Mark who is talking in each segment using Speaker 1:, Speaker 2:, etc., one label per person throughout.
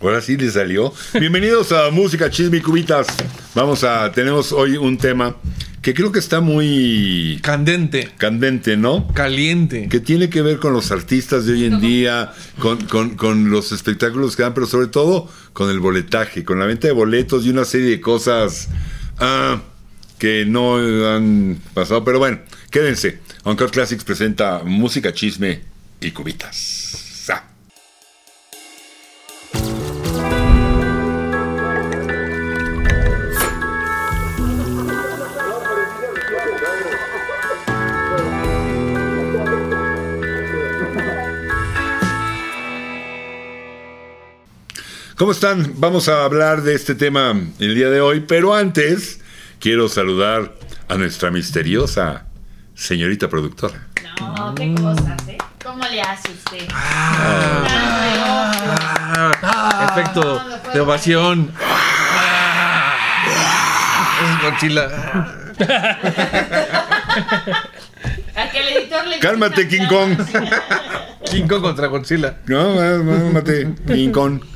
Speaker 1: Ahora sí le salió. Bienvenidos a Música Chisme y Cubitas. Vamos a, tenemos hoy un tema que creo que está muy
Speaker 2: Candente,
Speaker 1: candente, ¿no?
Speaker 2: caliente.
Speaker 1: que tiene que ver con los artistas de hoy en día, con, con- con los espectáculos que dan, pero sobre todo con el boletaje, con la venta de boletos y una serie de cosas ah, que no han pasado. Pero bueno, quédense. Uncut Classics presenta música, chisme y cubitas. Ah. ¿Cómo están? Vamos a hablar de este tema el día de hoy, pero antes quiero saludar a nuestra misteriosa señorita productora.
Speaker 3: No, qué cosas, ¿eh? ¿Cómo le hace usted? Ah,
Speaker 2: Ah, efecto
Speaker 3: no puedo
Speaker 2: de ovación. Ah, es Godzilla.
Speaker 3: a que el editor le
Speaker 1: Cálmate, King Kong.
Speaker 2: King Kong contra Godzilla.
Speaker 1: No, ma- ma- mate, Rincón.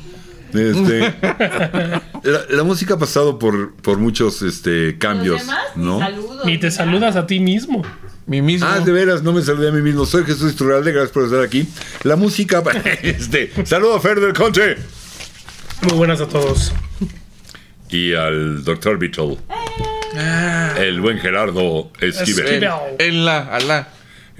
Speaker 1: Este, la, la música ha pasado por, por muchos este, cambios,
Speaker 3: Los demás,
Speaker 1: ¿no?
Speaker 3: ni saludos.
Speaker 4: Ni te
Speaker 3: nada.
Speaker 4: saludas a ti mismo.
Speaker 2: Mi mismo.
Speaker 1: Ah, de veras, no me saludé a mí mismo. Soy Jesús Turralde, gracias por estar aquí. La música, este, saludo a Fer del Conte
Speaker 4: Muy buenas a todos.
Speaker 1: y al Dr. Beetle,
Speaker 3: ¡Eh!
Speaker 1: el buen Gerardo Esquivel,
Speaker 2: en, en la, a la,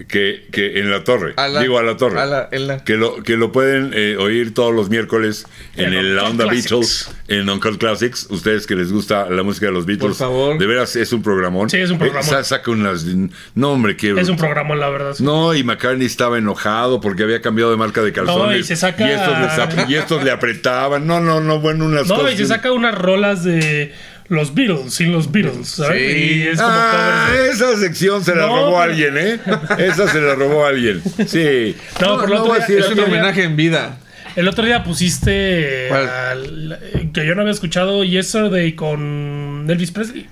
Speaker 1: que, que en la torre,
Speaker 2: a la.
Speaker 1: digo a la torre,
Speaker 2: A la, en la.
Speaker 1: que lo, que lo pueden eh, oír todos los miércoles en,
Speaker 4: En
Speaker 1: el, la
Speaker 4: Uncut
Speaker 1: onda
Speaker 4: Classics.
Speaker 1: Beatles, en Uncle Classics. Ustedes que les gusta la música de los Beatles,
Speaker 2: favor.
Speaker 1: de veras es un programón.
Speaker 4: Sí, es un programón.
Speaker 1: Eh, sa- saca unas. No, hombre, qué.
Speaker 4: Es un programa, la verdad.
Speaker 1: No, y McCartney estaba enojado porque había cambiado de marca de calzones.
Speaker 4: No, y se saca-
Speaker 1: y estos, les ap- y estos le apretaban. No, no, no, bueno, unas
Speaker 4: No,
Speaker 1: cosas.
Speaker 4: y se saca unas rolas de los Beatles, sin los Beatles, ¿sabes?
Speaker 2: Sí.
Speaker 4: Y es como
Speaker 1: Ah,
Speaker 4: covers de-
Speaker 1: esa sección se la
Speaker 4: No,
Speaker 1: robó
Speaker 4: pero-
Speaker 1: alguien, ¿eh? Esa se la robó alguien. Sí.
Speaker 4: No, por lo
Speaker 1: voy a
Speaker 4: otro día-
Speaker 1: decir-
Speaker 2: Es un homenaje en vida.
Speaker 4: El otro día pusiste
Speaker 2: ¿Cuál?
Speaker 4: al- eh, que yo no había escuchado Yesterday con Elvis Presley.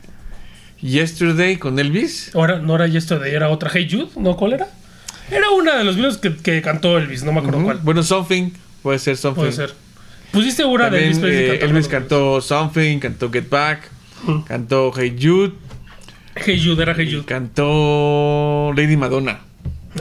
Speaker 2: Yesterday con Elvis.
Speaker 4: Ahora, no era Yesterday, era otra. Hey Jude, ¿no? ¿Cuál era? Era una de los Beatles que, que cantó Elvis, no me acuerdo cuál.
Speaker 2: Bueno, something. Puede ser something.
Speaker 4: Puede ser. Pusiste una de
Speaker 2: También,
Speaker 4: Elvis Presley.
Speaker 2: eh,
Speaker 4: cantando
Speaker 2: Elvis
Speaker 4: los
Speaker 2: cantó Something, cantó Get Back, cantó Hey Jude,
Speaker 4: Beatles. Hey Jude, era Hey
Speaker 2: y
Speaker 4: Jude.
Speaker 2: cantó Lady Madonna.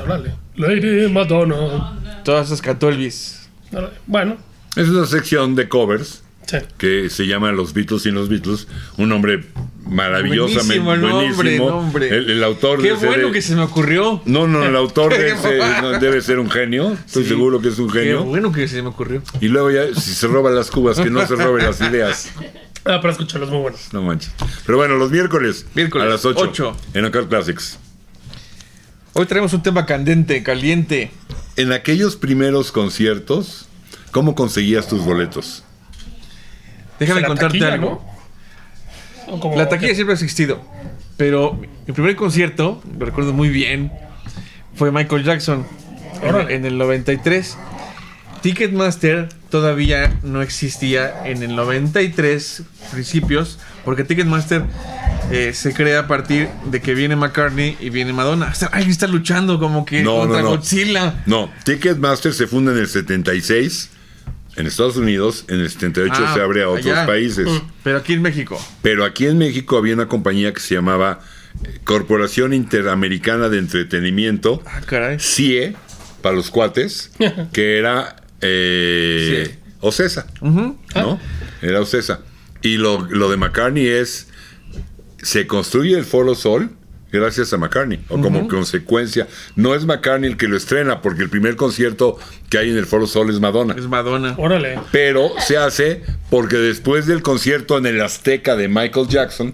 Speaker 4: Órale. Lady Madonna.
Speaker 2: Todas esas cantó Elvis.
Speaker 4: Órale. Bueno,
Speaker 1: Es una sección de covers.
Speaker 4: sí.
Speaker 1: que se llama Los Beatles y los Beatles, un nombre maravillosamente
Speaker 2: Buenísimo el
Speaker 1: buenísimo.
Speaker 2: nombre, nombre.
Speaker 1: El, el autor
Speaker 2: Qué
Speaker 1: de ese-
Speaker 2: bueno que se me ocurrió.
Speaker 1: No, no, el autor de
Speaker 2: Qué
Speaker 1: ese
Speaker 2: guapo.
Speaker 1: debe ser un genio, estoy
Speaker 2: Sí.
Speaker 1: seguro que es un
Speaker 2: Qué
Speaker 1: genio.
Speaker 2: bueno que se me ocurrió.
Speaker 1: Y luego ya, si se roba las cubas, que no se roben las ideas.
Speaker 4: Ah, para escucharlos, muy buenos.
Speaker 1: No manches. Pero bueno, los miércoles,
Speaker 2: Miércoles,
Speaker 1: a las 8,
Speaker 2: ocho.
Speaker 1: en Ocar Classics.
Speaker 2: Hoy traemos un tema candente, caliente.
Speaker 1: En aquellos primeros conciertos, ¿cómo conseguías tus boletos?
Speaker 2: Déjame
Speaker 4: La
Speaker 2: contarte
Speaker 4: taquilla,
Speaker 2: algo.
Speaker 4: ¿no? O como-
Speaker 2: La taquilla siempre ha existido, pero mi primer concierto, lo recuerdo muy bien, fue Michael Jackson en,
Speaker 4: Órale.
Speaker 2: en el 93. Ticketmaster todavía no existía en el 93 principios, porque Ticketmaster eh, se crea a partir de que viene McCartney y viene Madonna. O sea, alguien está luchando como que
Speaker 1: No, no,
Speaker 2: contra
Speaker 1: no.
Speaker 2: Godzilla.
Speaker 1: No, Ticketmaster se funda en el 76 en Estados Unidos, en el 78
Speaker 2: Ah,
Speaker 1: se abre a otros
Speaker 2: allá. Mm.
Speaker 1: países.
Speaker 2: Pero aquí en México.
Speaker 1: Pero aquí en México había una compañía que se llamaba eh, Corporación Interamericana de Entretenimiento,
Speaker 2: Ah, caray.
Speaker 1: CIE, para los cuates, que era eh,
Speaker 2: CIE.
Speaker 1: OCESA,
Speaker 2: Ujú. Ah.
Speaker 1: ¿no? Era OCESA. Y lo, lo de McCartney es, se construye el Foro Sol gracias a McCartney, o como consecuencia. No es McCartney el que lo estrena, porque el primer concierto que hay en el Foro Sol es Madonna.
Speaker 2: Es Madonna.
Speaker 4: Órale.
Speaker 1: Pero se hace porque después del concierto en el Azteca de Michael Jackson,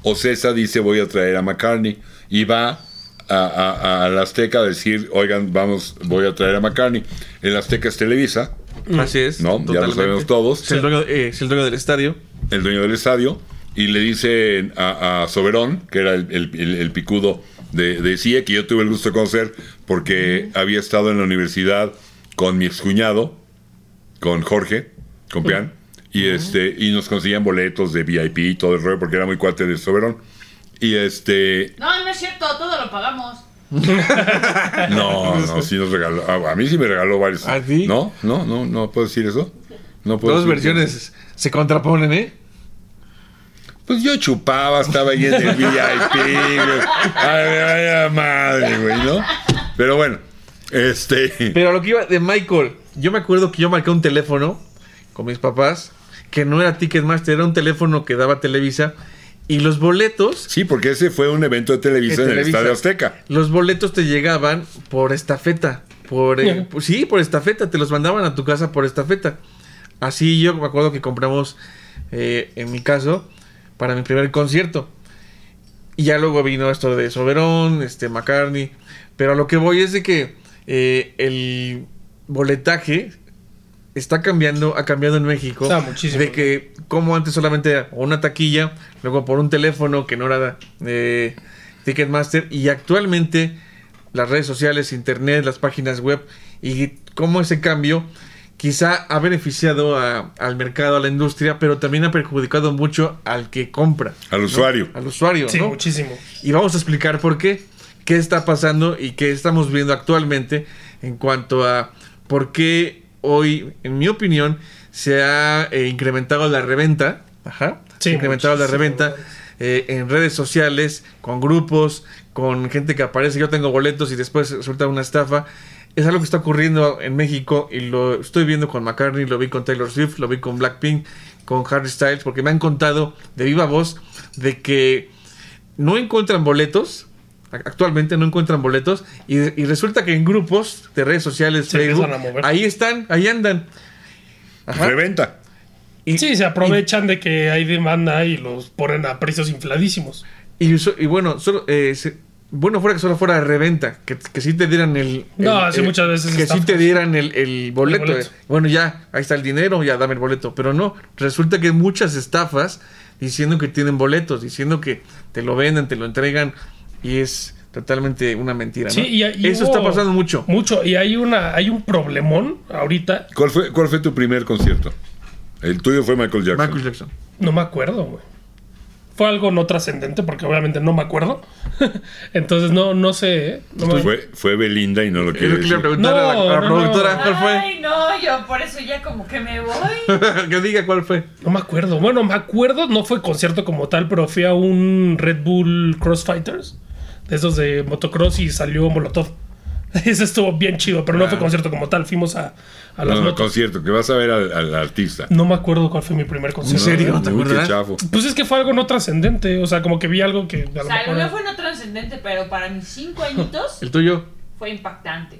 Speaker 1: Ocesa dice voy a traer a McCartney y va a- a- a- al Azteca a decir, oigan, vamos, voy a traer a McCartney. El Azteca es Televisa,
Speaker 2: Así es.
Speaker 1: Mm. No, ya lo
Speaker 2: totalmente.
Speaker 1: sabemos todos.
Speaker 2: Es el dueño, eh, es el dueño del estadio.
Speaker 1: el dueño del estadio, y le dice a, a Soberón, que era el, el- el- el picudo de, de CIE, que yo tuve el gusto de conocer porque había estado en la universidad con mi excuñado, con Jorge, con Peán, y, este, y nos conseguían boletos de VIP y todo el rollo porque era muy cuate de Soberón. Y este,
Speaker 3: No, no es cierto, todo lo pagamos.
Speaker 1: no, no, sí nos regaló, a, a mí sí me regaló varios.
Speaker 2: ¿A ti?
Speaker 1: No, no, no, no puedo decir eso. No puedo
Speaker 2: ¿Ah, Dos
Speaker 1: decir
Speaker 2: versiones se contraponen, ¿eh?
Speaker 1: que- Pues yo chupaba, estaba ahí en el VIP, güey. Ay, ay, ay, madre, güey, ¿no? Pero bueno, este.
Speaker 2: Pero a lo que iba de Michael, yo me acuerdo que yo marqué un teléfono con mis papás, que no era Ticketmaster, era un teléfono que daba Televisa, y los boletos
Speaker 1: Sí, porque ese fue un evento de Televisa en,
Speaker 2: En
Speaker 1: el
Speaker 2: Televisa.
Speaker 1: Estadio Azteca.
Speaker 2: Los boletos te llegaban por estafeta. Por, eh,
Speaker 4: Ujú.
Speaker 2: por- sí, por estafeta. Te los mandaban a tu casa por estafeta. Así yo me acuerdo que compramos, eh, en mi caso, para mi primer concierto. Y ya luego vino esto de Soberón, este McCartney. Pero a lo que voy es de que eh, el boletaje está cambiando, ha cambiado en México.
Speaker 4: Ah, muchísimo.
Speaker 2: De que como antes solamente era una taquilla, luego por un teléfono que no era eh, Ticketmaster y actualmente las redes sociales, internet, las páginas web y cómo ese cambio quizá ha beneficiado a- al mercado, a la industria, pero también ha perjudicado mucho al que compra,
Speaker 1: Al usuario.
Speaker 2: al usuario.
Speaker 4: Sí,
Speaker 2: ¿no?
Speaker 4: muchísimo.
Speaker 2: Y vamos a explicar por qué, qué está pasando y qué estamos viendo actualmente en cuanto a por qué hoy, en mi opinión, se ha eh, incrementado la reventa. Ajá. se
Speaker 4: Sí,
Speaker 2: ha incrementado la
Speaker 4: muchísimo.
Speaker 2: reventa eh, en redes sociales, con grupos, con gente que aparece, yo tengo boletos y después resulta una estafa. Es algo que está ocurriendo en México y lo estoy viendo con McCartney, lo vi con Taylor Swift, lo vi con Blackpink, con Harry Styles, porque me han contado de viva voz de que no encuentran boletos. a- Actualmente no encuentran boletos y, y resulta que en grupos de redes sociales,
Speaker 4: Se
Speaker 2: Facebook,
Speaker 4: empiezan a mover.
Speaker 2: ahí están, ahí andan. Ajá.
Speaker 1: Reventa.
Speaker 2: Y-
Speaker 4: Sí, se aprovechan de que hay demanda y los ponen a precios infladísimos.
Speaker 2: Y, so- y bueno, solo, eh, se- bueno fuera que solo fuera reventa, que, que sí te dieran el...
Speaker 4: No,
Speaker 2: el-
Speaker 4: sí,
Speaker 2: el-
Speaker 4: muchas veces
Speaker 2: Que sí
Speaker 4: estafas.
Speaker 2: te dieran el, el boleto.
Speaker 4: El boleto.
Speaker 2: eh. Bueno, ya, ahí está el dinero, ya dame el boleto. Pero no, resulta que hay muchas estafas diciendo que tienen boletos, diciendo que te lo venden, te lo entregan y es totalmente una mentira. ¿no?
Speaker 4: Sí, y, y
Speaker 2: Eso
Speaker 4: hubo
Speaker 2: está pasando mucho.
Speaker 4: Mucho. Y hay una, hay un problemón ahorita.
Speaker 1: ¿Cuál fue, ¿Cuál fue tu primer concierto? El tuyo fue Michael Jackson.
Speaker 2: Michael Jackson.
Speaker 4: No me acuerdo, güey. Fue algo no trascendente, porque obviamente no me acuerdo. Entonces no, no sé. ¿eh? No, me-
Speaker 1: Fue, fue Belinda y no lo
Speaker 2: Es
Speaker 1: quiero
Speaker 2: lo que le
Speaker 1: decir.
Speaker 2: pregunté a la,
Speaker 4: No,
Speaker 2: a la
Speaker 4: no,
Speaker 2: productora,
Speaker 4: no.
Speaker 2: ¿cuál fue?
Speaker 3: Ay, no, yo por eso ya como que me voy.
Speaker 2: que diga cuál fue.
Speaker 4: no me acuerdo. Bueno, me acuerdo, no fue concierto como tal, pero fui a un Red Bull Crossfighters, de esos de motocross y salió Molotov. Ese estuvo bien chido, pero no fue concierto como tal. Fuimos a, a las
Speaker 1: No, no,
Speaker 4: motos.
Speaker 1: concierto, que vas a ver al, al artista.
Speaker 4: No me acuerdo cuál fue mi primer concierto.
Speaker 2: ¿En serio? ¿Te
Speaker 1: Uy, qué
Speaker 2: acuerdas?
Speaker 1: chafo.
Speaker 4: Pues es que fue algo no trascendente. O sea, como que vi algo que. a lo
Speaker 3: O sea,
Speaker 4: mejor-
Speaker 3: no fue no trascendente, pero para mis cinco añitos
Speaker 2: El tuyo.
Speaker 3: fue impactante.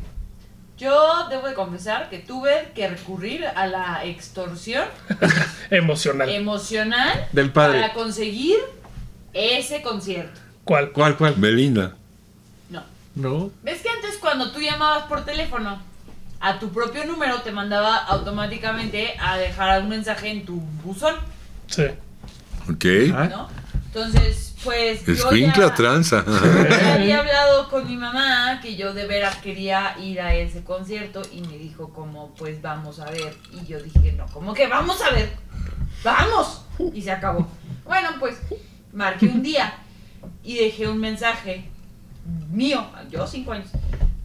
Speaker 3: Yo debo de confesar que tuve que recurrir a la extorsión
Speaker 4: Emocional.
Speaker 3: Em. emocional
Speaker 2: Del padre.
Speaker 3: para conseguir ese concierto.
Speaker 4: ¿Cuál?
Speaker 2: ¿Cuál, cuál?
Speaker 1: Belinda.
Speaker 3: No.
Speaker 2: No.
Speaker 3: ¿Ves que antes cuando tú llamabas por teléfono a tu propio número te mandaba automáticamente a dejar un mensaje en tu buzón,
Speaker 4: Sí.
Speaker 1: Ok.
Speaker 2: Ah.
Speaker 3: ¿no? Entonces, pues yo
Speaker 1: Escuincla
Speaker 3: ya,
Speaker 1: tranza.
Speaker 3: ya había hablado con mi mamá que yo de veras quería ir a ese concierto y me dijo como, pues vamos a ver. Y yo dije, no, como que vamos a ver. ¡Vamos! Y se acabó. Bueno, pues marqué un día y dejé un mensaje mío, yo cinco años,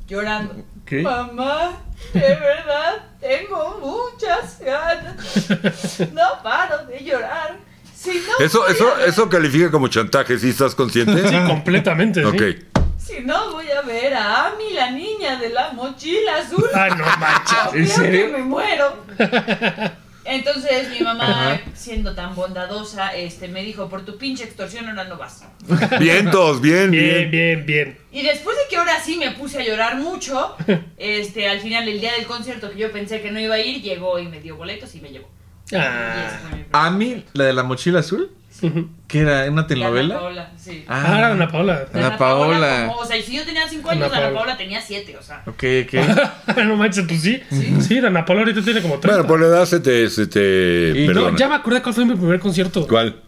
Speaker 3: llorando.
Speaker 2: Ok.
Speaker 3: Mamá, de verdad, tengo muchas ganas. No paro de llorar. Si no
Speaker 1: Eso,
Speaker 3: voy
Speaker 1: eso,
Speaker 3: a ver-
Speaker 1: eso califica como chantaje, ¿sí estás consciente?
Speaker 4: Sí, completamente. sí.
Speaker 1: Ah. Ok.
Speaker 3: Si no voy a ver a Ami, la niña de la mochila azul.
Speaker 4: Ah, no manches.
Speaker 2: ¿en
Speaker 3: Creo
Speaker 2: serio?
Speaker 3: que me muero. Entonces mi mamá, siendo tan bondadosa, este, me dijo, por tu pinche extorsión ahora no vas.
Speaker 1: Vientos, bien, bien.
Speaker 4: Bien, bien, bien.
Speaker 3: Y después de que ahora sí me puse a llorar mucho, este, al final el día del concierto que yo pensé que no iba a ir, llegó y me dio boletos y me llevó. Y ese
Speaker 4: Ah.
Speaker 3: fue mi primer-
Speaker 2: Ami, la de la mochila azul,
Speaker 4: Ujú.
Speaker 2: que era una
Speaker 3: Y Ana
Speaker 2: telenovela.
Speaker 3: Paola, sí.
Speaker 4: Ah, era Ana Paola.
Speaker 2: Ana Paola.
Speaker 3: como- o sea, y si yo tenía 5
Speaker 4: Ana
Speaker 3: años, Ana
Speaker 4: Paola.
Speaker 3: Paola tenía 7, o sea.
Speaker 2: Ok, ok.
Speaker 4: no manches, pues sí. Sí, Ana Paola ahorita tiene como 30.
Speaker 1: Bueno, por la edad se te, se te
Speaker 2: Y no,
Speaker 4: No,
Speaker 1: perdona.
Speaker 4: ya me acordé cuál fue mi primer concierto.
Speaker 1: ¿Cuál?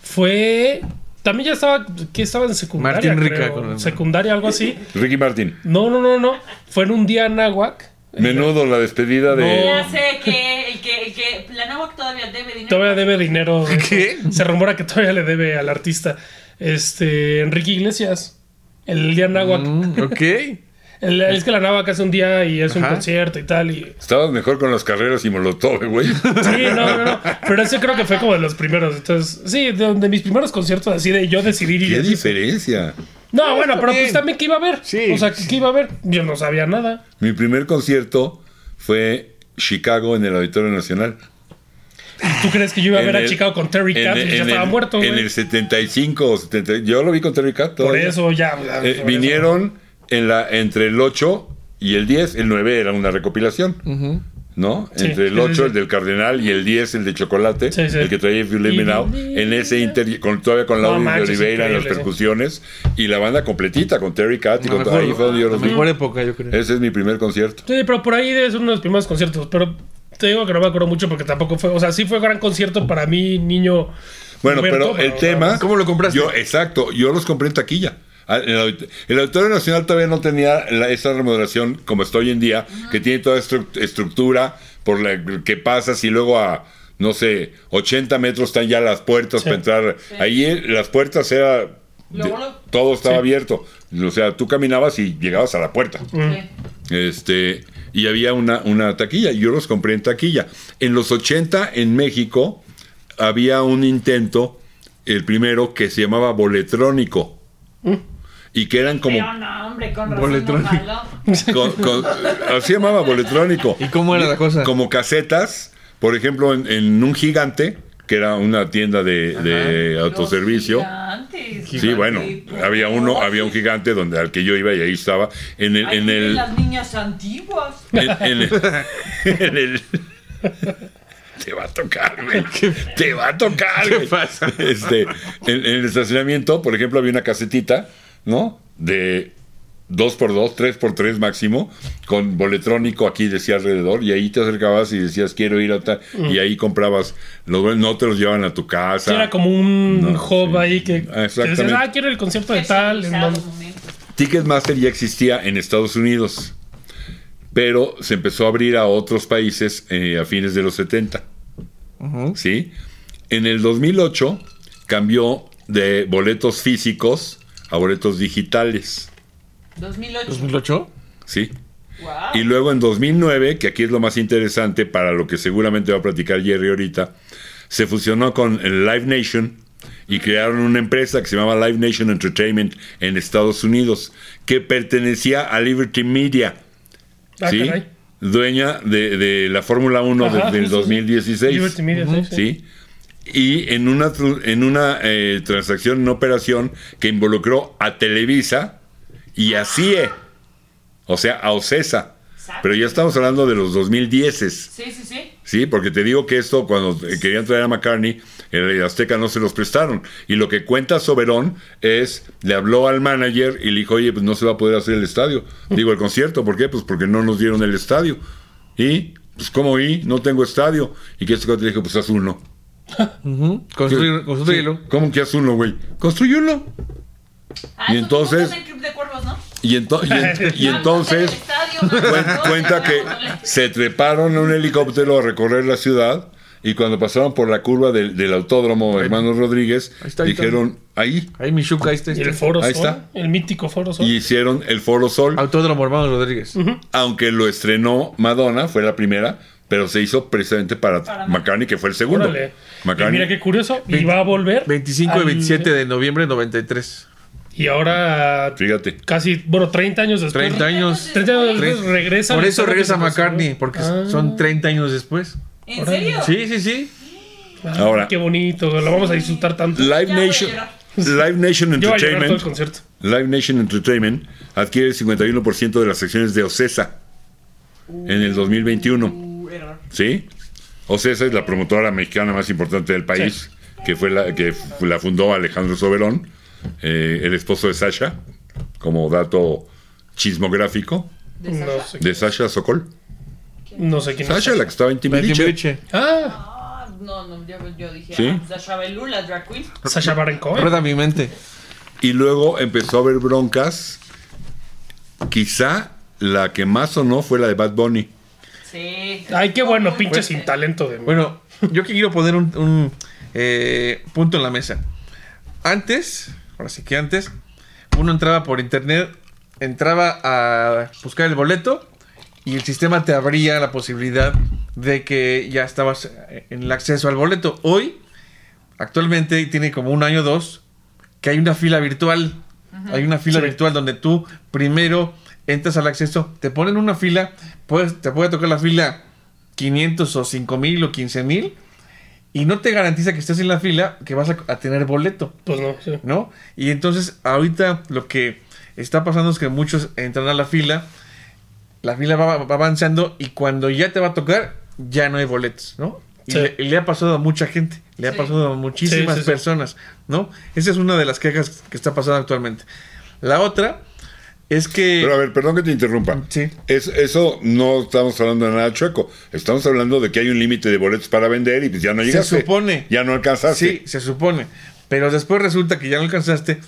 Speaker 4: Fue. También ya estaba. que estaba en secundaria?
Speaker 2: Martín Rica,
Speaker 4: creo.
Speaker 2: con el-
Speaker 4: Secundaria, algo así.
Speaker 1: Ricky Martin.
Speaker 4: No, no, no, no. Fue en un día en Nahuac.
Speaker 1: Menudo la despedida de.
Speaker 4: Eh,
Speaker 3: Ya sé que el que, el que la náhuatl todavía debe dinero.
Speaker 4: Todavía debe dinero.
Speaker 2: ¿Qué?
Speaker 4: Se rumora que todavía le debe al artista. Este. Enrique Iglesias. El día en Nahuac.
Speaker 2: Mm, ok.
Speaker 4: El- es que la nava hace un día y es un
Speaker 2: Ajá.
Speaker 4: concierto y tal. Y,
Speaker 1: Estabas mejor con las carreras y molotov, güey.
Speaker 4: sí, no, no, no. Pero ese creo que fue como de los primeros. Entonces, sí, de, de mis primeros conciertos así de yo decidir. y
Speaker 1: Qué
Speaker 4: así.
Speaker 1: diferencia.
Speaker 4: No, bueno, pero
Speaker 2: Eh, Bien.
Speaker 4: pues también que iba a ver.
Speaker 2: Sí.
Speaker 4: O sea, que iba a ver. Yo no sabía nada.
Speaker 1: Mi primer concierto fue Chicago en el Auditorio Nacional.
Speaker 4: ¿Tú crees que yo iba a
Speaker 1: En
Speaker 4: ver a
Speaker 1: el-
Speaker 4: Chicago con Terry
Speaker 1: en
Speaker 4: Katz?
Speaker 1: el-
Speaker 4: y ya
Speaker 1: en
Speaker 4: estaba
Speaker 1: el-
Speaker 4: muerto,
Speaker 1: En
Speaker 4: güey.
Speaker 1: el 75 o 70. Yo lo vi con Terry Cat.
Speaker 4: Por eso ya. ya, por eso.
Speaker 1: Eh, vinieron en la, entre el 8 y el 10. El 9 era una recopilación. ¿No?
Speaker 4: Sí,
Speaker 1: Entre el
Speaker 4: sí,
Speaker 1: 8,
Speaker 4: sí.
Speaker 1: el del Cardenal, y el 10, el de Chocolate,
Speaker 4: Sí, sí.
Speaker 1: el que traía If You Let Me
Speaker 4: Y-
Speaker 1: Now, en ese inter, con, todavía con
Speaker 4: No
Speaker 1: Laura de
Speaker 4: manches,
Speaker 1: Oliveira en las
Speaker 4: increíble, sí.
Speaker 1: percusiones, y la banda completita con Terry Cat y
Speaker 2: La
Speaker 1: con todo.
Speaker 2: mejor,
Speaker 1: Ahí fue donde yo
Speaker 2: la
Speaker 1: los vi.
Speaker 2: mejor época, yo creo.
Speaker 1: Ese es mi primer concierto.
Speaker 4: Sí, pero por ahí debe ser uno de los primeros conciertos. Pero te digo que no me acuerdo mucho porque tampoco fue. O sea, sí fue gran concierto para mí, niño.
Speaker 1: Bueno,
Speaker 4: puberto,
Speaker 1: pero el tema.
Speaker 2: ¿Cómo lo compraste?
Speaker 1: Yo, exacto, yo los compré en taquilla. Ah, El, audit- el Auditorio Nacional todavía no tenía la- esa remodelación como está hoy en día, que tiene toda estru- estructura por la que pasas y luego a, no sé, 80 metros están ya las puertas
Speaker 4: Sí.
Speaker 1: para entrar. Ahí eh, las puertas era.
Speaker 3: Luego,
Speaker 1: de-
Speaker 3: luego.
Speaker 1: todo estaba
Speaker 4: Sí.
Speaker 1: abierto. O sea, tú caminabas y llegabas a la puerta.
Speaker 4: Mm.
Speaker 3: Sí.
Speaker 1: Este, y había una, una taquilla, y yo los compré en taquilla. En los 80 en México había un intento, el primero, que se llamaba boletrónico. Y que eran como...
Speaker 3: Pero no, hombre, con razón no
Speaker 2: Boletrónico.
Speaker 3: jaló.
Speaker 1: con- con- así llamaba boletrónico.
Speaker 2: ¿Y cómo era la cosa?
Speaker 1: Como casetas, por ejemplo, en, en un gigante, que era una tienda de, de autoservicio.
Speaker 3: Los gigantes.
Speaker 1: Sí, bueno, había uno, había un gigante donde al que yo iba y ahí estaba. En el,
Speaker 3: Ahí
Speaker 1: en
Speaker 3: viven
Speaker 1: el,
Speaker 3: Las niñas antiguas.
Speaker 1: En, en el, en el- Te va a tocar, güey. Te va a tocar, güey.
Speaker 2: pasa?
Speaker 1: Este, en, en el estacionamiento, por ejemplo, había una casetita, ¿no? De 2x2, 3x3 máximo, con boletrónico aquí decía alrededor, y ahí te acercabas y decías, quiero ir a tal, y ahí comprabas, los, boletos, no te los llevaban a tu
Speaker 4: Sí,
Speaker 1: casa.
Speaker 4: era como un
Speaker 1: No,
Speaker 4: hub
Speaker 1: sí.
Speaker 4: ahí que, que
Speaker 1: Exactamente.
Speaker 4: decías, ah, quiero el concierto de tal. en
Speaker 3: Personalizado,
Speaker 4: donde-
Speaker 3: momento.
Speaker 1: Ticketmaster ya existía en Estados Unidos, pero se empezó a abrir a otros países eh, a fines de los 70.
Speaker 2: Ujú.
Speaker 1: ¿sí? En el 2008 cambió de boletos físicos a boletos digitales,
Speaker 3: 2008.
Speaker 2: ¿2008?
Speaker 1: ¿sí?
Speaker 3: Guau.
Speaker 1: Y luego en 2009, que aquí es lo más interesante para lo que seguramente va a platicar Jerry ahorita, se fusionó con el Live Nation y crearon una empresa que se llamaba Live Nation Entertainment en Estados Unidos, que pertenecía a Liberty Media,
Speaker 4: Ah,
Speaker 1: ¿sí?
Speaker 4: caray.
Speaker 1: Dueña de, de la Fórmula 1
Speaker 4: Ajá,
Speaker 1: desde el
Speaker 4: justo, sí.
Speaker 1: 2016.
Speaker 4: Liberty Media, sí, sí.
Speaker 1: ¿sí? Y en una, tru- en una eh, transacción, una operación que involucró a Televisa y a CIE, o sea, a OCESA. Pero ya estamos hablando de los 2010,
Speaker 3: Sí, sí, sí.
Speaker 1: ¿sí? Porque te digo que esto, cuando eh, querían traer a McCartney, en el Azteca no se los prestaron. Y lo que cuenta Soberón es, le habló al manager y le dijo, oye, pues no se va a poder hacer el estadio. Digo, el concierto, ¿por qué? Pues porque no nos dieron el estadio. Y, pues, ¿cómo y? No tengo estadio. Y que este cuate le dijo, pues haz uno.
Speaker 2: Ujú. Construir- Construirlo.
Speaker 1: ¿Cómo que haz uno, güey? Construye uno.
Speaker 3: Ah,
Speaker 1: Y
Speaker 3: eso
Speaker 1: entonces-
Speaker 3: tocó en el Club de Cuervos, ¿no?
Speaker 1: Y, ento- y en- y
Speaker 3: Vamos
Speaker 1: entonces
Speaker 3: al estadio, vamos
Speaker 1: cuen-
Speaker 3: al gol,
Speaker 1: cuenta que
Speaker 3: vamos.
Speaker 1: se treparon en un helicóptero a recorrer la ciudad y cuando pasaron por la curva del, del autódromo Hermanos Rodríguez,
Speaker 2: Ahí está, ahí está.
Speaker 1: dijeron ahí
Speaker 2: Ahí mi shuka, ahí está.
Speaker 4: Y el Foro
Speaker 1: Ahí
Speaker 4: Sol.
Speaker 1: está.
Speaker 4: El mítico Foro Sol.
Speaker 1: y hicieron el Foro Sol,
Speaker 4: Ah.
Speaker 2: Autódromo Hermanos Rodríguez.
Speaker 4: Mm.
Speaker 1: aunque lo estrenó Madonna, fue la primera, pero se hizo precisamente para,
Speaker 3: Para
Speaker 1: McCartney, que fue el segundo.
Speaker 4: Órale. Y
Speaker 1: McCartney,
Speaker 4: mira qué curioso. Y
Speaker 2: Veinti-
Speaker 4: va a volver.
Speaker 2: 25 y
Speaker 4: al-
Speaker 2: 27 de noviembre de 93.
Speaker 4: Y ahora,
Speaker 1: fíjate,
Speaker 4: casi, bueno, 30 años después.
Speaker 2: 30 años.
Speaker 4: 30 años
Speaker 3: Tres-
Speaker 4: después regresa.
Speaker 2: Por
Speaker 4: la
Speaker 2: eso
Speaker 4: historia
Speaker 2: regresa
Speaker 4: que se construyó.
Speaker 2: McCartney, porque
Speaker 4: Ah,
Speaker 2: son 30 años después.
Speaker 3: ¿En serio?
Speaker 2: Sí, sí, sí.
Speaker 4: ah,
Speaker 1: Ahora.
Speaker 4: Qué bonito. Lo vamos a disfrutar tanto.
Speaker 1: Live
Speaker 3: Ya voy a
Speaker 1: Nation,
Speaker 3: llorar.
Speaker 1: Live Nation
Speaker 4: Yo voy a llorar todo el
Speaker 1: Entertainment,
Speaker 4: concierto.
Speaker 1: Live Nation Entertainment adquiere el 51% de las acciones de Ocesa en el 2021.
Speaker 3: Uh, error.
Speaker 1: ¿Sí? Ocesa es la promotora mexicana más importante del país, que fue la que fu- la fundó Alejandro Soberón, eh, el esposo de Sasha, como dato chismográfico,
Speaker 3: ¿De
Speaker 4: No
Speaker 3: Sasha?
Speaker 4: sé,
Speaker 1: de Sasha Sokol.
Speaker 4: no sé quién es.
Speaker 1: Sasha, la que estaba en
Speaker 2: La
Speaker 1: Timbiriche.
Speaker 2: Timbiriche.
Speaker 4: Ah,
Speaker 3: Ah, no, no, yo, yo dije,
Speaker 1: Sí.
Speaker 3: ah, Sasha Bellu, la drag queen.
Speaker 4: Sasha Baron Cohen.
Speaker 2: Rueda mi mente.
Speaker 1: Y luego empezó a haber broncas. Quizá la que más sonó fue la de Bad Bunny.
Speaker 3: Sí.
Speaker 4: Ay, qué bueno, pinche sin talento de
Speaker 2: Bueno, yo que quiero poner un, un, eh, punto en la mesa. Antes, ahora sí que antes, uno entraba por internet entraba a buscar el boleto y el sistema te abría la posibilidad de que ya estabas en el acceso al boleto. Hoy, actualmente, tiene como un año o dos, que hay una fila virtual. Hay una fila
Speaker 4: Sí.
Speaker 2: virtual donde tú primero entras al acceso, te ponen una fila, pues te puede tocar la fila 500 o 5000 o 15000 y no te garantiza que estés en la fila que vas a, a tener boleto.
Speaker 4: Pues no, sí.
Speaker 2: ¿no? Y entonces ahorita lo que está pasando es que muchos entran a la fila, la fila va, va avanzando y cuando ya te va a tocar, ya no hay boletos, ¿no? Y,
Speaker 4: Sí.
Speaker 2: le, y le ha pasado a mucha gente, le ha
Speaker 3: Sí.
Speaker 2: pasado a muchísimas
Speaker 4: Sí, sí, sí.
Speaker 2: personas, ¿no? Esa es una de las quejas que está pasando actualmente. La otra es que...
Speaker 1: Pero a ver, perdón que te interrumpa.
Speaker 2: Sí.
Speaker 1: Es, eso no estamos hablando de nada chueco. Estamos hablando de que hay un límite de boletos para vender y pues ya no
Speaker 2: Se
Speaker 1: llegaste.
Speaker 2: supone.
Speaker 1: Ya no alcanzaste.
Speaker 2: Sí, se supone. Pero después resulta que ya no alcanzaste.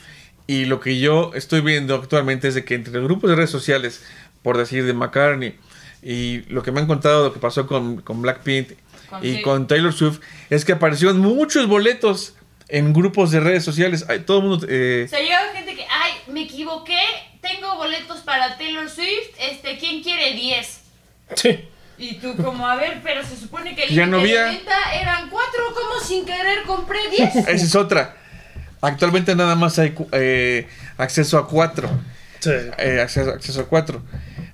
Speaker 2: Y lo que yo estoy viendo actualmente es de que entre los grupos de redes sociales, por decir de McCartney, y lo que me han contado de lo que pasó con, con Blackpink
Speaker 3: Con
Speaker 2: y
Speaker 3: Taylor.
Speaker 2: con Taylor Swift, es que aparecieron muchos boletos en grupos de redes sociales. Ay, Todo el mundo. eh,
Speaker 3: O sea, llega gente que, ay, me equivoqué, tengo boletos para Taylor Swift, este, ¿quién quiere 10?
Speaker 4: Sí.
Speaker 3: Y tú como, a ver, pero se supone que el
Speaker 2: Ya no
Speaker 3: límite de
Speaker 2: había.
Speaker 3: venta eran cuatro, ¿cómo sin querer compré 10?
Speaker 2: Esa es otra. Actualmente nada más hay cu- eh, acceso a cuatro.
Speaker 4: Sí.
Speaker 2: eh, acceso, acceso a 4.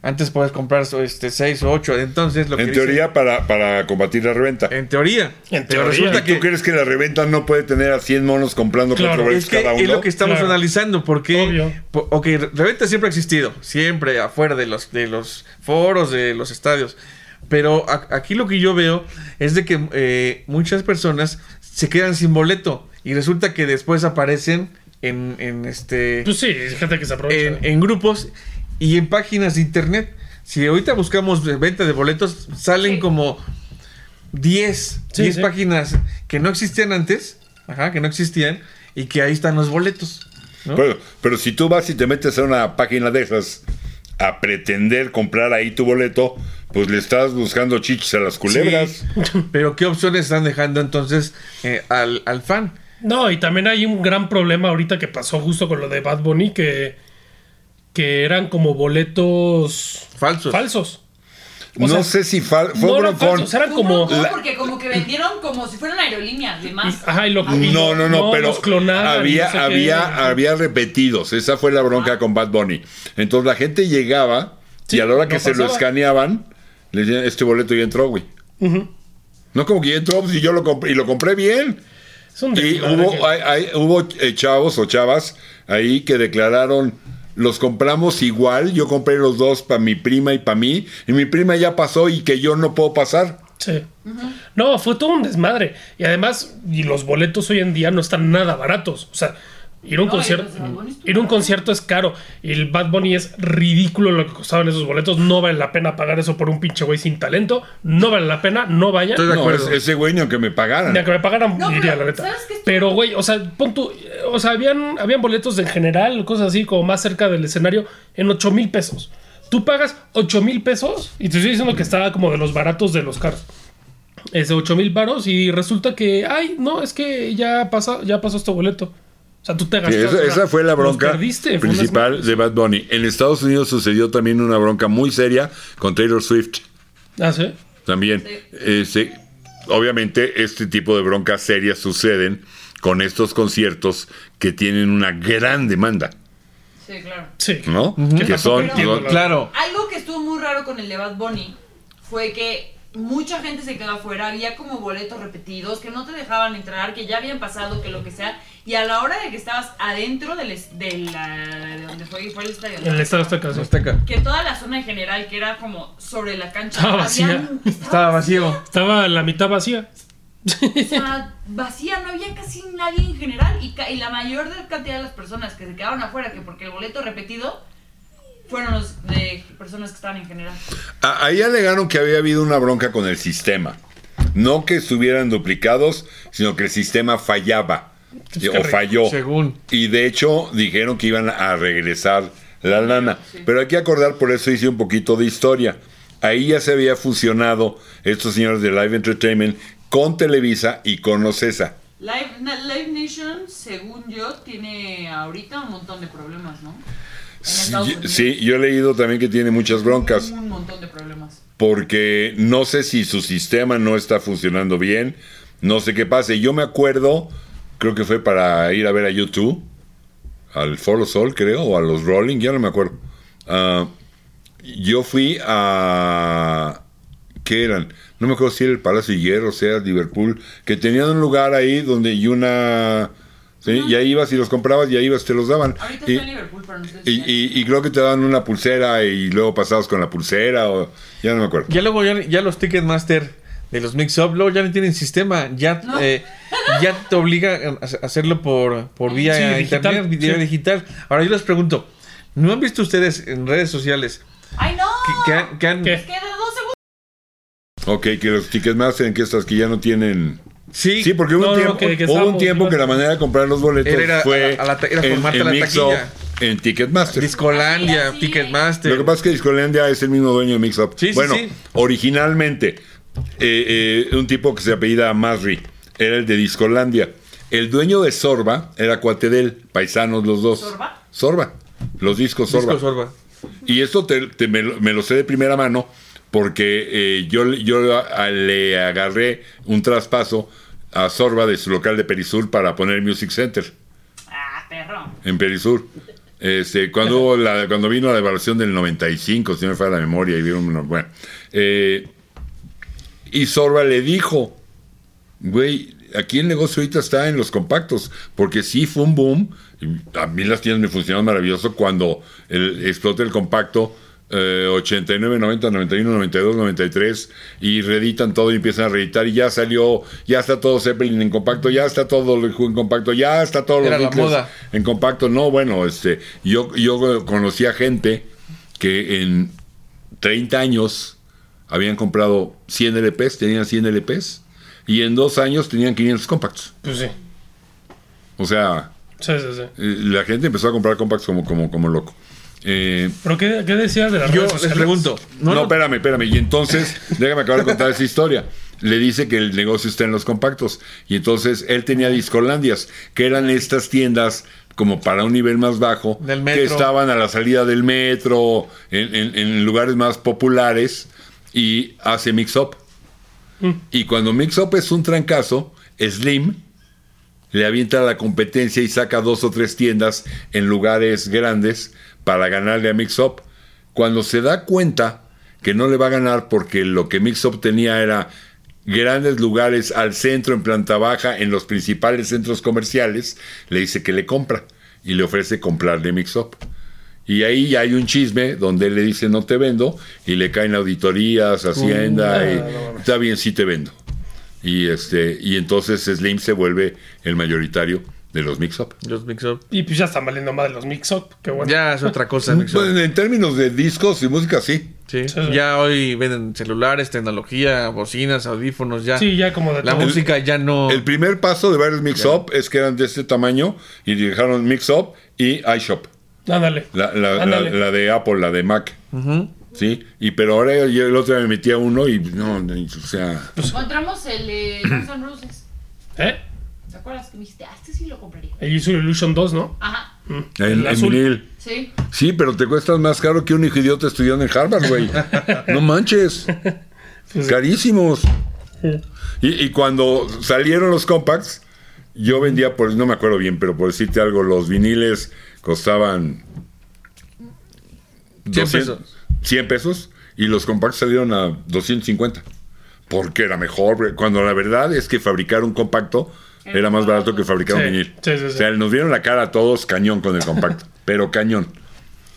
Speaker 2: Antes puedes comprar este 6 o 8. Entonces, lo que
Speaker 1: En
Speaker 2: dice-
Speaker 1: teoría, para, para combatir la reventa.
Speaker 2: en teoría. Pero
Speaker 4: En teoría.
Speaker 2: resulta
Speaker 1: ¿Y tú
Speaker 2: que,
Speaker 1: crees que la reventa no puede tener a 100 monos comprando cuatro
Speaker 4: Claro,
Speaker 2: es,
Speaker 1: boletos
Speaker 2: que
Speaker 1: cada uno?
Speaker 2: es lo que estamos
Speaker 4: Claro.
Speaker 2: analizando. Porque,
Speaker 4: Obvio.
Speaker 2: po- ok, reventa siempre ha existido. Siempre afuera de los, de los foros, de los estadios. Pero a- aquí lo que yo veo es de que eh, muchas personas se quedan sin boleto. Y resulta que después aparecen en, en este.
Speaker 4: Pues sí, es gente que se aprovecha.
Speaker 2: en, en grupos y en páginas de internet. Si ahorita buscamos de venta de boletos, salen
Speaker 3: Sí.
Speaker 2: como 10,
Speaker 4: Sí,
Speaker 2: 10
Speaker 4: sí.
Speaker 2: páginas que no existían antes, ajá, que no existían, y que ahí están los boletos. ¿no?
Speaker 1: Pero, pero si tú vas y te metes a una página de esas a pretender comprar ahí tu boleto, pues le estás buscando chichis a las culebras.
Speaker 2: Sí, pero ¿qué opciones están dejando entonces eh, al, al fan?
Speaker 4: No, y también hay un gran problema ahorita que pasó justo con lo de Bad Bunny, que, que eran como boletos
Speaker 2: Falsos.
Speaker 4: falsos. O
Speaker 1: no
Speaker 4: sea,
Speaker 1: sé si fal- fue
Speaker 4: no
Speaker 1: un
Speaker 4: eran
Speaker 1: broncón.
Speaker 4: falsos, eran
Speaker 3: Fue un
Speaker 4: como...
Speaker 3: montón, porque como que vendieron como si fueran aerolíneas de más.
Speaker 4: Ajá, y ah, lo y
Speaker 1: No, no, no,
Speaker 4: los
Speaker 1: pero
Speaker 4: clonaban,
Speaker 1: había,
Speaker 4: no sé qué. Ah.
Speaker 1: había, había repetidos. Esa fue la bronca con Bad Bunny. Entonces la gente llegaba
Speaker 4: Sí,
Speaker 1: y a la hora
Speaker 4: no
Speaker 1: que se lo
Speaker 4: pasaba.
Speaker 1: escaneaban, le decían, este boleto ya entró, güey.
Speaker 4: Ujú.
Speaker 1: No como que ya entró, si yo lo compré, y lo compré bien.
Speaker 4: Es un
Speaker 1: Y
Speaker 4: desmadre
Speaker 1: hubo,
Speaker 4: que-
Speaker 1: hay- hay- hubo eh, chavos o chavas ahí que declararon, los compramos igual, yo compré los dos para mi prima y para mí, y mi prima ya pasó y que yo no puedo pasar.
Speaker 4: Sí. No, fue todo un desmadre. Y además, y los boletos hoy en día no están nada baratos. O sea, ir a un
Speaker 3: No, y
Speaker 4: concierto.
Speaker 3: los de Bad Bunny estuvo
Speaker 4: Ir a un concierto es caro. Y el Bad Bunny es ridículo lo que costaban esos boletos. No vale la pena pagar eso por un pinche güey sin talento. No vale la pena, no vayan.
Speaker 2: Estoy de
Speaker 1: No,
Speaker 2: acuerdo.
Speaker 1: es- ese güey ni aunque me pagaran.
Speaker 4: Ni a que me pagaran,
Speaker 3: No,
Speaker 4: iría,
Speaker 3: pero,
Speaker 4: la neta.
Speaker 3: ¿sabes qué?
Speaker 4: Pero, güey, o sea, pon tú, eh, o sea, habían, habían boletos en general, cosas así, como más cerca del escenario, en 8 mil pesos. Tú pagas 8 mil pesos y te estoy diciendo que estaba como de los baratos de los caros. Es de 8 mil baros y resulta que, ay, no, es que ya, pasa, ya pasó este boleto. O sea, tú te
Speaker 1: Sí,
Speaker 4: gastaste.
Speaker 1: esa, esa fue la
Speaker 4: los
Speaker 1: bronca
Speaker 4: perdiste, fue una-
Speaker 1: principal de Bad Bunny. En Estados Unidos sucedió también una bronca muy seria con Taylor Swift.
Speaker 4: Ah, sí.
Speaker 1: También, Este, obviamente, este tipo de broncas serias suceden con estos conciertos que tienen una gran demanda,
Speaker 3: Sí, claro.
Speaker 4: Sí.
Speaker 1: ¿no?
Speaker 4: Que
Speaker 1: Que
Speaker 4: tampoco
Speaker 1: son,
Speaker 4: entiendo,
Speaker 1: son-
Speaker 4: la-
Speaker 2: Claro.
Speaker 3: Algo que estuvo muy raro con el de Bad Bunny fue que mucha gente se quedó afuera, había como boletos repetidos que no te dejaban entrar, que ya habían pasado, que lo que sea, y a la hora de que estabas adentro del es- de la de donde fue, fue el estadio.
Speaker 4: En el estado está casi.
Speaker 2: No está acá.
Speaker 3: que toda la zona en general que era como sobre la cancha había-
Speaker 4: Estaba vacía.
Speaker 2: Estaba vacío.
Speaker 4: Estaba la mitad vacía.
Speaker 3: o sea, vacía, no había casi nadie en general y, ca- y la mayor de- cantidad de las personas que se quedaron afuera, que porque el boleto repetido, fueron los de personas que estaban en general.
Speaker 1: A- Ahí alegaron que había habido una bronca con el sistema. No que estuvieran duplicados, sino que el sistema fallaba eh,
Speaker 4: Pues qué
Speaker 1: o
Speaker 4: rico,
Speaker 1: falló.
Speaker 2: según.
Speaker 1: Y de hecho dijeron que iban a regresar la lana. Pero hay que acordar, por eso hice un poquito de historia. Ahí ya se había fusionado estos señores de Live Entertainment con Televisa y con Ocesa.
Speaker 3: Live, na- Live Nation, según yo, tiene ahorita un montón de problemas, ¿no?
Speaker 1: Sí,
Speaker 3: Estados
Speaker 1: yo-
Speaker 3: Unidos.
Speaker 1: sí, yo he leído también que tiene muchas broncas.
Speaker 3: Un montón de problemas.
Speaker 1: porque no sé si su sistema no está funcionando bien, no sé qué pase. Yo me acuerdo, creo que fue para ir a ver a YouTube, al Foro Sol, creo, o a los Rolling, ya no me acuerdo. Ah, yo fui a. ¿Qué eran? No me acuerdo si era el Palacio de Hierro, o sea, Liverpool, que tenían un lugar ahí donde y una. sí, Y ahí ibas y los comprabas y ahí ibas te los daban.
Speaker 3: Ahorita
Speaker 1: Y-
Speaker 3: está en Liverpool, pero no sé si
Speaker 1: y, y- y creo que te dan una pulsera y luego pasabas con la pulsera o ya no me acuerdo.
Speaker 2: Ya luego, ya, ya los Ticketmaster de los Mix-Up, luego ya no tienen sistema. Ya,
Speaker 3: No.
Speaker 2: eh, ya te obliga a hac- hacerlo por, por vía
Speaker 4: Sí, digital,
Speaker 2: internet, vía
Speaker 4: sí.
Speaker 2: digital. Ahora yo les pregunto, ¿no han visto ustedes en redes sociales
Speaker 3: ¡Ay, no!
Speaker 2: que, que han- que han-
Speaker 4: ¿Qué?
Speaker 3: Queda dos segundos.
Speaker 1: Ok, que los Ticketmaster en que estas que ya no tienen...
Speaker 2: Sí,
Speaker 1: Sí, porque hubo
Speaker 4: No,
Speaker 1: un
Speaker 4: no,
Speaker 1: tiempo,
Speaker 4: que- que
Speaker 1: hubo
Speaker 4: estamos-
Speaker 1: un tiempo que la manera de comprar los boletos
Speaker 2: Era- era
Speaker 1: fue
Speaker 2: a la- a la- era
Speaker 1: en,
Speaker 2: formarte
Speaker 1: en
Speaker 2: la
Speaker 1: Mix Up,
Speaker 2: taquilla.
Speaker 1: en Ticketmaster.
Speaker 2: Discolandia,
Speaker 3: Así, así.
Speaker 2: Ticketmaster.
Speaker 1: Lo que pasa es que Discolandia es el mismo dueño de Mix Up.
Speaker 2: Sí, sí,
Speaker 1: bueno,
Speaker 2: sí.
Speaker 1: originalmente, eh, eh, un tipo que se apellida Masri era el de Discolandia. El dueño de Sorba era cuate de él, paisanos los dos.
Speaker 3: ¿Sorba?
Speaker 1: Sorba. Los discos Sorba.
Speaker 2: Disco Sorba.
Speaker 1: Y esto te- te- me, lo- me lo sé de primera mano porque eh, yo, le- yo a- le agarré un traspaso a Sorba de su local de Perisur para poner Music Center
Speaker 3: ¡Ah, perro!
Speaker 1: en Perisur. Este, cuando, hubo la- cuando vino la devaluación del 95, si no me falla la memoria, y vieron, una- bueno, eh, y Sorba le dijo, güey, aquí el negocio ahorita está en los compactos, porque sí fue un boom, y a mí las tiendas me funcionaron maravilloso cuando el, explota el compacto eh, 89, 90, 91, 92, 93, y reeditan todo y empiezan a reeditar, y ya salió, ya está todo Zeppelin en compacto, ya está todo el en compacto, ya está todo
Speaker 2: Era la
Speaker 1: Beatles
Speaker 2: moda.
Speaker 1: en compacto. No, bueno, este, yo, yo conocía gente que en 30 años habían comprado 100 LPs, tenían 100 LPs, y en dos años tenían 500 compactos.
Speaker 4: Pues sí.
Speaker 1: O sea,
Speaker 4: Sí, sí, sí.
Speaker 1: eh, la gente empezó a comprar compactos como, como, como loco. Eh,
Speaker 4: ¿Pero qué, qué decías de las
Speaker 2: Yo
Speaker 4: redes
Speaker 2: les
Speaker 4: sociales?
Speaker 2: pregunto,
Speaker 1: no,
Speaker 2: ¿no, lo-
Speaker 1: espérame, espérame. Y entonces, déjame acabar de contar esa historia. Le dice que el negocio está en los compactos. Y entonces él tenía discolandias, que eran estas tiendas como para un nivel más bajo,
Speaker 2: Del
Speaker 1: que
Speaker 2: metro.
Speaker 1: estaban a la salida del metro, en, en- en lugares más populares, y hace mix-up.
Speaker 2: Mm.
Speaker 1: Y cuando mix-up es un trancazo, Slim le avienta la competencia y saca dos o tres tiendas en lugares grandes para ganarle a Mix Up. Cuando se da cuenta que no le va a ganar porque lo que Mix Up tenía era grandes lugares al centro, en planta baja, en los principales centros comerciales, le dice que le compra y le ofrece comprarle Mix Up. Y ahí hay un chisme donde él le dice no te vendo y le caen auditorías, hacienda
Speaker 4: Uh,
Speaker 1: y
Speaker 4: no, no, no.
Speaker 1: está bien, sí te vendo. Y este y entonces Slim se vuelve el mayoritario de los mix-up.
Speaker 2: Los Mix-Up.
Speaker 4: Y pues ya están valiendo más de los mix-up. Qué bueno.
Speaker 2: Ya es otra cosa, Mix-Up.
Speaker 1: Pues, en términos de discos y música, sí.
Speaker 2: Sí.
Speaker 4: Sí.
Speaker 2: Ya hoy venden celulares, tecnología, bocinas, audífonos, ya.
Speaker 4: Sí, ya como de
Speaker 2: La
Speaker 4: todo.
Speaker 2: música ya
Speaker 4: Oh.
Speaker 2: no.
Speaker 1: El primer paso de varios mix-up es que eran de este tamaño y dejaron mix-up y iShop.
Speaker 4: Ándale.
Speaker 1: La, la- la-
Speaker 4: Ándale.
Speaker 1: la de Apple, la de Mac.
Speaker 2: Ujú.
Speaker 1: ¿Sí? Y pero ahora yo el otro día me metí a uno y no, no, o sea.
Speaker 3: Encontramos el eh, Guns N' Roses.
Speaker 4: ¿Eh?
Speaker 3: ¿Te acuerdas que me dijiste, ah, este sí lo compraría?
Speaker 4: El Usual Illusion 2, ¿no? Mm.
Speaker 3: Ajá,
Speaker 1: En, en
Speaker 4: azul.
Speaker 1: vinil.
Speaker 3: sí.
Speaker 1: Sí, pero te cuestas más caro que un hijo idiota estudiando en Harvard, güey. No manches.
Speaker 4: Pues,
Speaker 1: Carísimos.
Speaker 4: sí.
Speaker 1: Y, y cuando salieron los compacts, yo vendía por, no me acuerdo bien, pero por decirte algo, los viniles costaban
Speaker 2: 100
Speaker 1: 200,
Speaker 2: pesos.
Speaker 1: 100 pesos y los compacts salieron a 250. Porque era mejor, güey, cuando la verdad es que fabricar un compacto era más barato que fabricar
Speaker 4: Sí,
Speaker 1: un vinil.
Speaker 4: sí, sí, sí.
Speaker 1: O sea, nos vieron la cara a todos cañón con el compacto, pero cañón.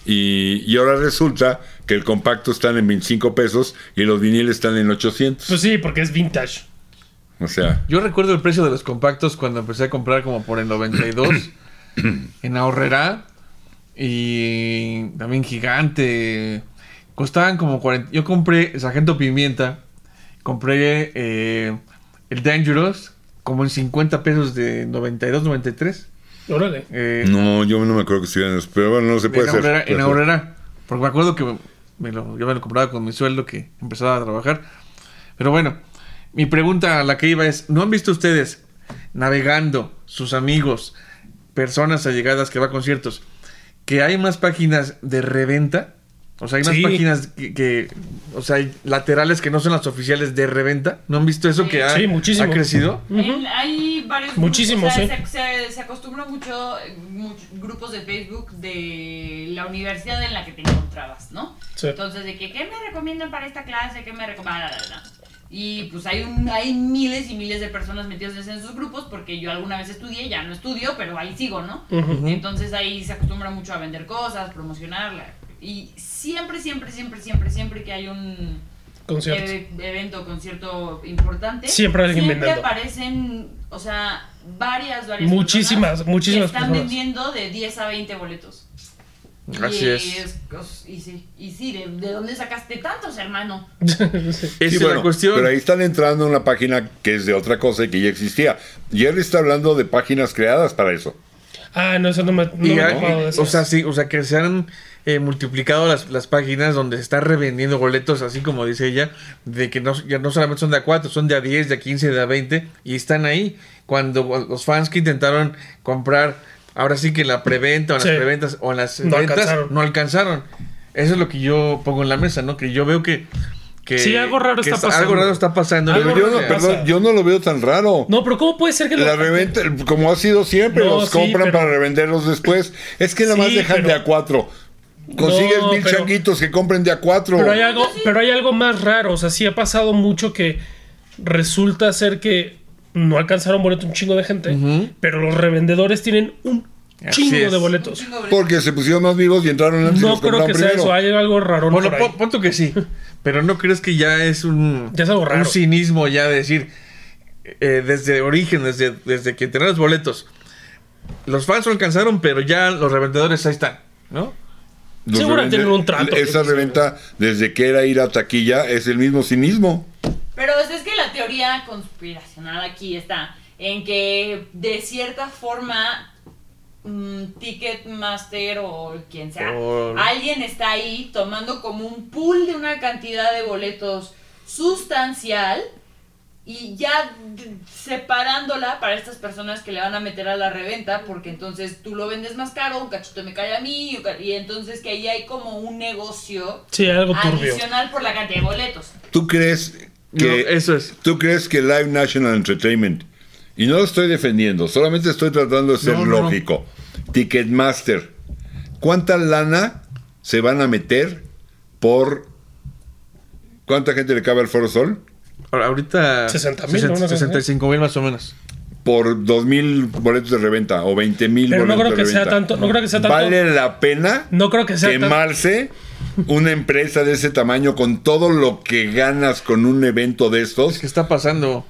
Speaker 1: Y, y ahora resulta que el compacto están en 25 pesos y los viniles están en 800.
Speaker 4: Pues sí, porque es vintage.
Speaker 1: O sea,
Speaker 2: Yo recuerdo el precio de los compactos cuando empecé a comprar como por el 92 en Ahorrera y también Gigante. Costaban como 40. Yo compré Sargento Pimienta, compré eh, el Dangerous como en 50 pesos de 92, 93.
Speaker 4: Órale.
Speaker 2: Eh,
Speaker 1: No, yo no me acuerdo que estuvieran en Pero bueno, no se puede
Speaker 2: en
Speaker 1: ser.
Speaker 2: Aurrera, en
Speaker 1: puede ser.
Speaker 2: Aurrera. Porque me acuerdo que me lo- yo me lo compraba con mi sueldo que empezaba a trabajar. Pero bueno, mi pregunta a la que iba es, ¿no han visto ustedes navegando sus amigos, personas allegadas que va a conciertos, que hay más páginas de reventa. O sea, hay más
Speaker 4: Sí.
Speaker 2: páginas que, que- o sea, hay laterales que no son las oficiales de reventa. ¿No han visto eso que ha,
Speaker 4: Sí, muchísimo.
Speaker 2: ha crecido?
Speaker 3: En- hay varios grupos,
Speaker 4: Muchísimo,
Speaker 3: o sea,
Speaker 4: sí.
Speaker 3: se, se, se acostumbra mucho, eh, much- grupos de Facebook de la universidad en la que te encontrabas, ¿no?
Speaker 4: Sí.
Speaker 3: Entonces, de que, ¿qué me recomiendan para esta clase? ¿Qué me recomiendan? Y pues hay, un, hay miles y miles de personas metidas en esos grupos porque yo alguna vez estudié, ya no estudio, pero ahí sigo, ¿no? Entonces ahí se acostumbra mucho a vender cosas, promocionarla. Y siempre, siempre, siempre, siempre, siempre que hay un
Speaker 4: Conciertos.
Speaker 3: e- evento, concierto importante,
Speaker 4: Siempre alguien vendiendo.
Speaker 3: aparecen, o sea, varias, varias
Speaker 4: Muchísimas,
Speaker 3: personas
Speaker 4: muchísimas
Speaker 3: que están
Speaker 4: personas.
Speaker 3: vendiendo de 10 a 20 boletos.
Speaker 2: Así
Speaker 3: y
Speaker 2: es.
Speaker 3: cos- y sí, y sí, ¿de, de dónde sacaste tantos, hermano?
Speaker 4: Sí.
Speaker 2: Esa
Speaker 1: Sí,
Speaker 2: es
Speaker 1: bueno,
Speaker 2: la cuestión.
Speaker 1: Pero ahí están entrando a una página que es de otra cosa y que ya existía. Jerry está hablando de páginas creadas para eso.
Speaker 4: Ah, no, eso no me, no me
Speaker 2: Y
Speaker 4: he
Speaker 2: hay-
Speaker 4: topado de
Speaker 2: o
Speaker 4: esas.
Speaker 2: sea, sí, o sea, que se han eh, multiplicado las, las páginas donde se está revendiendo boletos, así como dice ella, de que no, ya no solamente son de a 4, son de a 10, de a 15, de a 20, y están ahí. Cuando los fans que intentaron comprar, ahora sí que en la preventa, o en
Speaker 4: Sí.
Speaker 2: las preventas, o en las
Speaker 4: No
Speaker 2: ventas,
Speaker 4: alcanzaron.
Speaker 2: no alcanzaron. Eso es lo que yo pongo en la mesa, ¿no? Que yo veo que. que
Speaker 4: Sí, algo raro
Speaker 2: que
Speaker 4: está pasando.
Speaker 2: Algo raro está pasando.
Speaker 4: Algo
Speaker 1: Pero
Speaker 4: raro
Speaker 1: yo no,
Speaker 4: que
Speaker 1: perdón,
Speaker 4: pasa.
Speaker 1: yo no lo veo tan raro.
Speaker 4: No, pero ¿cómo puede ser que
Speaker 1: La
Speaker 4: lo-
Speaker 1: reventa, como ha sido siempre,
Speaker 4: No,
Speaker 1: los
Speaker 4: sí,
Speaker 1: compran
Speaker 4: pero-
Speaker 1: para revenderlos después. Es que nada más
Speaker 4: Sí,
Speaker 1: dejan
Speaker 4: pero-
Speaker 1: de a cuatro. Consigues
Speaker 4: No,
Speaker 1: mil
Speaker 4: pero-
Speaker 1: changuitos que compren de a cuatro.
Speaker 4: Pero hay algo, pero hay algo más raro. O sea, sí ha pasado mucho que resulta ser que no alcanzaron boleto un chingo de gente, pero los revendedores tienen un
Speaker 2: Así
Speaker 4: chingo
Speaker 2: es.
Speaker 4: de boletos.
Speaker 1: Porque se pusieron más vivos y entraron antes y
Speaker 4: No
Speaker 1: los
Speaker 4: creo
Speaker 1: compraron
Speaker 4: que sea
Speaker 1: primero.
Speaker 4: eso. Hay algo raro.
Speaker 2: Bueno, pon, pon tú que sí. Pero ¿no crees que ya es un,
Speaker 4: Ya es algo raro.
Speaker 2: un cinismo ya decir, eh, desde origen, desde, desde que tenían los boletos, los fans lo alcanzaron, pero ya los revendedores ahí están, ¿no?
Speaker 1: Los
Speaker 4: Seguro
Speaker 1: revende-
Speaker 4: tienen un trato.
Speaker 1: Esa reventa, desde que era ir a taquilla, es el mismo cinismo.
Speaker 3: Pero pues, es que la teoría conspiracional aquí está en que de cierta forma mm, Ticketmaster o quien sea,
Speaker 2: O-
Speaker 3: alguien está ahí tomando como un pool de una cantidad de boletos sustancial y ya d- separándola para estas personas que le van a meter a la reventa, porque entonces tú lo vendes más caro, un cachito me cae a mí, y un ca- y entonces que ahí hay como un negocio
Speaker 4: Sí, hay
Speaker 3: Ah,
Speaker 4: algo turbio.
Speaker 3: adicional por la cantidad de boletos.
Speaker 1: ¿Tú crees que
Speaker 2: No, eso es.
Speaker 1: ¿Tú crees que Live National Entertainment, y no lo estoy defendiendo, solamente estoy tratando de ser
Speaker 2: No, no, no.
Speaker 1: lógico, Ticketmaster, ¿cuánta lana se van a meter por... ¿Cuánta gente le cabe al Foro Sol?
Speaker 2: Ahora, Ahorita
Speaker 4: 60,000, ¿no? Una cosa así.
Speaker 2: 65 mil más o menos.
Speaker 1: Por 2.000 boletos de reventa o 20.000 boletos de
Speaker 4: Pero
Speaker 1: reventa.
Speaker 4: no creo que sea tanto- no creo que sea tanto.
Speaker 1: ¿Vale la pena
Speaker 4: No creo que sea tan-
Speaker 1: quemarse una empresa de ese tamaño con todo lo que ganas con un evento de estos?
Speaker 2: ¿Qué está pasando?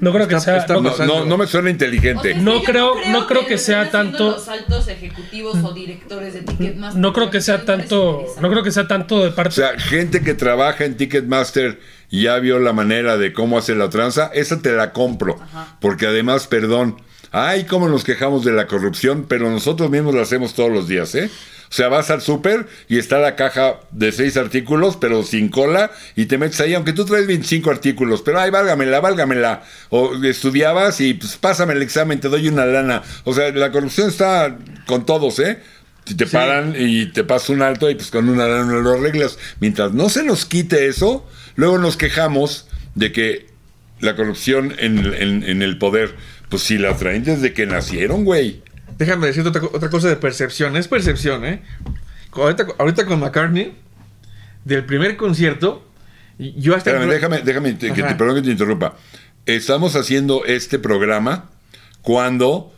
Speaker 4: No creo que
Speaker 2: Está-
Speaker 4: sea.
Speaker 2: está
Speaker 4: no-
Speaker 1: No, no, no me suena
Speaker 3: O sea,
Speaker 1: inteligente.
Speaker 3: es que
Speaker 4: No
Speaker 3: yo
Speaker 4: creo- no creo que
Speaker 3: lo
Speaker 4: sea
Speaker 3: estén haciendo
Speaker 4: tanto-
Speaker 3: Los altos ejecutivos o directores de Ticketmaster.
Speaker 4: no creo que sea tanto. No creo que sea tanto de
Speaker 1: O
Speaker 4: parte.
Speaker 1: sea, gente que trabaja en Ticketmaster y ya vio la manera de cómo hacer la tranza, esa te la compro. Porque además, perdón, ay, cómo nos quejamos de la corrupción, pero nosotros mismos la hacemos todos los días, ¿eh? O sea, vas al súper y está la caja de seis artículos, pero sin cola, y te metes ahí, aunque tú traes 25 artículos, pero ay, válgamela, válgamela. O estudiabas y pues pásame el examen, te doy una lana. O sea, la corrupción está con todos, ¿eh? Si te paran y te pasa un alto y pues con una lana no lo arreglas. Mientras no se nos quite eso, luego nos quejamos de que la corrupción en, el- en- en el poder, pues si la traen desde que nacieron, güey.
Speaker 2: Déjame decirte otra, co- otra cosa de percepción. Es percepción, ¿eh? Co- Ahorita, ahorita con McCartney, del primer concierto, y- yo hasta...
Speaker 1: Espérame, déjame, déjame te- que te,
Speaker 2: Ajá.
Speaker 1: perdón que te interrumpa. Estamos haciendo este programa cuando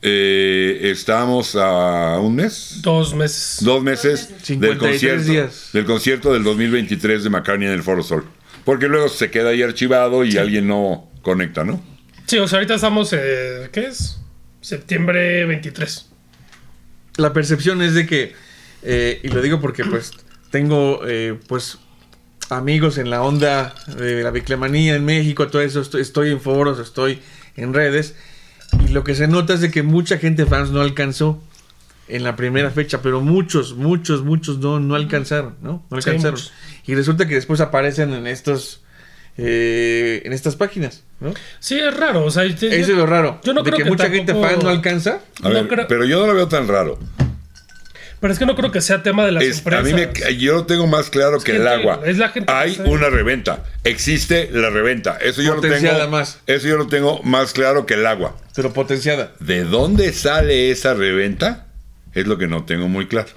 Speaker 1: eh, estamos a un mes.
Speaker 4: Dos meses.
Speaker 1: Dos meses del
Speaker 2: 53
Speaker 1: concierto,
Speaker 2: días.
Speaker 1: del concierto del 2023 de McCartney en el Foro Sol. Porque luego se queda ahí archivado y alguien no conecta, ¿no?
Speaker 4: Sí, o sea, ahorita estamos. eh, ¿Qué es? Septiembre 23.
Speaker 2: la percepción es de que, eh, y lo digo porque pues tengo eh, pues amigos en la onda de la biclemanía en México, todo eso, estoy, estoy en foros, estoy en redes, y lo que se nota es de que mucha gente fans no alcanzó en la primera fecha, pero muchos, muchos, muchos no, no alcanzaron, ¿no? No
Speaker 4: Sí,
Speaker 2: alcanzaron.
Speaker 4: muchos.
Speaker 2: y resulta que después aparecen en estos... eh, en estas páginas, ¿no?
Speaker 4: Sí, es raro. O sea, yo-
Speaker 2: Eso es lo raro.
Speaker 4: Yo no
Speaker 2: de
Speaker 4: creo
Speaker 2: que, mucha gente
Speaker 4: tampoco-
Speaker 2: fan no alcanza.
Speaker 1: A
Speaker 4: No
Speaker 1: ver,
Speaker 4: creo-
Speaker 1: pero yo no lo veo tan raro.
Speaker 4: Pero es que no creo que sea tema de las
Speaker 1: Es- a
Speaker 4: empresas.
Speaker 1: mí me- yo lo tengo más claro que,
Speaker 4: que
Speaker 1: el
Speaker 4: te-
Speaker 1: agua.
Speaker 4: es la gente que
Speaker 1: Hay
Speaker 4: sabe.
Speaker 1: una reventa. Existe la reventa. Eso yo lo tengo.
Speaker 2: Potenciada más.
Speaker 1: Eso yo lo tengo más claro que el agua.
Speaker 2: Pero potenciada.
Speaker 1: ¿De dónde sale esa reventa? Es lo que no tengo muy claro.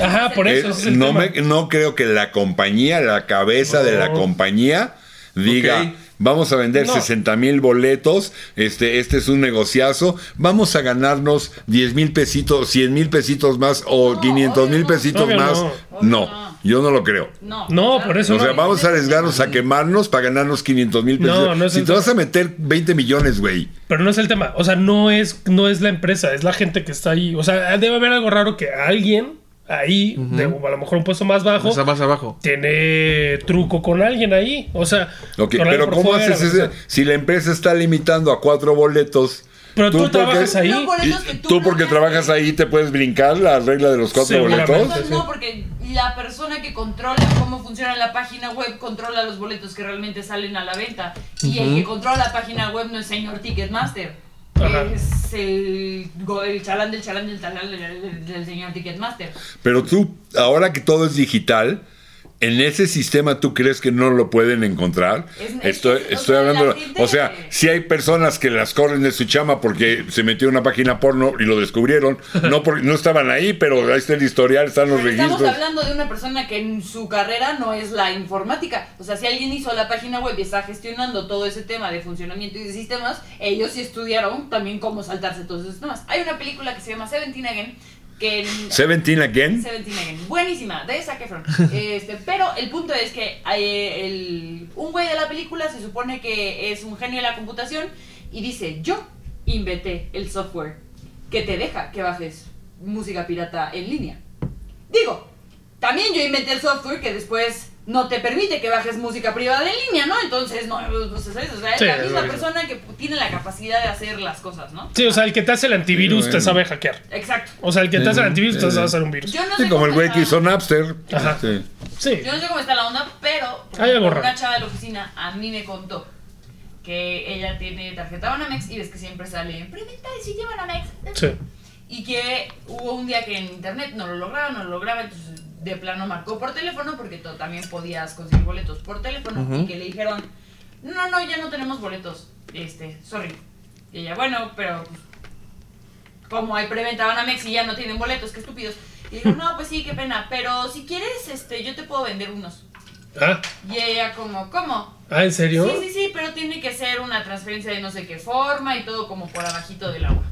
Speaker 4: Ajá, por e- eso.
Speaker 1: Eh,
Speaker 4: ese es el
Speaker 1: no,
Speaker 4: tema.
Speaker 1: me- no creo que la compañía, la cabeza de la
Speaker 4: No.
Speaker 1: compañía, diga.
Speaker 2: Ok.
Speaker 1: Vamos a vender
Speaker 4: No.
Speaker 1: 60 mil boletos, este, este es un negociazo, vamos a ganarnos 10 mil pesitos, 100 mil pesitos más o
Speaker 3: No,
Speaker 1: 500 mil
Speaker 3: obvio no.
Speaker 1: pesitos
Speaker 4: Obvio
Speaker 1: más.
Speaker 3: no.
Speaker 1: No.
Speaker 3: Obvio no.
Speaker 1: yo no lo creo.
Speaker 3: No,
Speaker 4: No, por eso
Speaker 1: O sea,
Speaker 4: no.
Speaker 1: vamos a arriesgarnos a quemarnos para ganarnos 500 mil pesitos.
Speaker 4: No, no es
Speaker 1: si
Speaker 4: el
Speaker 1: te vas a
Speaker 4: tema.
Speaker 1: meter 20 millones, güey.
Speaker 4: Pero no es el tema. O sea, no es, no es la empresa, es la gente que está ahí. O sea, debe haber algo raro que alguien ahí, de- a lo mejor un puesto más bajo,
Speaker 2: O sea, más abajo.
Speaker 4: tiene truco con alguien ahí. O sea,
Speaker 1: Ok,
Speaker 4: con alguien
Speaker 1: pero
Speaker 4: por
Speaker 1: ¿cómo
Speaker 4: fuera,
Speaker 1: haces
Speaker 4: o sea.
Speaker 1: ese? Si la empresa está limitando a cuatro boletos.
Speaker 4: Pero tú
Speaker 1: porque-
Speaker 4: trabajas ahí.
Speaker 3: No, por
Speaker 1: Y
Speaker 3: eso que
Speaker 1: tú porque
Speaker 3: bloqueas-
Speaker 1: trabajas ahí te puedes brincar la regla de los cuatro
Speaker 4: Seguramente.
Speaker 1: boletos.
Speaker 3: Entonces, No, porque la persona que controla cómo funciona la página web controla los boletos que realmente salen a la venta. Y el que controla la página web no es señor Ticketmaster.
Speaker 4: Ajá.
Speaker 3: Es el, go- el chalán del chalán del chalán del, del- del señor Ticketmaster.
Speaker 1: Pero tú, ahora que todo es digital, en ese sistema tú crees que no lo pueden encontrar.
Speaker 3: Es- es-
Speaker 1: estoy
Speaker 3: o sea,
Speaker 1: estoy hablando,
Speaker 3: la gente-
Speaker 1: o sea, si hay personas que las corren de su chama porque se metió en una página porno y lo descubrieron, no porque no estaban ahí, pero ahí está el historial, están los
Speaker 3: Pero estamos
Speaker 1: registros.
Speaker 3: hablando de una persona que en su carrera no es la informática. O sea, si alguien hizo la página web y está gestionando todo ese tema de funcionamiento y de sistemas, ellos sí estudiaron también cómo saltarse todos esos sistemas. Hay una película que se llama Seventeen Again que en-
Speaker 1: Seventeen again.
Speaker 3: Seventeen Again. Buenísima, de Zac Efron. Este, pero el punto es que eh, el- un güey de la película se supone que es un genio de la computación y dice, yo inventé el software que te deja que bajes música pirata en línea. Digo, también yo inventé el software que después no te permite que bajes música privada en línea, ¿no? Entonces, no, pues, es, o sea, es
Speaker 4: Sí,
Speaker 3: la
Speaker 4: es
Speaker 3: misma
Speaker 4: lo mismo.
Speaker 3: persona que tiene la capacidad de hacer las cosas, ¿no?
Speaker 4: Sí, o sea, el que te hace el antivirus
Speaker 1: Sí,
Speaker 4: te
Speaker 1: bueno.
Speaker 4: sabe hackear.
Speaker 3: Exacto.
Speaker 4: O sea, el que te hace el
Speaker 1: Ujú,
Speaker 4: antivirus te
Speaker 1: ujú.
Speaker 4: sabe hacer un virus.
Speaker 3: Yo no
Speaker 1: Sí,
Speaker 3: sé
Speaker 1: como el
Speaker 3: cómo
Speaker 1: güey que
Speaker 3: está-
Speaker 1: hizo Napster.
Speaker 4: Ajá.
Speaker 1: Sí.
Speaker 4: Sí.
Speaker 3: Yo no sé cómo está la onda, pero por
Speaker 4: Hay algo
Speaker 3: ejemplo, una
Speaker 4: raro.
Speaker 3: chava de la oficina a mí me contó que ella tiene tarjeta Banamex y ves que siempre sale preventa y si llevan Banamex.
Speaker 4: Sí.
Speaker 3: Y que hubo un día que en internet no lo lograba, no lo lograba, entonces de plano marcó por teléfono porque tú también podías conseguir boletos por teléfono y que le dijeron, no, no, ya no tenemos boletos, este, sorry. Y ella, bueno, pero pues, como hay preventa Banamex y ya no tienen boletos, qué estúpidos. Y dijo, no, pues sí, qué pena, pero si quieres, este, yo te puedo vender unos.
Speaker 4: Ah,
Speaker 3: Y ella como, ¿cómo?
Speaker 4: ah, ¿en serio?
Speaker 3: Sí, sí, sí, pero tiene que ser una transferencia de no sé qué forma y todo como por abajito del agua.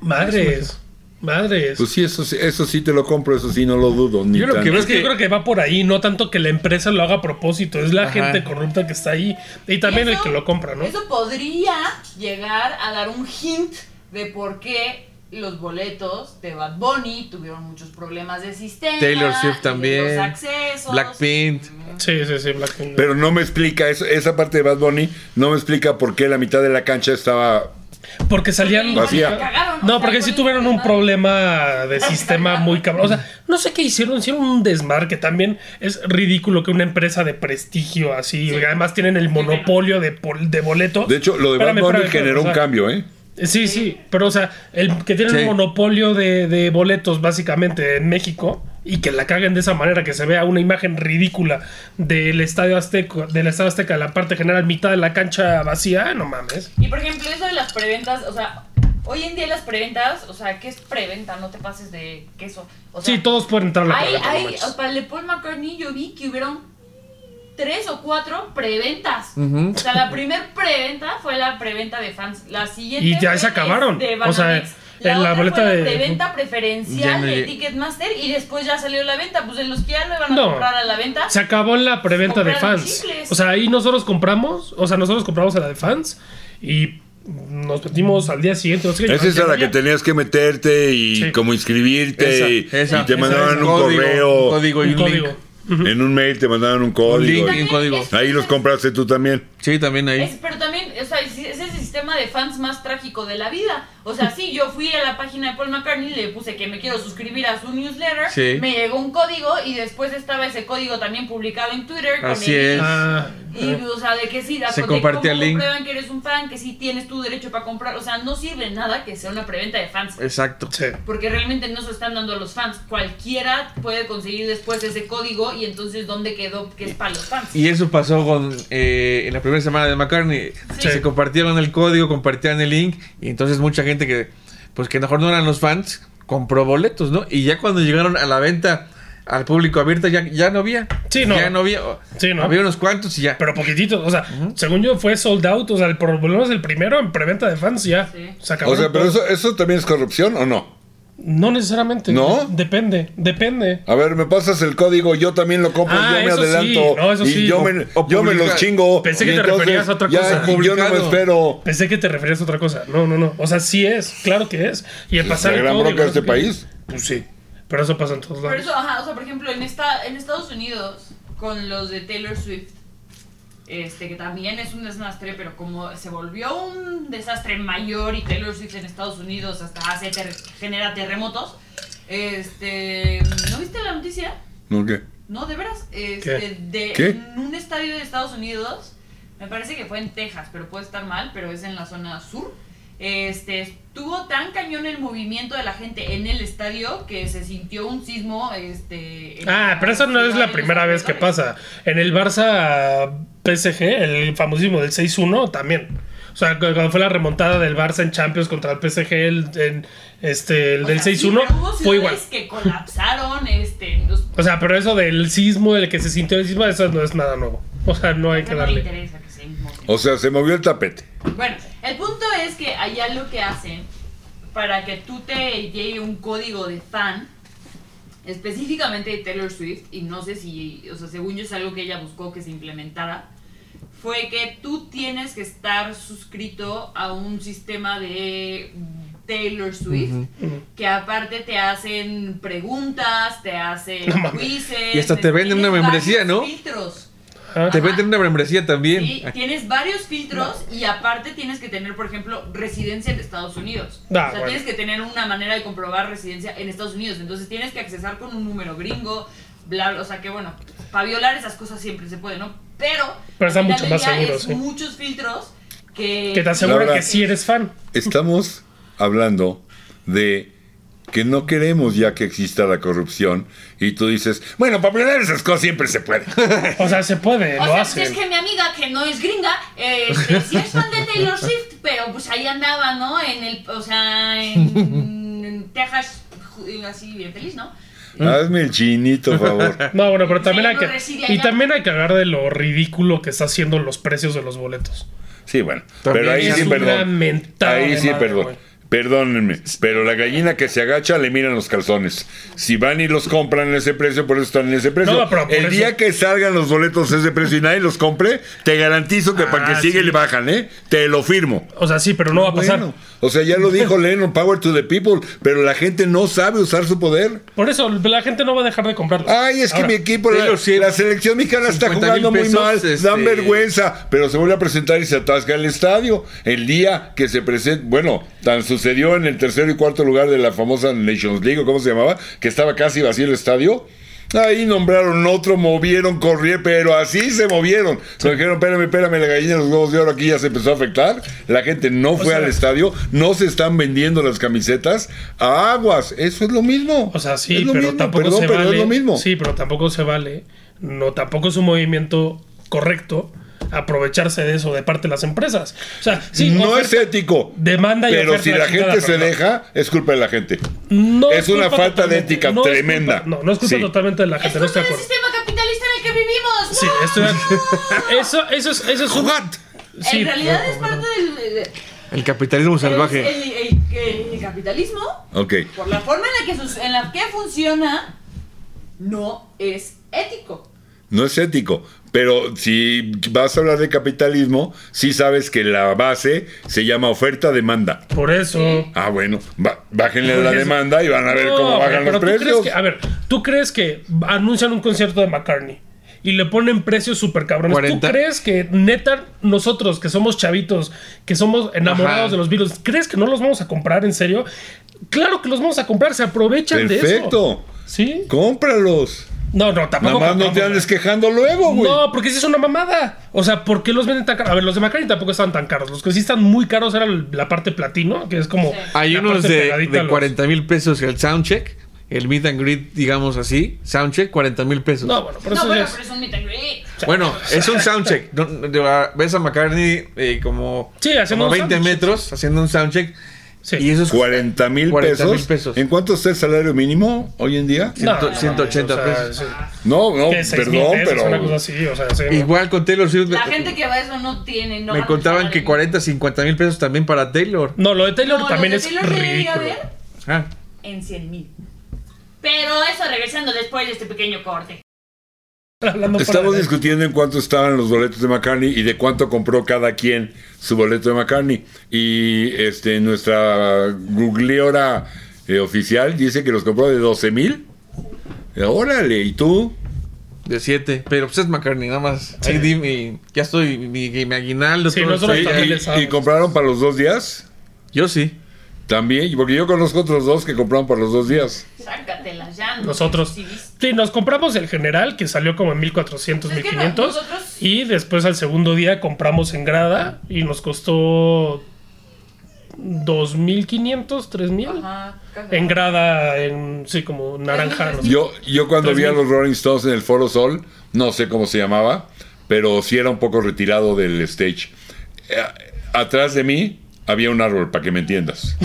Speaker 4: Madres. Madres.
Speaker 1: Pues sí, eso, sí- eso sí te lo compro, eso sí no lo dudo. Ni
Speaker 2: Yo lo que
Speaker 1: tanto.
Speaker 2: veo
Speaker 4: Es que yo creo que va por ahí, no tanto que la empresa lo haga a propósito, es la
Speaker 2: Ajá.
Speaker 4: gente corrupta que está ahí y también
Speaker 3: Eso-
Speaker 4: el que lo compra, ¿no?
Speaker 3: Eso podría llegar a dar un hint de por qué los boletos de Bad Bunny tuvieron muchos problemas de sistema.
Speaker 2: Taylor Swift
Speaker 3: y de
Speaker 2: también,
Speaker 3: Los accesos.
Speaker 2: Blackpink.
Speaker 4: Sí, sí, sí, Blackpink.
Speaker 1: Pero no me explica, eso- esa parte de Bad Bunny no me explica por qué la mitad de la cancha estaba...
Speaker 4: Porque salían.
Speaker 1: Vacía.
Speaker 4: No, porque sí tuvieron un problema de sistema muy cabrón. O sea, no sé qué hicieron, hicieron un desmarque también. Es ridículo que una empresa de prestigio así,
Speaker 3: Sí.
Speaker 4: y además tienen el monopolio de, pol- de boletos.
Speaker 1: De hecho, lo de
Speaker 4: Espérame,
Speaker 1: Bad Bunny
Speaker 4: espérame, espérame,
Speaker 1: generó
Speaker 4: o
Speaker 1: un
Speaker 4: sea,
Speaker 1: cambio, ¿eh?
Speaker 4: Sí, sí, pero o sea, el que tienen
Speaker 2: Sí.
Speaker 4: un monopolio de, de boletos básicamente en México y que la caguen de esa manera, que se vea una imagen ridícula del Estadio Azteca, del Estadio Azteca, la parte general, mitad de la cancha vacía, no mames.
Speaker 3: Y por ejemplo, eso de las preventas, o sea, hoy en día las preventas, o sea, ¿qué es preventa? No te pases de queso. O sea,
Speaker 4: Sí, todos pueden entrar a la
Speaker 3: Hay,
Speaker 4: preventa, no
Speaker 3: hay,
Speaker 4: manches.
Speaker 3: para el de Paul McCartney yo vi que hubieron tres o cuatro preventas.
Speaker 2: Ujú.
Speaker 3: O sea, la primer preventa fue la preventa de fans. La siguiente
Speaker 4: Y ya
Speaker 3: fue
Speaker 4: se acabaron.
Speaker 3: de
Speaker 4: O sea,
Speaker 3: Banamex. la,
Speaker 4: en la
Speaker 3: otra
Speaker 4: boleta
Speaker 3: fue
Speaker 4: de-
Speaker 3: la preventa
Speaker 2: Ya
Speaker 3: preferencial
Speaker 2: no
Speaker 3: de
Speaker 2: llegué.
Speaker 3: Ticketmaster y después ya salió la venta. Pues de los que ya lo iban a
Speaker 4: No.
Speaker 3: comprar a la venta.
Speaker 4: Se acabó en la preventa de
Speaker 3: Compraron
Speaker 4: fans.
Speaker 3: chicles.
Speaker 4: O sea, ahí nosotros compramos, o sea, nosotros compramos a la de fans y nos metimos al día siguiente. no sé qué,
Speaker 1: Esa es a la que
Speaker 4: ya-
Speaker 1: tenías que meterte y
Speaker 4: Sí.
Speaker 1: como inscribirte
Speaker 4: Esa,
Speaker 1: y,
Speaker 2: Esa,
Speaker 1: y te
Speaker 2: esa,
Speaker 1: mandaban
Speaker 2: esa.
Speaker 1: un
Speaker 2: Código,
Speaker 1: correo,
Speaker 2: un código y un
Speaker 4: un
Speaker 2: link.
Speaker 4: código.
Speaker 1: en un mail te mandaban un código.
Speaker 2: link.
Speaker 1: y-
Speaker 2: en código.
Speaker 1: ahí los compraste tú también.
Speaker 2: Sí, también
Speaker 3: Es-
Speaker 2: ahí.
Speaker 3: pero también, o sea, es, es el sistema de fans más trágico de la vida. O sea, sí, yo fui a la página de Paul McCartney, le puse que me quiero suscribir a su newsletter,
Speaker 2: Sí.
Speaker 3: me llegó un código y después estaba ese código también publicado en Twitter. con
Speaker 2: Así
Speaker 3: el
Speaker 2: es.
Speaker 3: link.
Speaker 4: Ah,
Speaker 3: Y, o sea, de que sí, da-
Speaker 2: Se
Speaker 3: de
Speaker 2: comparte
Speaker 3: cómo
Speaker 2: el link.
Speaker 3: prueban que eres un fan, que sí tienes tu derecho para comprar. O sea, no sirve nada que sea una preventa de fans.
Speaker 2: Exacto.
Speaker 4: sí.
Speaker 3: Porque realmente no se lo están dando a los fans. Cualquiera puede conseguir después ese código y entonces dónde quedó que es para los fans.
Speaker 2: Y eso pasó con, eh, en la primera semana de McCartney.
Speaker 4: Sí.
Speaker 2: Se compartieron el código, compartían el link. Y entonces mucha gente que, pues que a lo mejor no eran los fans, compró boletos, ¿no? Y ya cuando llegaron a la venta al público abierta, ya, ya no había.
Speaker 4: Sí, no.
Speaker 2: Ya no había.
Speaker 4: Sí, no.
Speaker 2: Había unos cuantos y ya.
Speaker 4: Pero poquitito, o sea, según yo fue sold out, o sea, el problema es el primero en preventa de fans ya.
Speaker 3: Sí.
Speaker 4: Se acabó.
Speaker 1: O sea, pero eso, eso también es corrupción o no?
Speaker 4: No necesariamente.
Speaker 1: ¿No?
Speaker 4: De- Depende, depende.
Speaker 1: A ver, me pasas el código, yo también lo compro,
Speaker 4: Ah,
Speaker 1: yo me
Speaker 4: eso sí,
Speaker 1: adelanto.
Speaker 4: no, eso
Speaker 1: y
Speaker 4: sí.
Speaker 1: yo,
Speaker 4: O-
Speaker 1: me,
Speaker 2: o
Speaker 1: yo me
Speaker 2: publica-
Speaker 1: los chingo.
Speaker 4: Pensé
Speaker 1: y
Speaker 4: que te
Speaker 1: entonces
Speaker 4: referías a otra
Speaker 1: ya-
Speaker 4: cosa.
Speaker 1: Yo no me
Speaker 2: Publicado.
Speaker 1: espero.
Speaker 4: Pensé que te referías a otra cosa. No, no, no. O sea, sí es, claro que es. Y el
Speaker 1: La
Speaker 4: pasar el
Speaker 1: gran
Speaker 4: código,
Speaker 1: bronca de
Speaker 4: no sé
Speaker 1: este
Speaker 4: qué.
Speaker 1: país.
Speaker 4: Pues sí. Pero eso pasa en todos
Speaker 3: Por
Speaker 4: lados.
Speaker 3: eso, ajá, o sea, por ejemplo, en, esta, en Estados Unidos, con los de Taylor Swift, este, que también es un desastre, pero como se volvió un desastre mayor y Taylor Swift en Estados Unidos hasta hace ter- genera terremotos, este, ¿no viste la noticia?
Speaker 1: ¿No qué?
Speaker 3: No, de veras, este,
Speaker 4: ¿Qué?
Speaker 3: de
Speaker 1: ¿Qué?
Speaker 3: en un estadio de Estados Unidos, me parece que fue en Texas, pero puede estar mal, pero es en la zona sur. Este, estuvo tan cañón el movimiento de la gente en el estadio que se sintió un sismo, este... en
Speaker 4: Ah,
Speaker 3: la
Speaker 4: pero eso no
Speaker 3: ciudad
Speaker 4: es
Speaker 3: y
Speaker 4: la
Speaker 3: los
Speaker 4: primera vez que
Speaker 3: alrededores.
Speaker 4: pasa. En el Barça PSG, el famosísimo del 6-1, también. O sea, cu- cuando fue la remontada del Barça en Champions contra el PSG, el, en, este, el
Speaker 3: O
Speaker 4: del
Speaker 3: sea, sí,
Speaker 4: 6-1,
Speaker 3: pero hubo
Speaker 4: fue igual.
Speaker 3: ciudades que colapsaron, este... los-
Speaker 4: O sea, pero eso del sismo, el que se sintió el sismo, eso no es nada nuevo. O sea, no hay que
Speaker 3: no le
Speaker 4: darle.
Speaker 3: interesa que se inmovilicen.
Speaker 1: O sea, se movió el tapete.
Speaker 3: Bueno, el punto es que allá lo que hacen para que tú te llegue un código de fan, específicamente de Taylor Swift, y no sé si, o sea, según yo es algo que ella buscó que se implementara, fue que tú tienes que estar suscrito a un sistema de Taylor Swift, que aparte te hacen preguntas, te hacen
Speaker 4: No mames.
Speaker 3: quizzes.
Speaker 2: Y hasta te venden una
Speaker 3: tienen
Speaker 2: membresía,
Speaker 3: varios
Speaker 2: ¿no?
Speaker 3: Filtros.
Speaker 4: Ajá.
Speaker 2: Te venden una membresía también.
Speaker 3: Sí, tienes varios filtros y aparte tienes que tener, por ejemplo, residencia en Estados Unidos.
Speaker 4: Ah,
Speaker 3: o sea,
Speaker 4: bueno.
Speaker 3: tienes que tener una manera de comprobar residencia en Estados Unidos. Entonces tienes que accesar con un número gringo, bla, bla. O sea, que bueno, para violar esas cosas siempre se puede, ¿no? Pero,
Speaker 4: Pero está
Speaker 3: al final
Speaker 4: mucho más
Speaker 3: del día
Speaker 4: seguro,
Speaker 3: es
Speaker 4: sí.
Speaker 3: muchos filtros que...
Speaker 4: Que te
Speaker 1: La
Speaker 4: aseguran
Speaker 1: verdad.
Speaker 4: que sí eres fan.
Speaker 1: Estamos hablando de que no queremos ya que exista la corrupción. Y tú dices, bueno, para planear esas cosas siempre se puede.
Speaker 4: O sea, se puede,
Speaker 3: O
Speaker 4: lo
Speaker 3: sea, pues
Speaker 4: hacen.
Speaker 3: es que mi amiga, que no es gringa, este, sí es fan de Taylor Swift, pero pues ahí andaba, ¿no? En el, o sea, en, en Texas, ju- así bien feliz, ¿no?
Speaker 1: Hazme el chinito, por favor.
Speaker 4: No, bueno, pero también
Speaker 3: Sí,
Speaker 4: hay
Speaker 3: no
Speaker 4: que.
Speaker 3: reside
Speaker 4: Y
Speaker 3: allá.
Speaker 4: también hay que hablar de lo ridículo que está haciendo los precios de los boletos.
Speaker 1: Sí, bueno.
Speaker 2: También
Speaker 1: pero ahí
Speaker 4: es
Speaker 1: sí,
Speaker 4: una
Speaker 1: perdón.
Speaker 4: mentada
Speaker 1: Ahí
Speaker 4: de
Speaker 1: sí,
Speaker 4: madre,
Speaker 1: perdón.
Speaker 4: güey.
Speaker 1: Perdónenme, pero la gallina que se agacha le miran los calzones. Si van y los compran en ese precio, por eso están en ese precio.
Speaker 4: No, pero por
Speaker 1: El
Speaker 4: eso-
Speaker 1: día que salgan los boletos a ese precio y nadie los compre, te garantizo que para
Speaker 4: Ah,
Speaker 1: que sigue
Speaker 4: sí.
Speaker 1: le bajan, ¿eh? Te lo firmo.
Speaker 4: O sea, sí, pero no va a pasar.
Speaker 1: Bueno, o sea, ya lo dijo Lennon, Power to the People, pero la gente no sabe usar su poder.
Speaker 4: Por eso la gente no va a dejar de comprarlos.
Speaker 1: Ay, es
Speaker 4: Ahora,
Speaker 1: que mi equipo, la,
Speaker 2: Taylor Swift,
Speaker 1: la selección mexicana está
Speaker 2: 50
Speaker 1: jugando
Speaker 2: mil
Speaker 1: muy
Speaker 2: pesos,
Speaker 1: mal, dan
Speaker 2: este-
Speaker 1: vergüenza, pero se vuelve a presentar y se atasca el estadio. El día que se presenta, bueno, tan sucedió en el tercer y cuarto lugar de la famosa Nations League, o cómo se llamaba, que estaba casi vacío el estadio. Ahí nombraron otro, movieron, corrieron, pero así se movieron. Se dijeron, espérame, espérame, la gallina de los huevos de oro aquí ya se empezó a afectar. La gente no fue
Speaker 4: sea-
Speaker 1: al estadio, no se están vendiendo las camisetas. Aguas, eso es lo mismo.
Speaker 4: O sea, sí,
Speaker 1: Es lo
Speaker 4: pero
Speaker 1: mismo,
Speaker 4: tampoco
Speaker 1: perdón,
Speaker 4: se
Speaker 1: pero
Speaker 4: vale.
Speaker 1: es lo mismo.
Speaker 4: Sí, pero tampoco se vale. No, tampoco es un movimiento correcto aprovecharse de eso de parte de las empresas. O sea, sí,
Speaker 1: no
Speaker 4: oferta-
Speaker 1: es ético.
Speaker 4: demanda y
Speaker 1: Pero
Speaker 4: oferta
Speaker 1: si
Speaker 4: de
Speaker 1: la
Speaker 4: chingada,
Speaker 1: gente se
Speaker 4: pero no.
Speaker 1: deja, es culpa de la gente.
Speaker 4: No
Speaker 1: es una
Speaker 4: culpa
Speaker 1: falta de
Speaker 4: totalmente-
Speaker 1: ética
Speaker 4: no es culpa-
Speaker 1: tremenda.
Speaker 4: no, no es culpa
Speaker 1: Sí.
Speaker 4: totalmente de la
Speaker 3: Es
Speaker 4: gente, no
Speaker 3: culpa
Speaker 4: estoy de
Speaker 3: del
Speaker 4: acuerdo.
Speaker 3: sistema capitalista en el que vivimos.
Speaker 4: Sí,
Speaker 3: ¡No!
Speaker 4: estoy de- Eso, eso es, eso es un- sí,
Speaker 3: en realidad
Speaker 4: no,
Speaker 3: es
Speaker 4: no, no.
Speaker 3: parte del, del-
Speaker 2: El capitalismo salvaje.
Speaker 3: el- el- el- el capitalismo,
Speaker 1: Ok.
Speaker 3: por la forma en la que, sus- en la que funciona, no es ético.
Speaker 1: No es ético. Pero si vas a hablar de capitalismo, sí sabes que la base se llama oferta-demanda.
Speaker 4: Por eso.
Speaker 3: Sí.
Speaker 1: Ah, bueno, ba- bájenle la
Speaker 4: Pues-
Speaker 1: demanda y van a ver
Speaker 4: No,
Speaker 1: cómo
Speaker 4: güey,
Speaker 1: bajan
Speaker 4: pero
Speaker 1: los
Speaker 4: ¿tú crees
Speaker 1: precios.
Speaker 4: que- a ver, ¿tú crees que anuncian un concierto de McCartney y le ponen precios súper cabrones.
Speaker 2: 40.
Speaker 4: ¿Tú crees que neta nosotros que somos chavitos, que somos enamorados
Speaker 2: Ajá.
Speaker 4: de los Beatles, crees que no los vamos a comprar en serio? Claro que los vamos a comprar, se aprovechan de eso.
Speaker 1: Perfecto.
Speaker 4: ¿Sí?
Speaker 1: Cómpralos.
Speaker 4: No, no,
Speaker 1: Nada
Speaker 4: tampoco.
Speaker 1: más no te
Speaker 4: compramos.
Speaker 1: andes quejando luego, güey.
Speaker 4: No, porque sí es una mamada. O sea, ¿por qué los venden tan caros? A ver, los de McCartney tampoco estaban tan caros. Los que sí están muy caros eran la parte platino, que es como.
Speaker 3: Sí.
Speaker 2: Hay
Speaker 4: la
Speaker 2: unos
Speaker 4: parte
Speaker 2: de,
Speaker 4: pegadita a
Speaker 2: de
Speaker 4: los-
Speaker 2: 40 mil pesos el soundcheck, el meet and greet, digamos así, soundcheck, 40 mil pesos.
Speaker 4: No, bueno, pero
Speaker 3: no,
Speaker 4: eso
Speaker 3: bueno,
Speaker 4: ya es.
Speaker 3: pero es un meet and greet.
Speaker 2: Bueno, es un soundcheck. No, no, de- Ves a McCartney eh, como,
Speaker 4: Sí, haciendo
Speaker 2: como
Speaker 4: un
Speaker 2: 20
Speaker 4: soundcheck.
Speaker 2: metros haciendo un soundcheck.
Speaker 4: Sí.
Speaker 2: Y eso es
Speaker 1: 40 mil
Speaker 2: 40,000
Speaker 1: pesos.
Speaker 2: pesos.
Speaker 1: ¿En cuánto está el salario mínimo hoy en día?
Speaker 4: No,
Speaker 2: ciento- 180
Speaker 4: o sea,
Speaker 2: pesos.
Speaker 4: sí.
Speaker 1: No, no,
Speaker 4: Que seis mil
Speaker 1: Oh, perdón,
Speaker 4: pesos,
Speaker 1: pero.
Speaker 4: Una cosa así, o sea, sí, ¿no?
Speaker 2: Igual con Taylor Swift.
Speaker 3: La
Speaker 2: me-
Speaker 3: gente que va a eso no tiene. No
Speaker 2: me
Speaker 3: van a
Speaker 2: contaban
Speaker 3: estar
Speaker 2: que
Speaker 3: en-
Speaker 2: 40, 50 mil pesos también para Taylor.
Speaker 4: No, lo de
Speaker 3: No,
Speaker 4: Taylor
Speaker 3: los
Speaker 4: también
Speaker 3: de
Speaker 4: es
Speaker 3: Taylor debe
Speaker 4: ridículo.
Speaker 3: haber
Speaker 2: Ah,
Speaker 3: en 100 mil. Pero eso regresando después de este pequeño corte.
Speaker 4: Hablando fuera
Speaker 1: Estamos
Speaker 4: de-
Speaker 1: discutiendo en cuánto estaban los boletos de McCartney y de cuánto compró cada quien su boleto de McCartney. Y este nuestra googleora eh, oficial dice que los compró de 12 mil. Eh, Órale, ¿y tú?
Speaker 2: de 7. Pero pues es McCartney, nada más.
Speaker 4: Sí.
Speaker 2: Ahí di mi- ya estoy, mi, mi aguinaldo.
Speaker 4: Sí,
Speaker 2: todo
Speaker 4: nosotros
Speaker 2: estoy-
Speaker 4: también
Speaker 2: ahí-
Speaker 4: le sabes.
Speaker 1: ¿Y compraron para los dos días?
Speaker 2: Yo sí.
Speaker 1: También, porque yo conozco otros dos que compraron para los dos días.
Speaker 3: Sácatelas ya. no
Speaker 4: Nosotros.
Speaker 3: sé si viste.
Speaker 4: Sí, nos compramos el general, que salió como en 1400,
Speaker 3: Es que
Speaker 4: 1500.
Speaker 3: nosotros-
Speaker 4: Y después al segundo día compramos en grada y nos costó 2500, 3000.
Speaker 3: Ajá, cagado.
Speaker 4: En grada, en, sí, como naranja. no sé.
Speaker 1: Yo, yo cuando vi a
Speaker 4: 3,000.
Speaker 1: los Rolling Stones en el Foro Sol, no sé cómo se llamaba, pero sí era un poco retirado del stage. Eh, Atrás de mí había un árbol, para que me entiendas.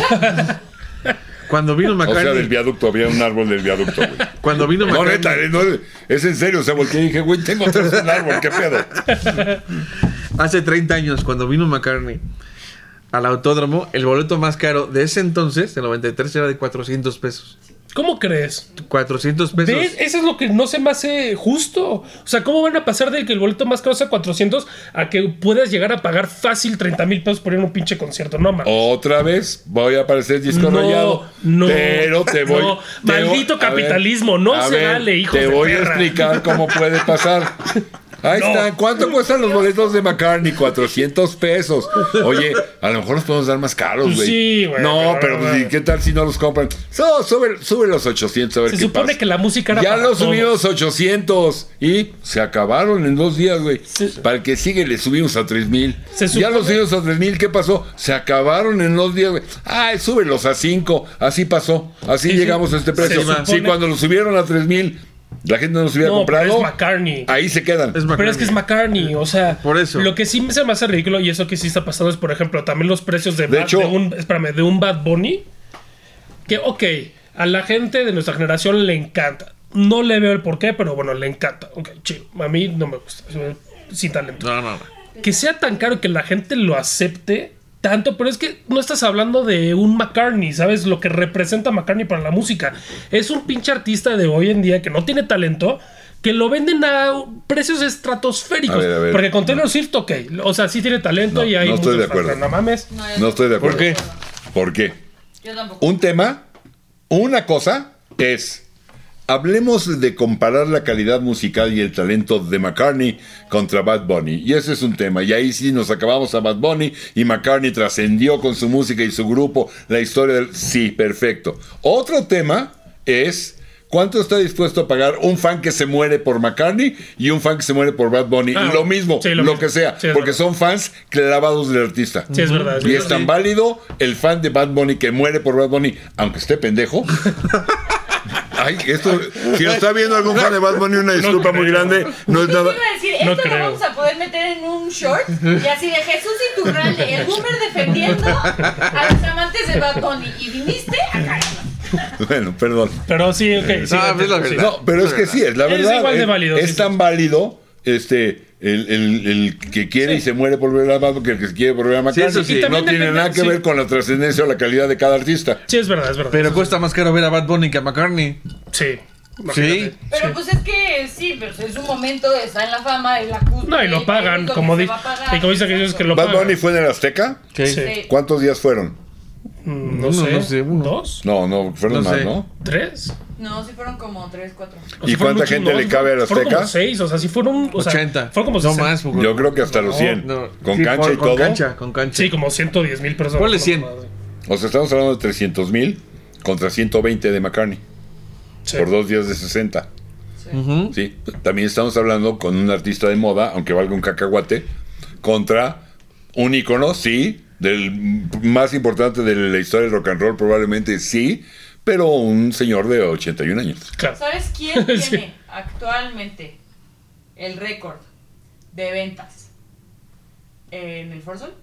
Speaker 2: Cuando vino
Speaker 1: O sea,
Speaker 2: McCartney.
Speaker 1: del viaducto, había un árbol del viaducto, güey.
Speaker 2: cuando vino
Speaker 1: No, neta,
Speaker 2: McCartney.
Speaker 1: eh, no, es en serio, o sea, volteé y dije, güey, tengo atrás un árbol, qué pedo.
Speaker 2: Hace 30 años, cuando vino McCartney al autódromo, el boleto más caro de ese entonces, el 93, era de 400 pesos.
Speaker 4: ¿Cómo crees?
Speaker 2: 400 pesos.
Speaker 4: ¿Ves? Eso es lo que no se me hace justo. O sea, ¿cómo van a pasar de que el boleto más caro sea 400 a que puedas llegar a pagar fácil 30 mil pesos por ir a un pinche concierto? No, mames.
Speaker 1: Otra vez voy a aparecer disco
Speaker 4: No,
Speaker 1: rayado.
Speaker 4: no,
Speaker 1: pero te voy.
Speaker 4: no.
Speaker 1: te voy-
Speaker 4: Maldito
Speaker 1: a ver,
Speaker 4: capitalismo, no
Speaker 1: a
Speaker 4: se vale, hijos
Speaker 1: Te
Speaker 4: de
Speaker 1: voy
Speaker 4: perra.
Speaker 1: a explicar cómo puede pasar. Ahí
Speaker 4: No.
Speaker 1: está. ¿Cuánto cuestan los boletos de McCartney? 400 pesos. Oye, a lo mejor los podemos dar más caros,
Speaker 4: Pues
Speaker 1: güey.
Speaker 4: sí, güey,
Speaker 1: No,
Speaker 4: pero
Speaker 1: pero,
Speaker 4: no
Speaker 1: pues, ¿y
Speaker 4: mames.
Speaker 1: ¿qué tal si no los compran? So, sube, sube los 800, a ver
Speaker 4: Se
Speaker 1: qué
Speaker 4: supone
Speaker 1: pasa.
Speaker 4: que la música era
Speaker 1: Ya
Speaker 4: para
Speaker 1: los subimos
Speaker 4: todos.
Speaker 1: 800 y se acabaron en dos días, güey.
Speaker 4: Sí.
Speaker 1: Para el que sigue le subimos a 3000.
Speaker 4: Se
Speaker 1: Ya
Speaker 4: supone-
Speaker 1: los subimos a 3000, ¿qué pasó? Se acabaron en dos días, güey. Ay, súbelos a 5. Así pasó. Así
Speaker 4: Sí, sí.
Speaker 1: llegamos a este precio.
Speaker 4: Se supone-
Speaker 1: Si cuando los subieron a 3000, la gente no los hubiera
Speaker 4: No, pero
Speaker 1: comprado.
Speaker 4: es McCartney.
Speaker 1: Ahí se quedan.
Speaker 2: Es
Speaker 4: Pero es que es McCartney, o sea,
Speaker 2: Por eso.
Speaker 4: Lo que sí me se me hace ridículo y eso que sí está pasando es, por ejemplo, también los precios de,
Speaker 1: De
Speaker 4: Bad-
Speaker 1: hecho-
Speaker 4: de un, espérame, de un Bad Bunny. Que, ok, a la gente de nuestra generación le encanta. No le veo el porqué, pero bueno, le encanta. Ok, chido. A mí no me gusta. Sin talento
Speaker 2: No, no, no.
Speaker 4: que sea tan caro que la gente lo acepte tanto, pero es que no estás hablando de un McCartney, ¿sabes? Lo que representa McCartney para la música. Es un pinche artista de hoy en día que no tiene talento, que lo venden a precios estratosféricos.
Speaker 1: A ver, a ver.
Speaker 4: Porque con Taylor Swift, ok, o sea, sí tiene talento
Speaker 1: No,
Speaker 4: y hay
Speaker 1: no estoy
Speaker 4: muchos
Speaker 1: de acuerdo.
Speaker 4: fans, pero no mames.
Speaker 3: No,
Speaker 1: No estoy de
Speaker 2: ¿Por
Speaker 1: acuerdo.
Speaker 2: qué?
Speaker 1: ¿Por qué?
Speaker 3: Yo tampoco.
Speaker 1: Un tema, una cosa es. Hablemos de comparar la calidad musical y el talento de McCartney contra Bad Bunny. Y ese es un tema. Y ahí sí nos acabamos a Bad Bunny y McCartney trascendió con su música y su grupo la historia del... Sí, perfecto. Otro tema es cuánto está dispuesto a pagar un fan que se muere por McCartney y un fan que se muere por Bad Bunny.
Speaker 4: Ah,
Speaker 1: lo mismo,
Speaker 4: sí,
Speaker 1: lo,
Speaker 4: lo mismo.
Speaker 1: que sea.
Speaker 4: Sí, es
Speaker 1: porque
Speaker 4: verdad.
Speaker 1: son fans clavados del artista.
Speaker 4: Sí, es verdad. es
Speaker 1: Y
Speaker 4: verdad.
Speaker 1: es tan válido el fan de Bad Bunny que muere por Bad Bunny, aunque esté pendejo. Ay, esto, si lo está viendo algún fan de Bad Bunny, una disculpa muy
Speaker 4: creo.
Speaker 1: grande. No es
Speaker 3: Yo te
Speaker 1: nada.
Speaker 3: iba a decir,
Speaker 4: No
Speaker 3: esto lo
Speaker 4: creo.
Speaker 3: vamos a poder meter en un short y así de Jesús y Turralde, el boomer defendiendo a los amantes de Bad Bunny. Y viniste a cagarla.
Speaker 1: Bueno, perdón.
Speaker 4: Pero sí, ok. sí,
Speaker 2: No, pues, la
Speaker 4: sí.
Speaker 2: verdad.
Speaker 1: Eh, No, pero es que sí, es la
Speaker 4: Es
Speaker 1: verdad.
Speaker 4: igual de
Speaker 1: es-
Speaker 4: válido,
Speaker 1: Es
Speaker 4: sí,
Speaker 1: tan válido este, el, el- el que quiere y se muere por ver a Bad Bunny que el que se quiere por ver a McCartney.
Speaker 2: eso sí. Y
Speaker 1: No
Speaker 4: también
Speaker 1: tiene
Speaker 4: depende-
Speaker 1: nada que
Speaker 4: sí.
Speaker 1: ver con la trascendencia o la calidad de cada artista.
Speaker 4: Sí, es verdad, es verdad.
Speaker 2: Pero cuesta más caro ver a Bad Bunny que a McCartney.
Speaker 4: sí. imagínate.
Speaker 3: Pero
Speaker 4: Sí.
Speaker 3: pues es que sí, pero es un momento, está en la fama, es la cúspide,
Speaker 4: No, y
Speaker 3: es
Speaker 4: lo pagan,
Speaker 3: único que
Speaker 4: como
Speaker 3: se
Speaker 4: dice.
Speaker 3: va a pagar,
Speaker 4: Y como dice que ellos que lo
Speaker 1: Bad
Speaker 4: pagan.
Speaker 1: Bunny fue en el Azteca.
Speaker 3: Sí.
Speaker 1: ¿Cuántos días fueron?
Speaker 4: Mm, No,
Speaker 2: Uno,
Speaker 4: sé,
Speaker 2: no sé, uno.
Speaker 4: ¿Dos?
Speaker 1: No, no, fueron
Speaker 2: No
Speaker 1: más,
Speaker 2: sé.
Speaker 1: ¿no?
Speaker 4: ¿Tres?
Speaker 3: No, sí fueron como 3, 4.
Speaker 1: ¿Y
Speaker 4: fueron
Speaker 1: cuánta
Speaker 4: un
Speaker 1: gente le cabe al
Speaker 4: Fueron
Speaker 1: Azteca?
Speaker 4: como seis, o sea, sí fueron... O sea,
Speaker 2: 80.
Speaker 4: Fueron como
Speaker 2: no
Speaker 4: 60.
Speaker 2: más. porque-
Speaker 1: Yo creo que hasta los
Speaker 2: No,
Speaker 1: 100.
Speaker 2: no,
Speaker 1: Con
Speaker 2: sí,
Speaker 1: cancha
Speaker 2: con-
Speaker 1: y todo.
Speaker 2: Con cancha, con cancha.
Speaker 4: Sí, como 110 mil personas.
Speaker 2: Ponle 100.
Speaker 1: O sea, estamos hablando de 300 mil contra 120 de McCartney.
Speaker 4: Sí.
Speaker 1: Por dos días de 60.
Speaker 2: Ujú.
Speaker 1: Sí. También estamos hablando con un artista de moda, aunque valga un cacahuate, contra un ícono, sí, del más importante de la historia del rock and roll, probablemente sí, pero un señor de 81 años.
Speaker 4: Claro.
Speaker 3: ¿Sabes quién tiene
Speaker 4: Sí.
Speaker 3: actualmente el récord de ventas? ¿En el Foro Sol?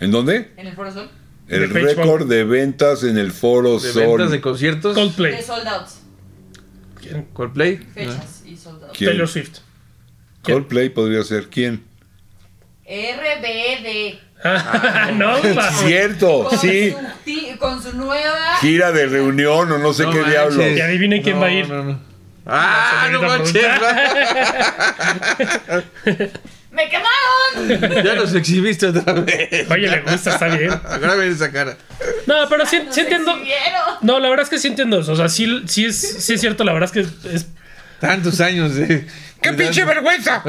Speaker 1: ¿En dónde?
Speaker 3: ¿En el Foro Sol?
Speaker 1: El
Speaker 4: De Facebook.
Speaker 1: récord de ventas en el Foro
Speaker 2: De
Speaker 1: Sol.
Speaker 2: ventas de conciertos.
Speaker 3: De
Speaker 4: Coldplay.
Speaker 3: sold outs.
Speaker 4: ¿Quién?
Speaker 2: Coldplay. Ah.
Speaker 3: Fechas y sold outs.
Speaker 1: ¿Quién?
Speaker 4: Taylor Swift.
Speaker 1: Coldplay podría ser quién.
Speaker 3: RBD.
Speaker 4: Ah, no, pa.
Speaker 1: Cierto,
Speaker 3: Con
Speaker 1: sí.
Speaker 3: Su ti- con su nueva.
Speaker 1: Gira de reunión o no sé
Speaker 2: No
Speaker 1: qué
Speaker 2: manches.
Speaker 1: diablo.
Speaker 4: Y adivinen quién
Speaker 2: No,
Speaker 4: va a ir.
Speaker 2: no, no. Ah, no manches.
Speaker 3: ¡Me quemaron!
Speaker 2: Ya los exhibiste otra vez.
Speaker 4: Oye, le gusta, está bien.
Speaker 2: Agraven esa cara.
Speaker 4: No, pero sí, sí entiendo.
Speaker 3: exhibieron.
Speaker 4: No, la verdad es que sí entiendo eso. O sea, sí, sí, es, sí es cierto, la verdad es que es.
Speaker 2: Tantos años de.
Speaker 1: ¡Qué pinche vergüenza!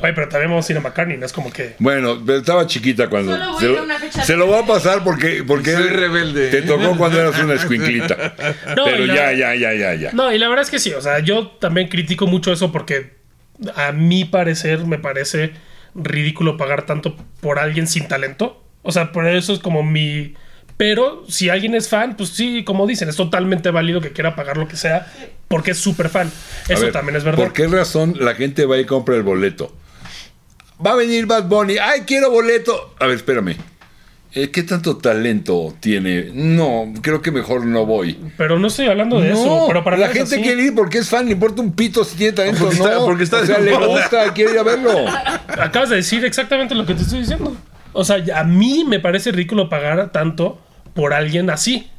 Speaker 4: Oye, pero también vamos a ir a McCartney, no es como que.
Speaker 1: Bueno, pero estaba chiquita cuando.
Speaker 3: Solo voy
Speaker 1: Se,
Speaker 3: a ir
Speaker 1: lo-
Speaker 3: a una fecha
Speaker 1: se lo va a pasar porque, porque
Speaker 2: Soy rebelde.
Speaker 1: te tocó cuando eras una escuinclita.
Speaker 4: No,
Speaker 1: pero
Speaker 4: y la-
Speaker 1: ya, ya, ya, ya, ya.
Speaker 4: No, y la verdad es que sí. O sea, yo también critico mucho eso porque a mi parecer me parece ridículo pagar tanto por alguien sin talento. O sea, por eso es como mi. Pero si alguien es fan, pues sí, como dicen, es totalmente válido que quiera pagar lo que sea porque es súper fan.
Speaker 1: A
Speaker 4: Eso
Speaker 1: ver,
Speaker 4: también es verdad.
Speaker 1: ¿Por qué razón la gente va y compra el boleto? Va a venir Bad Bunny. ¡Ay, quiero boleto! A ver, espérame. Eh, ¿Qué tanto talento tiene? No, creo que mejor no voy.
Speaker 4: Pero no estoy hablando de eso.
Speaker 1: No,
Speaker 4: Pero para
Speaker 1: la
Speaker 4: mí es
Speaker 1: gente
Speaker 4: así.
Speaker 1: quiere ir porque es fan, le importa un pito si tiene talento
Speaker 2: Porque
Speaker 1: o no.
Speaker 2: está- porque está
Speaker 1: o
Speaker 2: de
Speaker 1: sea, le
Speaker 2: moda.
Speaker 1: gusta, quiere ir a verlo.
Speaker 4: Acabas de decir exactamente lo que te estoy diciendo. O sea, a mí me parece ridículo pagar tanto por alguien así.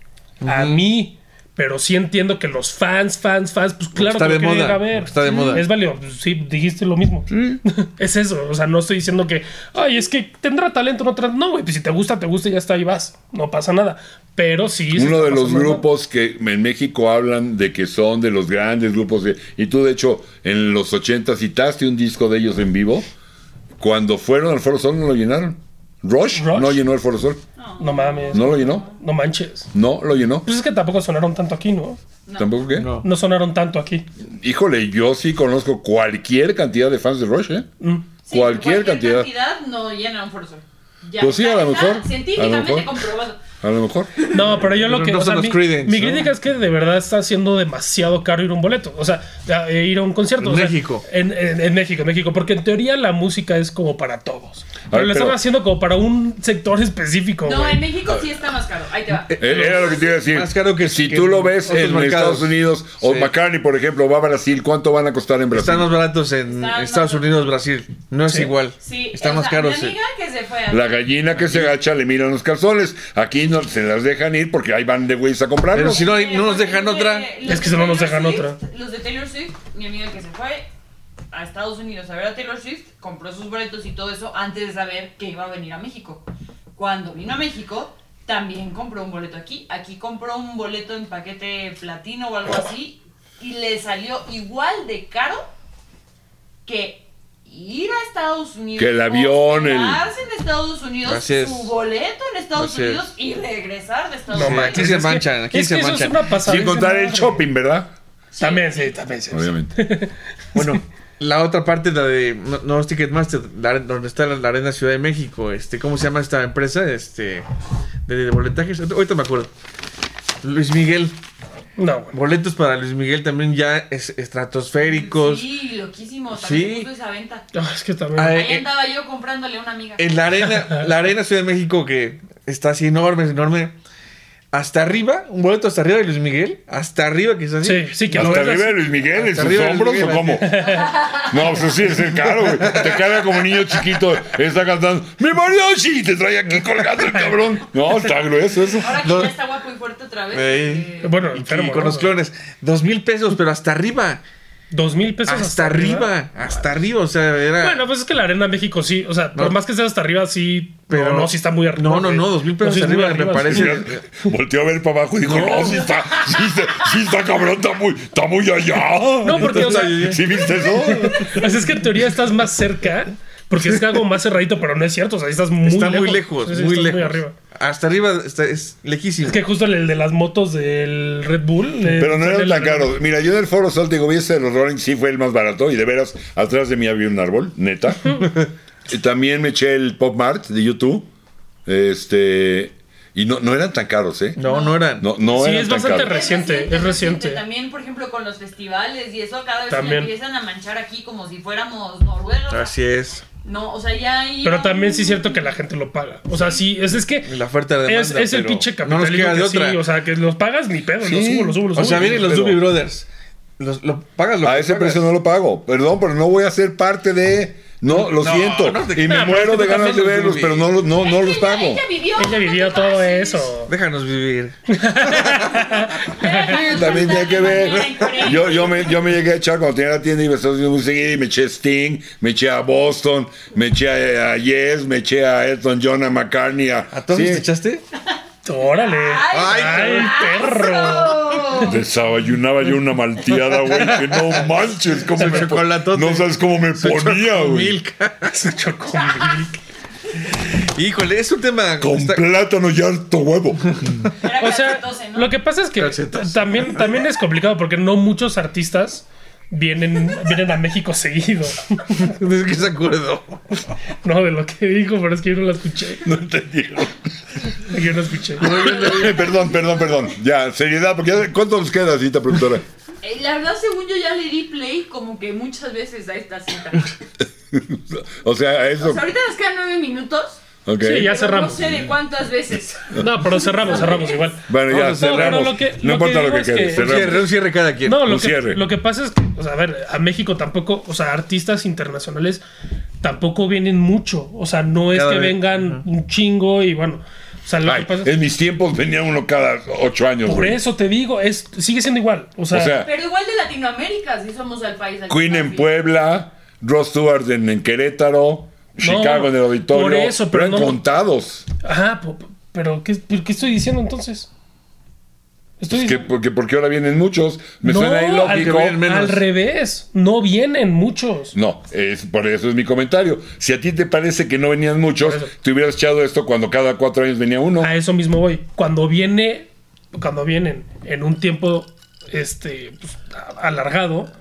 Speaker 4: A mí. Pero sí entiendo que los fans, fans, fans, pues claro
Speaker 2: está
Speaker 4: que
Speaker 2: de
Speaker 4: lo quieren
Speaker 2: moda,
Speaker 4: ir a ver.
Speaker 2: porque está de
Speaker 4: Sí,
Speaker 2: moda.
Speaker 4: Es válido. Sí, dijiste lo mismo. es eso. O sea, no estoy diciendo que, ay, es que tendrá talento, no tendrá. No, güey, pues si te gusta, te gusta y ya está, ahí vas. No pasa nada. Pero sí. se
Speaker 1: Uno
Speaker 4: está
Speaker 1: de los
Speaker 4: pasando mal.
Speaker 1: grupos que en México hablan de que son de los grandes grupos. de- y tú, de hecho, en los 80 citaste un disco de ellos en vivo. Cuando fueron al Foro Sol no lo llenaron. Rush,
Speaker 4: ¿Rush?
Speaker 1: no llenó el Foro Sol.
Speaker 4: No mames.
Speaker 1: No lo llenó.
Speaker 4: no manches.
Speaker 1: No lo llenó.
Speaker 4: Pues es que tampoco sonaron tanto aquí, ¿no?
Speaker 1: ¿Tampoco qué?
Speaker 2: No.
Speaker 4: No sonaron tanto aquí.
Speaker 1: Híjole, yo sí conozco cualquier cantidad de fans de Rush, ¿eh?
Speaker 3: Sí,
Speaker 1: cualquier cantidad.
Speaker 3: no llena un Foro Sol. Ya
Speaker 1: Pues sí, a
Speaker 3: está,
Speaker 1: lo
Speaker 3: está
Speaker 1: mejor, a lo
Speaker 3: Científicamente
Speaker 1: mejor.
Speaker 3: comprobado.
Speaker 1: A lo mejor.
Speaker 4: No, pero yo lo
Speaker 2: Pero
Speaker 4: que.
Speaker 2: no
Speaker 4: o sea,
Speaker 2: son los
Speaker 4: mi,
Speaker 2: Creedence,
Speaker 4: mi
Speaker 2: ¿no?
Speaker 4: crítica es que de verdad está haciendo demasiado caro ir a un boleto. O sea, a- eh, ir a un concierto.
Speaker 2: En
Speaker 4: o sea,
Speaker 2: México.
Speaker 4: en, en- en México, en México. Porque en teoría la música es como para todos. Pero
Speaker 1: ver,
Speaker 4: lo
Speaker 1: pero-
Speaker 4: están haciendo como para un sector específico.
Speaker 3: No,
Speaker 4: güey.
Speaker 3: en México sí está más caro. Ahí te va.
Speaker 1: Eh, Era lo que te iba a decir.
Speaker 2: Más caro que-
Speaker 1: si
Speaker 2: que
Speaker 1: tú lo
Speaker 2: en
Speaker 1: ves
Speaker 2: otros
Speaker 1: en
Speaker 2: mercados.
Speaker 1: Estados Unidos o
Speaker 2: Sí.
Speaker 1: McCartney, por ejemplo, va a Brasil, ¿cuánto van a costar en Brasil?
Speaker 2: Están más baratos en
Speaker 3: Están más
Speaker 2: Estados Unidos, Brasil. No es
Speaker 4: Sí.
Speaker 2: igual.
Speaker 3: Sí,
Speaker 2: Están
Speaker 3: o
Speaker 2: más
Speaker 3: sea,
Speaker 2: caros.
Speaker 3: Mi
Speaker 2: sí.
Speaker 3: amiga que se fue a
Speaker 1: La gallina que se agacha le miran los calzones. Aquí no se las dejan ir porque ahí van de güeyes a
Speaker 2: Pero
Speaker 1: comprarlos.
Speaker 2: si no, hay- no nos dejan otra.
Speaker 4: Es que si no nos dejan
Speaker 3: otra. Los de Taylor Swift, mi amiga que se fue a Estados Unidos a ver a Taylor Swift, compró sus boletos y todo eso antes de saber que iba a venir a México. Cuando vino a México, también compró un boleto aquí. Aquí compró un boleto en paquete platino o algo así y le salió igual de caro que ir a Estados Unidos.
Speaker 1: Que el avión, el-
Speaker 3: hospedarse en Estados Unidos,
Speaker 2: Así es.
Speaker 3: su boleto en Estados
Speaker 2: Así es.
Speaker 3: Unidos y regresar de Estados
Speaker 4: No
Speaker 3: Unidos.
Speaker 2: manches. Aquí se manchan, aquí
Speaker 4: es
Speaker 2: se
Speaker 4: que eso
Speaker 2: manchan.
Speaker 4: es una pasada.
Speaker 1: Sin contar el shopping, ¿verdad?
Speaker 4: También, sí, también. sí.
Speaker 1: Obviamente.
Speaker 2: Bueno, la otra parte, la de no, no es Ticketmaster, la are- donde está la, la Arena Ciudad de México, este, ¿cómo se llama esta empresa? Este, de, de boletajes, ahorita me acuerdo. Luis Miguel,
Speaker 4: No, güey.
Speaker 2: boletos para Luis Miguel también ya es- estratosféricos.
Speaker 3: Sí, loquísimo. También
Speaker 2: Sí.
Speaker 3: se puso esa venta.
Speaker 4: Ah, es que también.
Speaker 2: Ah, eh,
Speaker 3: Ahí andaba yo comprándole a una amiga.
Speaker 1: eh,
Speaker 2: En la arena, la arena Ciudad de México, que está así enorme, es enorme. Hasta arriba, un boleto hasta arriba de Luis Miguel, hasta arriba que está así.
Speaker 4: sí, sí, que lo
Speaker 1: Hasta
Speaker 4: veas
Speaker 1: arriba de Luis Miguel, en
Speaker 2: Hasta
Speaker 1: sus
Speaker 2: arriba de Luis
Speaker 1: hombros o
Speaker 2: Miguel,
Speaker 1: cómo. No, pues sí, es el caro, güey. Te carga como niño chiquito. Está cantando, ¡Mi mariachi! Y te trae aquí colgando el cabrón. No, está grueso eso.
Speaker 3: Ahora que
Speaker 2: No.
Speaker 3: ya está guapo y fuerte otra vez.
Speaker 2: Ey.
Speaker 3: eh,
Speaker 4: así. Bueno,
Speaker 2: Y
Speaker 4: enfermo.
Speaker 2: con
Speaker 4: ¿no?
Speaker 2: los clones, dos mil pesos, pero hasta arriba.
Speaker 4: Dos mil pesos.
Speaker 2: Hasta, arriba, hasta arriba, o sea, era...
Speaker 4: Bueno, pues es que la Arena México sí, o sea, por
Speaker 2: No.
Speaker 4: más que sea hasta arriba, sí.
Speaker 2: Pero-
Speaker 4: no, no, sí está muy arriba.
Speaker 2: No, no,
Speaker 4: güey.
Speaker 2: no, dos mil
Speaker 4: sí
Speaker 2: pesos
Speaker 4: es muy
Speaker 2: arriba, me parece.
Speaker 1: Volteó a ver para abajo y dijo, no, sí está, sí está, sí está cabrón, está muy, está muy allá.
Speaker 4: No, porque, o sea,
Speaker 1: ¿Sí viste eso?
Speaker 4: pues es que en teoría estás más cerca, porque es algo más cerradito, pero no es cierto, o sea, estás muy
Speaker 2: está
Speaker 4: lejos.
Speaker 2: muy lejos,
Speaker 4: Sí, sí,
Speaker 2: muy
Speaker 4: estás
Speaker 2: lejos.
Speaker 4: Muy arriba.
Speaker 2: Hasta arriba está, es lejísimo.
Speaker 4: Es que justo el, el de las motos del Red Bull. eh,
Speaker 1: Pero no
Speaker 4: sale
Speaker 1: eran
Speaker 4: la-
Speaker 1: tan caros. Mira, yo del Foro Sol, digo, vi ese de los Rolling, sí fue el más barato. Y de veras, atrás de mí había un árbol, neta. Y También me eché el Pop Mart de YouTube. Este. Y no, no eran tan caros, ¿eh?
Speaker 2: No, no eran.
Speaker 1: No, no
Speaker 4: Sí,
Speaker 1: eran
Speaker 4: es
Speaker 1: tan
Speaker 4: bastante
Speaker 1: caros.
Speaker 4: reciente, es reciente.
Speaker 3: También, por ejemplo, con los festivales y eso, cada vez
Speaker 4: También.
Speaker 3: se empiezan a manchar aquí como si fuéramos noruegos.
Speaker 1: Ah,
Speaker 2: Así es.
Speaker 3: No, o sea, ya hay.
Speaker 4: Pero también sí es cierto que la gente lo paga. O sea, sí, es, es que.
Speaker 2: La oferta de
Speaker 4: Es,
Speaker 2: demanda.
Speaker 4: es el
Speaker 2: pero
Speaker 4: pinche
Speaker 2: No nos queda
Speaker 4: capitalismo
Speaker 2: de
Speaker 4: que sí,
Speaker 2: otra.
Speaker 4: o sea, que los pagas ni pedo, los
Speaker 1: Sí.
Speaker 4: subo, los subo, los subo.
Speaker 2: O sea, vienen los
Speaker 1: pero-
Speaker 2: Doobie Brothers. Los, lo pagas lo
Speaker 1: A
Speaker 2: que
Speaker 1: ese
Speaker 2: pagas.
Speaker 1: precio no lo pago. Perdón, pero no voy a ser parte de. No, lo
Speaker 2: No,
Speaker 1: siento.
Speaker 2: no te-
Speaker 1: y me
Speaker 4: Nah, pero
Speaker 1: muero de
Speaker 4: es que tú
Speaker 1: ganas de
Speaker 2: también los
Speaker 1: verlos,
Speaker 2: subí.
Speaker 1: pero no, lo- no, no los pago.
Speaker 3: Ella vivió,
Speaker 4: Ella vivió todo eso.
Speaker 2: Déjanos vivir.
Speaker 1: También tiene que ver. Yo, yo, me, yo me llegué a echar cuando tenía la tienda y me estaba haciendo muy seguido y me eché a Sting, me eché a Boston, me eché a, a Yes, me eché a Elton John, a McCartney. A,
Speaker 2: ¿A todos
Speaker 1: sí,
Speaker 2: te echaste?
Speaker 4: Órale.
Speaker 3: Ay,
Speaker 4: Ay, perro.
Speaker 1: Desayunaba yo una malteada, güey, que no manches. Cómo
Speaker 2: Su
Speaker 1: me po-
Speaker 2: chocolatote.
Speaker 1: No sabes cómo me ponía, güey.
Speaker 2: Milka.
Speaker 4: Se chocó mil.
Speaker 2: Híjole, es un tema.
Speaker 1: Con
Speaker 2: está-
Speaker 1: plátano y harto huevo.
Speaker 4: O sea, lo que pasa es que
Speaker 2: Calcetose.
Speaker 4: también, también es complicado porque no muchos artistas vienen, vienen a México seguido.
Speaker 2: Es que se acordó.
Speaker 4: No, de lo que dijo, pero es que yo no la escuché.
Speaker 1: No entendieron.
Speaker 4: Yo no escuché.
Speaker 1: perdón, perdón, perdón. Ya, seriedad, porque ya- ¿cuánto nos queda, cita productora?
Speaker 3: Eh, La verdad, según yo ya le di play como que muchas veces a esta cita.
Speaker 1: O sea, eso.
Speaker 3: O sea, ahorita nos quedan nueve minutos.
Speaker 1: Ok.
Speaker 4: Sí, ya
Speaker 3: pero
Speaker 4: cerramos.
Speaker 3: No sé de cuántas veces.
Speaker 4: No, pero cerramos, cerramos igual.
Speaker 1: Bueno, ya
Speaker 2: No, pero
Speaker 1: cerramos.
Speaker 4: lo que-
Speaker 1: no
Speaker 4: lo que
Speaker 1: importa lo
Speaker 4: digo
Speaker 1: que
Speaker 4: es
Speaker 1: quede.
Speaker 4: que-
Speaker 1: cerramos.
Speaker 2: Cierre, un cierre cada quien.
Speaker 4: No, lo
Speaker 1: Un
Speaker 4: que,
Speaker 1: cierre.
Speaker 4: lo que pasa es que, o sea, a ver, a México tampoco, o sea, artistas internacionales tampoco vienen mucho. O sea, no es
Speaker 2: Cada
Speaker 4: que
Speaker 2: vez.
Speaker 4: vengan un chingo y bueno. O sea, lo
Speaker 1: Ay,
Speaker 4: que pasa es
Speaker 1: en mis tiempos venía uno cada ocho años.
Speaker 4: Por
Speaker 1: güey.
Speaker 4: eso te digo, es, sigue siendo igual. O sea,
Speaker 1: O sea,
Speaker 3: Pero igual de Latinoamérica, si somos el país. al que
Speaker 1: Queen
Speaker 3: más
Speaker 1: en
Speaker 3: vi-
Speaker 1: Puebla, Ross Stewart en, en Querétaro, Chicago en el auditorio.
Speaker 4: por eso, pero
Speaker 1: eran
Speaker 4: no-
Speaker 1: contados.
Speaker 4: ajá, po- pero ¿qué, pero ¿qué estoy diciendo entonces? Estoy
Speaker 1: Es que,
Speaker 4: diciendo.
Speaker 1: porque, porque ahora vienen muchos. Me
Speaker 4: no,
Speaker 1: suena
Speaker 4: al,
Speaker 1: ilógico.
Speaker 2: vienen menos.
Speaker 4: al revés, no vienen muchos.
Speaker 1: No, es, por eso es mi comentario. Si a ti te parece que no venían muchos,
Speaker 4: Por eso.
Speaker 1: te hubieras echado esto cuando cada cuatro años venía uno.
Speaker 4: A eso mismo voy. Cuando viene, cuando vienen en un tiempo este pues, a- alargado,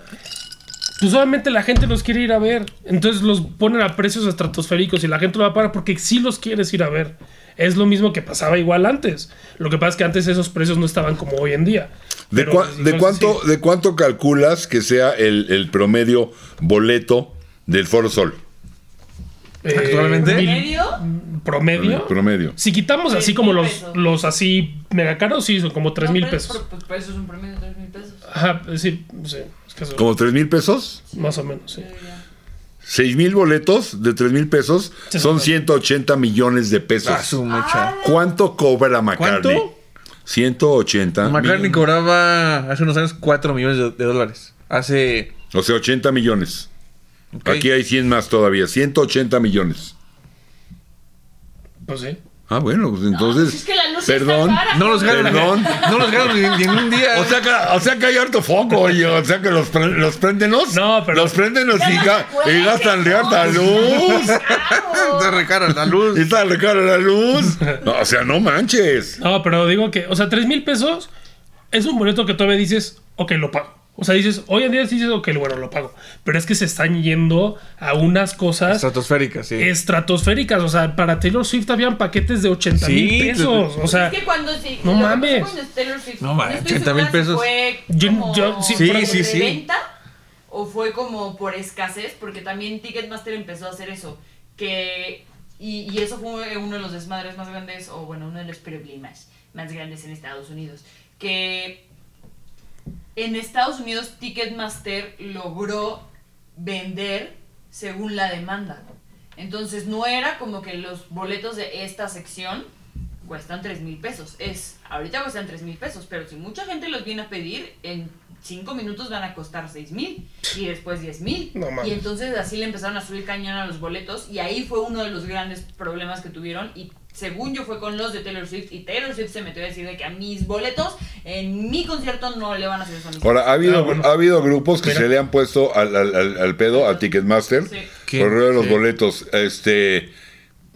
Speaker 4: pues obviamente la gente los quiere ir a ver. Entonces los ponen a precios estratosféricos y la gente lo va a pagar porque sí los quieres ir a ver. Es lo mismo que pasaba igual antes. Lo que pasa es que antes esos precios no estaban como hoy en día.
Speaker 1: ¿De,
Speaker 4: Pero,
Speaker 1: cua-
Speaker 4: pues,
Speaker 1: de
Speaker 4: entonces,
Speaker 1: cuánto,
Speaker 4: sí.
Speaker 1: ¿De cuánto calculas que sea el, el promedio boleto del Foro Sol?
Speaker 4: Eh,
Speaker 2: actualmente?
Speaker 4: mil-
Speaker 3: ¿Medio?
Speaker 4: ¿Promedio?
Speaker 1: Promedio.
Speaker 4: Si quitamos así
Speaker 3: Tres
Speaker 4: como
Speaker 3: mil
Speaker 4: los,
Speaker 3: pesos.
Speaker 4: los así mega caros, sí, son como 3
Speaker 3: No,
Speaker 4: mil
Speaker 3: pero es por-
Speaker 4: pesos.
Speaker 3: por- por eso es un promedio de 3 mil pesos.
Speaker 4: Ajá, sí, sí, es que eso-
Speaker 1: ¿Como tres mil pesos?
Speaker 4: más o menos, sí.
Speaker 1: Seis mil boletos de tres mil pesos
Speaker 4: Sí,
Speaker 1: son
Speaker 4: sí.
Speaker 1: 180 millones de pesos.
Speaker 2: Ah, su mecha.
Speaker 1: ¿Cuánto cobra McCartney?
Speaker 2: ¿Cuánto?
Speaker 1: 180.
Speaker 2: McCartney cobraba hace unos años 4 millones de, de dólares. Hace.
Speaker 1: O sea, 80 millones.
Speaker 2: ok,
Speaker 1: Aquí hay 100 más todavía. 180 millones.
Speaker 4: Pues sí.
Speaker 1: Ah, bueno, pues entonces.
Speaker 3: Es que la luz
Speaker 1: perdón.
Speaker 3: está cara.
Speaker 2: No los ganan.
Speaker 1: Perdón.
Speaker 2: No los ganan ni, ni en un día.
Speaker 1: O sea, que, o sea que hay harto foco, y, o sea que los, pre- los préndenos.
Speaker 4: No, pero-
Speaker 1: Los préndenos y,
Speaker 3: Ya
Speaker 1: ga-
Speaker 3: no se
Speaker 1: y gastan de
Speaker 3: puede,
Speaker 1: harta luz.
Speaker 2: te recara la luz.
Speaker 1: Y está cara la luz. No, o sea, no manches.
Speaker 4: No, pero digo que, o sea, 3 mil pesos es un boleto que todavía dices, ok, lo pago. O sea, dices, hoy en día dices, ok, bueno, lo pago. Pero es que se están yendo a unas cosas
Speaker 2: Estratosférica, sí.
Speaker 4: estratosféricas. O sea, para Taylor Swift habían paquetes de 80 mil
Speaker 2: Sí,
Speaker 4: pesos. O sea,
Speaker 3: Es que cuando sí.
Speaker 4: No
Speaker 3: lo que pasó
Speaker 4: mames.
Speaker 3: cuando Taylor Swift-
Speaker 2: No mames,
Speaker 3: estoy
Speaker 2: 80,000
Speaker 3: segura si
Speaker 2: pesos.
Speaker 3: Fue
Speaker 4: Yo-
Speaker 3: como
Speaker 4: yo- sí,
Speaker 2: Sí,
Speaker 3: por
Speaker 2: sí, sí.
Speaker 3: reventa o fue como por escasez, porque también Ticketmaster empezó a hacer eso. Que. Y, y eso fue uno de los desmadres más grandes, o bueno, uno de los problemas más grandes en Estados Unidos. Que en Estados Unidos Ticketmaster logró vender según la demanda. Entonces no era como que los boletos de esta sección cuestan 3 mil pesos. Es, ahorita cuestan 3 mil pesos, pero si mucha gente los viene a pedir, en cinco minutos van a costar seis mil y después diez mil.
Speaker 4: No mames.
Speaker 3: y entonces así le empezaron a subir cañón a los boletos y ahí fue uno de los grandes problemas que tuvieron y según yo fue con los de Taylor Swift y Taylor Swift se metió a decir de que a mis boletos en mi concierto no le van a subir eso a mis
Speaker 1: Ahora, ha habido,
Speaker 4: Ah, bueno.
Speaker 1: ha habido grupos que
Speaker 4: Mira.
Speaker 1: se le han puesto al, al- al- al pedo, a Ticketmaster,
Speaker 3: Sí.
Speaker 2: ¿Quién?
Speaker 1: por ruido de los
Speaker 2: Sí.
Speaker 1: boletos. Este,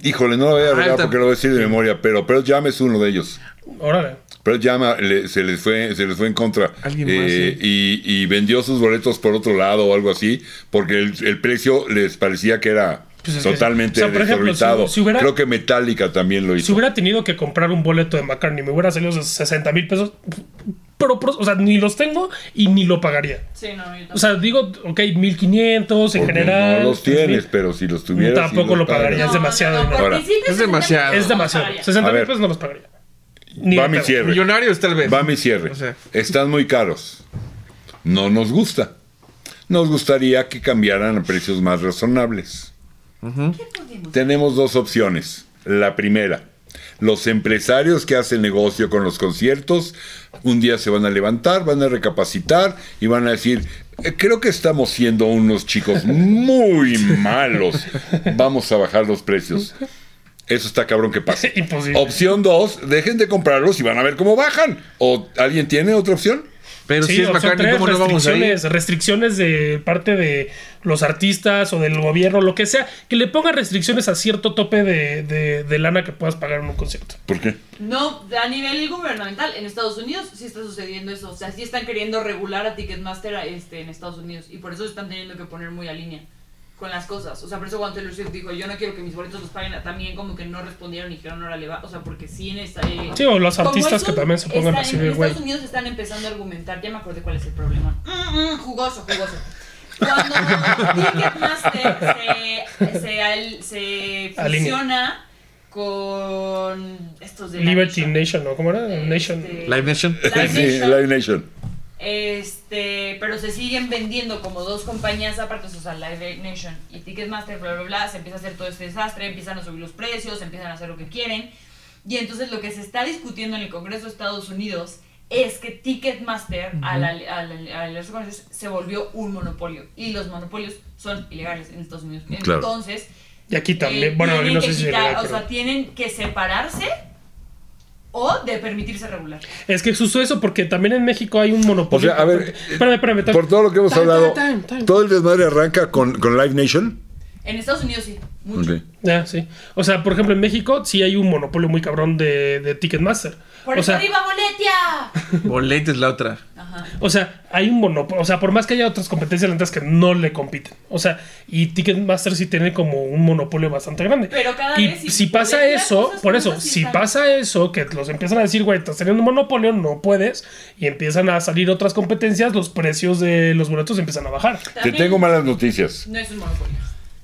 Speaker 1: híjole, no lo voy
Speaker 4: Ah,
Speaker 1: a revelar
Speaker 2: ahorita-
Speaker 1: porque lo voy a decir de memoria, pero Pearl Jam es uno de ellos.
Speaker 4: Órale.
Speaker 1: Pearl Jam ah, le- se, les fue, se les fue en contra
Speaker 2: Alguien más,
Speaker 1: Eh, y, y vendió sus boletos por otro lado o algo así, porque el, el precio les parecía que era
Speaker 4: Pues es que sí.
Speaker 1: totalmente
Speaker 4: O sea, por ejemplo,
Speaker 1: desorbitado.
Speaker 4: si- si hubiera-
Speaker 1: Creo que Metallica también lo hizo.
Speaker 4: Si hubiera tenido que comprar un boleto de McCartney, me hubiera salido esos 60 mil pesos. Pero, pero, o sea, ni los tengo y ni lo pagaría.
Speaker 3: Sí, no, yo tampoco.
Speaker 4: O sea, digo, ok, 1500 en
Speaker 1: Porque
Speaker 4: general.
Speaker 1: no los
Speaker 4: 3000.
Speaker 1: tienes, pero si los tuvieras. sí
Speaker 4: Tampoco
Speaker 1: los
Speaker 4: lo pagarías.
Speaker 1: pagas.
Speaker 4: es demasiado dinero.
Speaker 3: por
Speaker 1: Ahora,
Speaker 3: principio
Speaker 2: es demasiado.
Speaker 4: Es demasiado.
Speaker 3: pagaría.
Speaker 4: 60
Speaker 1: A
Speaker 4: mil
Speaker 1: ver.
Speaker 4: pesos no los pagaría. Ni
Speaker 1: Va
Speaker 4: de
Speaker 1: mi
Speaker 4: pedo.
Speaker 1: cierre.
Speaker 2: Millonarios tal vez.
Speaker 1: Va mi cierre.
Speaker 2: Pues, O sea.
Speaker 1: Están muy caros. No nos gusta. Nos gustaría que cambiaran a precios más razonables.
Speaker 3: ¿Qué pudimos?
Speaker 1: Tenemos dos opciones. La primera, los empresarios que hacen negocio con los conciertos, un día se van a levantar, van a recapacitar y van a decir, "Eh, creo que estamos siendo unos chicos muy malos, vamos a bajar los precios. Eso está cabrón que pase.
Speaker 4: Imposible.
Speaker 1: Opción dos, dejen de comprarlos y van a ver cómo bajan. ¿O alguien tiene otra opción?
Speaker 2: Pero
Speaker 4: Sí,
Speaker 2: si es
Speaker 4: opción
Speaker 2: McCartney,
Speaker 4: tres,
Speaker 2: ¿cómo no vamos a ir?
Speaker 4: restricciones, restricciones de parte de los artistas o del gobierno, lo que sea, que le pongan restricciones a cierto tope de, de- de lana que puedas pagar en un concierto.
Speaker 1: ¿Por qué?
Speaker 3: No, a nivel gubernamental, en Estados Unidos sí está sucediendo eso. O sea, sí están queriendo regular a Ticketmaster este, en Estados Unidos. Y por eso se están teniendo que poner muy a línea con las cosas. O sea, por eso cuando Taylor Swift dijo, yo no quiero que mis boletos los paguen, también como que no respondieron y dijeron, órale, va. O sea, porque sí en esta... eh,
Speaker 4: Sí, o los
Speaker 3: como
Speaker 4: artistas
Speaker 3: es
Speaker 4: que
Speaker 3: un-
Speaker 4: también se pongan a
Speaker 3: están-
Speaker 4: recibir,
Speaker 3: En
Speaker 4: güey.
Speaker 3: Estados Unidos están empezando a argumentar, ya me acordé cuál es el problema. Mm, mm, jugoso, jugoso. Cuando Ticketmaster se, se, al- se
Speaker 4: Alinea.
Speaker 3: fusiona con estos de la
Speaker 4: Liberty
Speaker 3: Nation.
Speaker 4: Nation, ¿no? ¿Cómo era?
Speaker 3: Este,
Speaker 4: Nation.
Speaker 2: Live Nation.
Speaker 3: Live
Speaker 1: Sí,
Speaker 3: Nation.
Speaker 1: Live Nation.
Speaker 3: Este, pero se siguen vendiendo como dos compañías aparte, o sea, Live Nation y Ticketmaster, bla, bla, bla, se empieza a hacer todo este desastre, empiezan a subir los precios, empiezan a hacer lo que quieren. Y entonces lo que se está discutiendo en el Congreso de Estados Unidos es que Ticketmaster al, al, al, al aliarse con ellos, se volvió un monopolio y los monopolios son ilegales en Estados Unidos.
Speaker 1: Claro.
Speaker 3: Entonces,
Speaker 4: Y aquí también.
Speaker 3: eh,
Speaker 4: bueno,
Speaker 3: tienen
Speaker 4: no
Speaker 3: que
Speaker 4: sé si
Speaker 3: quitar,
Speaker 4: legal,
Speaker 3: o
Speaker 4: pero-
Speaker 3: sea, tienen que separarse o de permitirse regular.
Speaker 4: Es que sucede eso porque también en México hay un monopolio.
Speaker 1: O sea, a ver,
Speaker 4: importante. Espérame, espérame. tal-
Speaker 1: Por todo lo que hemos
Speaker 4: Time,
Speaker 1: hablado,
Speaker 4: time, time, time.
Speaker 1: todo el desmadre arranca con, con Live Nation.
Speaker 3: En Estados Unidos sí, mucho.
Speaker 1: Ok.
Speaker 4: Ah, sí. O sea, por ejemplo, en México sí hay un monopolio muy cabrón de, de Ticketmaster.
Speaker 3: ¡Por
Speaker 4: o sea,
Speaker 3: arriba, boletia!
Speaker 2: Bolete es la otra.
Speaker 3: Ajá.
Speaker 4: O sea, hay un monopolio. O sea, por más que haya otras competencias lentas que no le compiten. O sea, y Ticketmaster sí tiene como un monopolio bastante grande.
Speaker 3: Pero cada
Speaker 4: y
Speaker 3: vez si
Speaker 4: si pasa
Speaker 3: podrías
Speaker 4: eso,
Speaker 3: cosas
Speaker 4: por
Speaker 3: como
Speaker 4: eso,
Speaker 3: esas sí
Speaker 4: si
Speaker 3: están.
Speaker 4: pasa eso, que los empiezan a decir, güey, estás teniendo un monopolio, no puedes, y empiezan a salir otras competencias, los precios de los boletos empiezan a bajar.
Speaker 1: Te
Speaker 3: También
Speaker 1: tengo malas noticias.
Speaker 3: No es un monopolio. ¿Eh?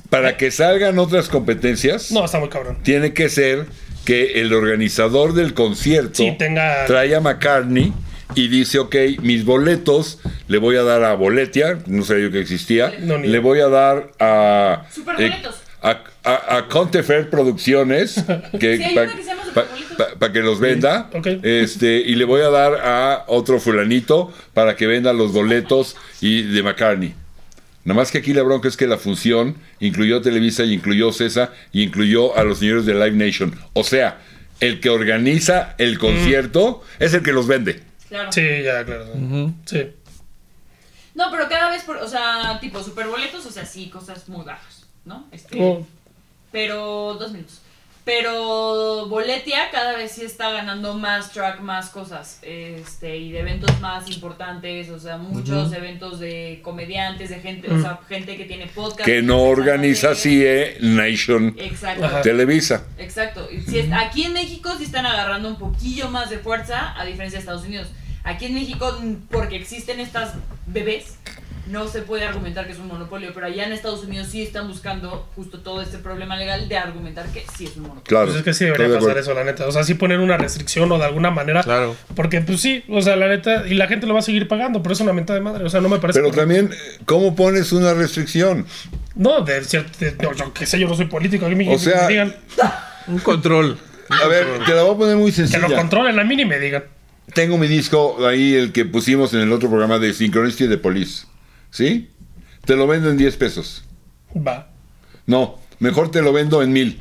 Speaker 1: Para que salgan otras competencias,
Speaker 4: No, está muy cabrón.
Speaker 1: tiene que ser que el organizador del concierto
Speaker 4: Sí, tenga-
Speaker 1: trae a McCartney y dice, ok, mis boletos le voy a dar a Boletia, no sabía que existía,
Speaker 4: No, ni
Speaker 1: le
Speaker 4: yo.
Speaker 1: voy a dar a... eh,
Speaker 3: Superboletos.
Speaker 1: a, a, a Contefer Producciones que
Speaker 3: Sí, hay
Speaker 1: para
Speaker 3: uno que se llama Superboletos.
Speaker 1: que los venda
Speaker 4: Ok.
Speaker 1: este y le voy a dar a otro fulanito para que venda los boletos y de McCartney Nada más que aquí la bronca es que la función incluyó a Televisa y incluyó CESA y incluyó a los señores de Live Nation. O sea, el que organiza
Speaker 4: Mm.
Speaker 1: el concierto es el que los vende.
Speaker 3: Claro.
Speaker 4: Sí, ya, claro. Sí.
Speaker 3: No, pero cada vez, por, o sea, tipo superboletos, o sea, sí, cosas muy bajas, ¿no? Este,
Speaker 4: O-
Speaker 3: Pero, dos minutos. Pero Boletia cada vez sí está ganando más track, más cosas, este, y de eventos más importantes, o sea, muchos eventos de comediantes, de gente, o sea, gente que tiene podcast.
Speaker 1: Que no organiza CIE Nation
Speaker 3: Exacto.
Speaker 4: Ajá.
Speaker 1: Televisa.
Speaker 3: Exacto. Y si es- aquí en México sí están agarrando un poquillo más de fuerza, a diferencia de Estados Unidos. Aquí en México, mm, porque existen estas bebés, no se puede argumentar que es un monopolio, pero allá en Estados Unidos sí están buscando justo todo este problema legal de argumentar que sí es un monopolio.
Speaker 1: Claro.
Speaker 4: Pues es que sí
Speaker 1: Estoy
Speaker 4: debería
Speaker 1: de
Speaker 4: pasar
Speaker 1: acuerdo.
Speaker 4: eso, la neta. O sea, sí poner una restricción o de alguna manera.
Speaker 2: Claro.
Speaker 4: Porque, pues sí, o sea, la neta, y la gente lo va a seguir pagando, pero es una menta de madre. O sea, no me parece.
Speaker 1: Pero
Speaker 4: correcto.
Speaker 1: también, ¿cómo pones una restricción?
Speaker 4: No, de cierto. de- no, yo qué sé, yo no soy político. A mí me,
Speaker 1: O sea,
Speaker 4: me digan
Speaker 2: Un control.
Speaker 1: A ver, te la voy a poner muy
Speaker 4: que
Speaker 1: sencilla.
Speaker 4: lo controlen, a mí ni me digan.
Speaker 1: Tengo mi disco ahí, el que pusimos en el otro programa de Synchronicity de Police. ¿Sí? Te lo vendo en 10 pesos.
Speaker 4: Va.
Speaker 1: No, mejor te lo vendo en mil.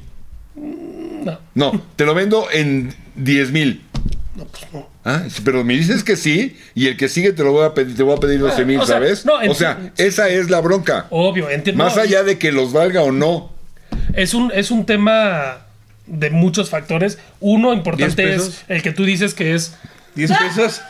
Speaker 4: No,
Speaker 1: No, te lo vendo en 10 mil.
Speaker 4: no, pues no.
Speaker 1: Ah, sí, pero me dices que sí, y el que sigue te lo voy a pedir, te voy a pedir 12 mil,
Speaker 4: o sea,
Speaker 1: ¿sabes?
Speaker 4: no, en-
Speaker 1: o sea, esa es la bronca.
Speaker 4: Obvio, entiendo.
Speaker 1: Más
Speaker 4: no,
Speaker 1: allá de que los valga o no.
Speaker 4: Es un, es un tema de muchos factores. Uno importante
Speaker 2: ¿Diez
Speaker 4: es
Speaker 2: pesos?
Speaker 4: el que tú dices que es.
Speaker 2: 10 pesos.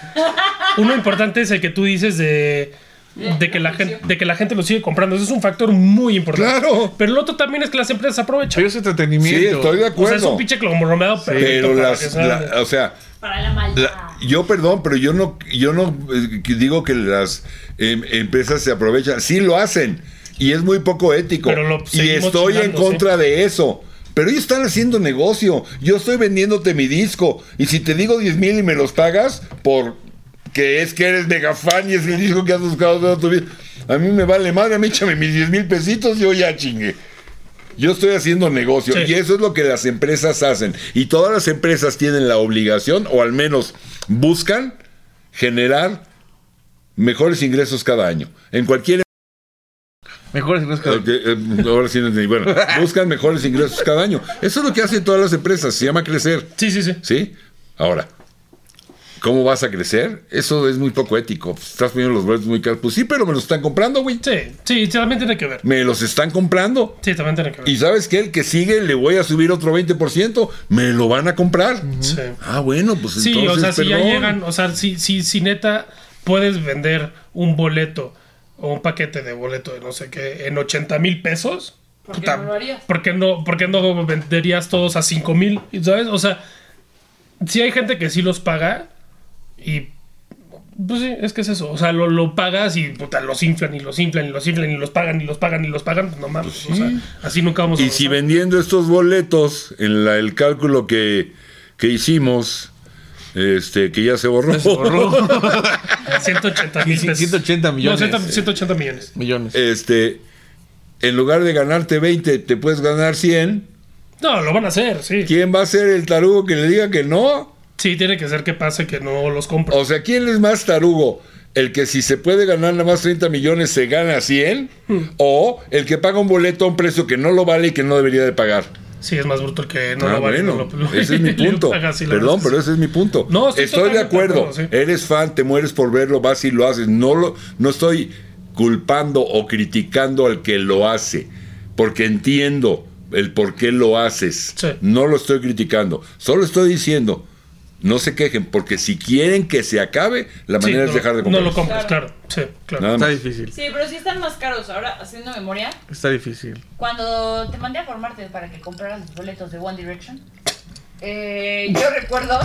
Speaker 4: Uno importante es el que tú dices de. De que, la gente, de que la gente lo sigue comprando. Ese es un factor muy importante.
Speaker 1: Claro.
Speaker 4: Pero el otro también es que las empresas aprovechan.
Speaker 2: Pero es entretenimiento.
Speaker 1: Sí, estoy de
Speaker 4: O sea, es
Speaker 1: acuerdo.
Speaker 4: un pinche conglomerado perfecto
Speaker 1: pero
Speaker 4: para
Speaker 1: las,
Speaker 4: que sea-
Speaker 1: la- o sea,
Speaker 3: Para la maldad.
Speaker 1: la- yo perdón, pero yo no, yo no eh, que digo que las em, empresas se aprovechan. Sí lo hacen y es muy poco ético.
Speaker 4: Pero lo
Speaker 1: y
Speaker 4: seguimos
Speaker 1: estoy en
Speaker 4: chingando,
Speaker 1: contra de eso. Pero ellos están haciendo negocio. Yo estoy vendiéndote mi disco y si te digo 10 mil y me los pagas por que es que eres mega fan y es el disco que has buscado toda tu vida. A mí me vale madre, a mí échame mis 10 mil pesitos, yo ya chingue. Yo estoy haciendo negocio
Speaker 4: Sí.
Speaker 1: y eso es lo que las empresas hacen. Y todas las empresas tienen la obligación, o al menos buscan, generar mejores ingresos cada año. En cualquier...
Speaker 2: Mejor si no es que-
Speaker 1: Ok, eh, ahora sí no entendí. Bueno, buscan mejores ingresos cada año. Eso es lo que hacen todas las empresas, se llama crecer.
Speaker 4: Sí, sí, sí.
Speaker 1: ¿Sí? Ahora, ¿cómo vas a crecer? Eso es muy poco ético. Estás poniendo los boletos muy caros. Pues sí, pero me los están comprando, güey.
Speaker 4: Sí, sí, sí, también tiene que ver.
Speaker 1: Me los están comprando.
Speaker 4: Sí, también tiene que ver.
Speaker 1: Y sabes que el que sigue le voy a subir otro 20%, me lo van a comprar.
Speaker 4: Sí.
Speaker 1: Ah, bueno, pues
Speaker 4: Sí,
Speaker 1: entonces,
Speaker 4: o sea, si ya
Speaker 1: perdón.
Speaker 4: llegan, o sea, si, si, si neta puedes vender un boleto o un paquete de boleto de no sé qué en 80 mil pesos,
Speaker 3: ¿Por qué no lo harías?
Speaker 4: ¿por qué no, por qué no venderías todos a 5 mil? ¿Sabes? O sea, si hay gente que sí los paga y... Pues sí, es que es eso. O sea, lo, lo pagas y puta, los inflan y los inflan y los inflan y los pagan y los pagan y los pagan. Pues no mames. O sea, así nunca vamos a
Speaker 1: Y si
Speaker 4: avanzar.
Speaker 1: vendiendo estos boletos, en la- el cálculo que, que hicimos, este, que ya se borró.
Speaker 2: se borró.
Speaker 4: 180 mil pesos.
Speaker 2: 180 millones.
Speaker 4: No, 100 180 millones.
Speaker 2: Millones.
Speaker 1: Este, en lugar de ganarte 20, te puedes ganar 100.
Speaker 4: No, lo van a hacer, sí.
Speaker 1: ¿Quién va a ser el tarugo que le diga que no?
Speaker 4: Sí, tiene que ser que pase que no los compro.
Speaker 1: O sea, ¿quién es más tarugo? ¿El que si se puede ganar nada más 30 millones se gana 100? ¿O el que paga un boleto a un precio que no lo vale y que no debería de pagar?
Speaker 4: Sí, es más brutal que no
Speaker 1: Ah,
Speaker 4: lo vale.
Speaker 1: bueno,
Speaker 4: no lo-
Speaker 1: ese es mi
Speaker 4: lo
Speaker 1: punto.
Speaker 4: paga, sí, la
Speaker 1: Perdón,
Speaker 4: verdad
Speaker 1: pero
Speaker 4: es-
Speaker 1: ese es mi punto.
Speaker 4: No, estoy
Speaker 1: estoy de
Speaker 4: totalmente
Speaker 1: acuerdo.
Speaker 4: de acuerdo, sí.
Speaker 1: Eres fan, te mueres por verlo, vas y lo haces. No, lo, no estoy culpando o criticando al que lo hace, porque entiendo el por qué lo haces.
Speaker 4: Sí.
Speaker 1: No lo estoy criticando, solo estoy diciendo, no se quejen, porque si quieren que se acabe, la
Speaker 4: Sí,
Speaker 1: manera
Speaker 4: no,
Speaker 1: es dejar de
Speaker 4: No
Speaker 1: comprar.
Speaker 4: lo compras, claro.
Speaker 3: Claro.
Speaker 4: Sí, claro.
Speaker 1: Nada
Speaker 2: Está
Speaker 1: más.
Speaker 2: difícil.
Speaker 3: Sí, pero sí están más caros. Ahora, haciendo memoria,
Speaker 2: Está difícil.
Speaker 3: cuando te mandé a formarte para que compraras los boletos de One Direction, eh, yo recuerdo.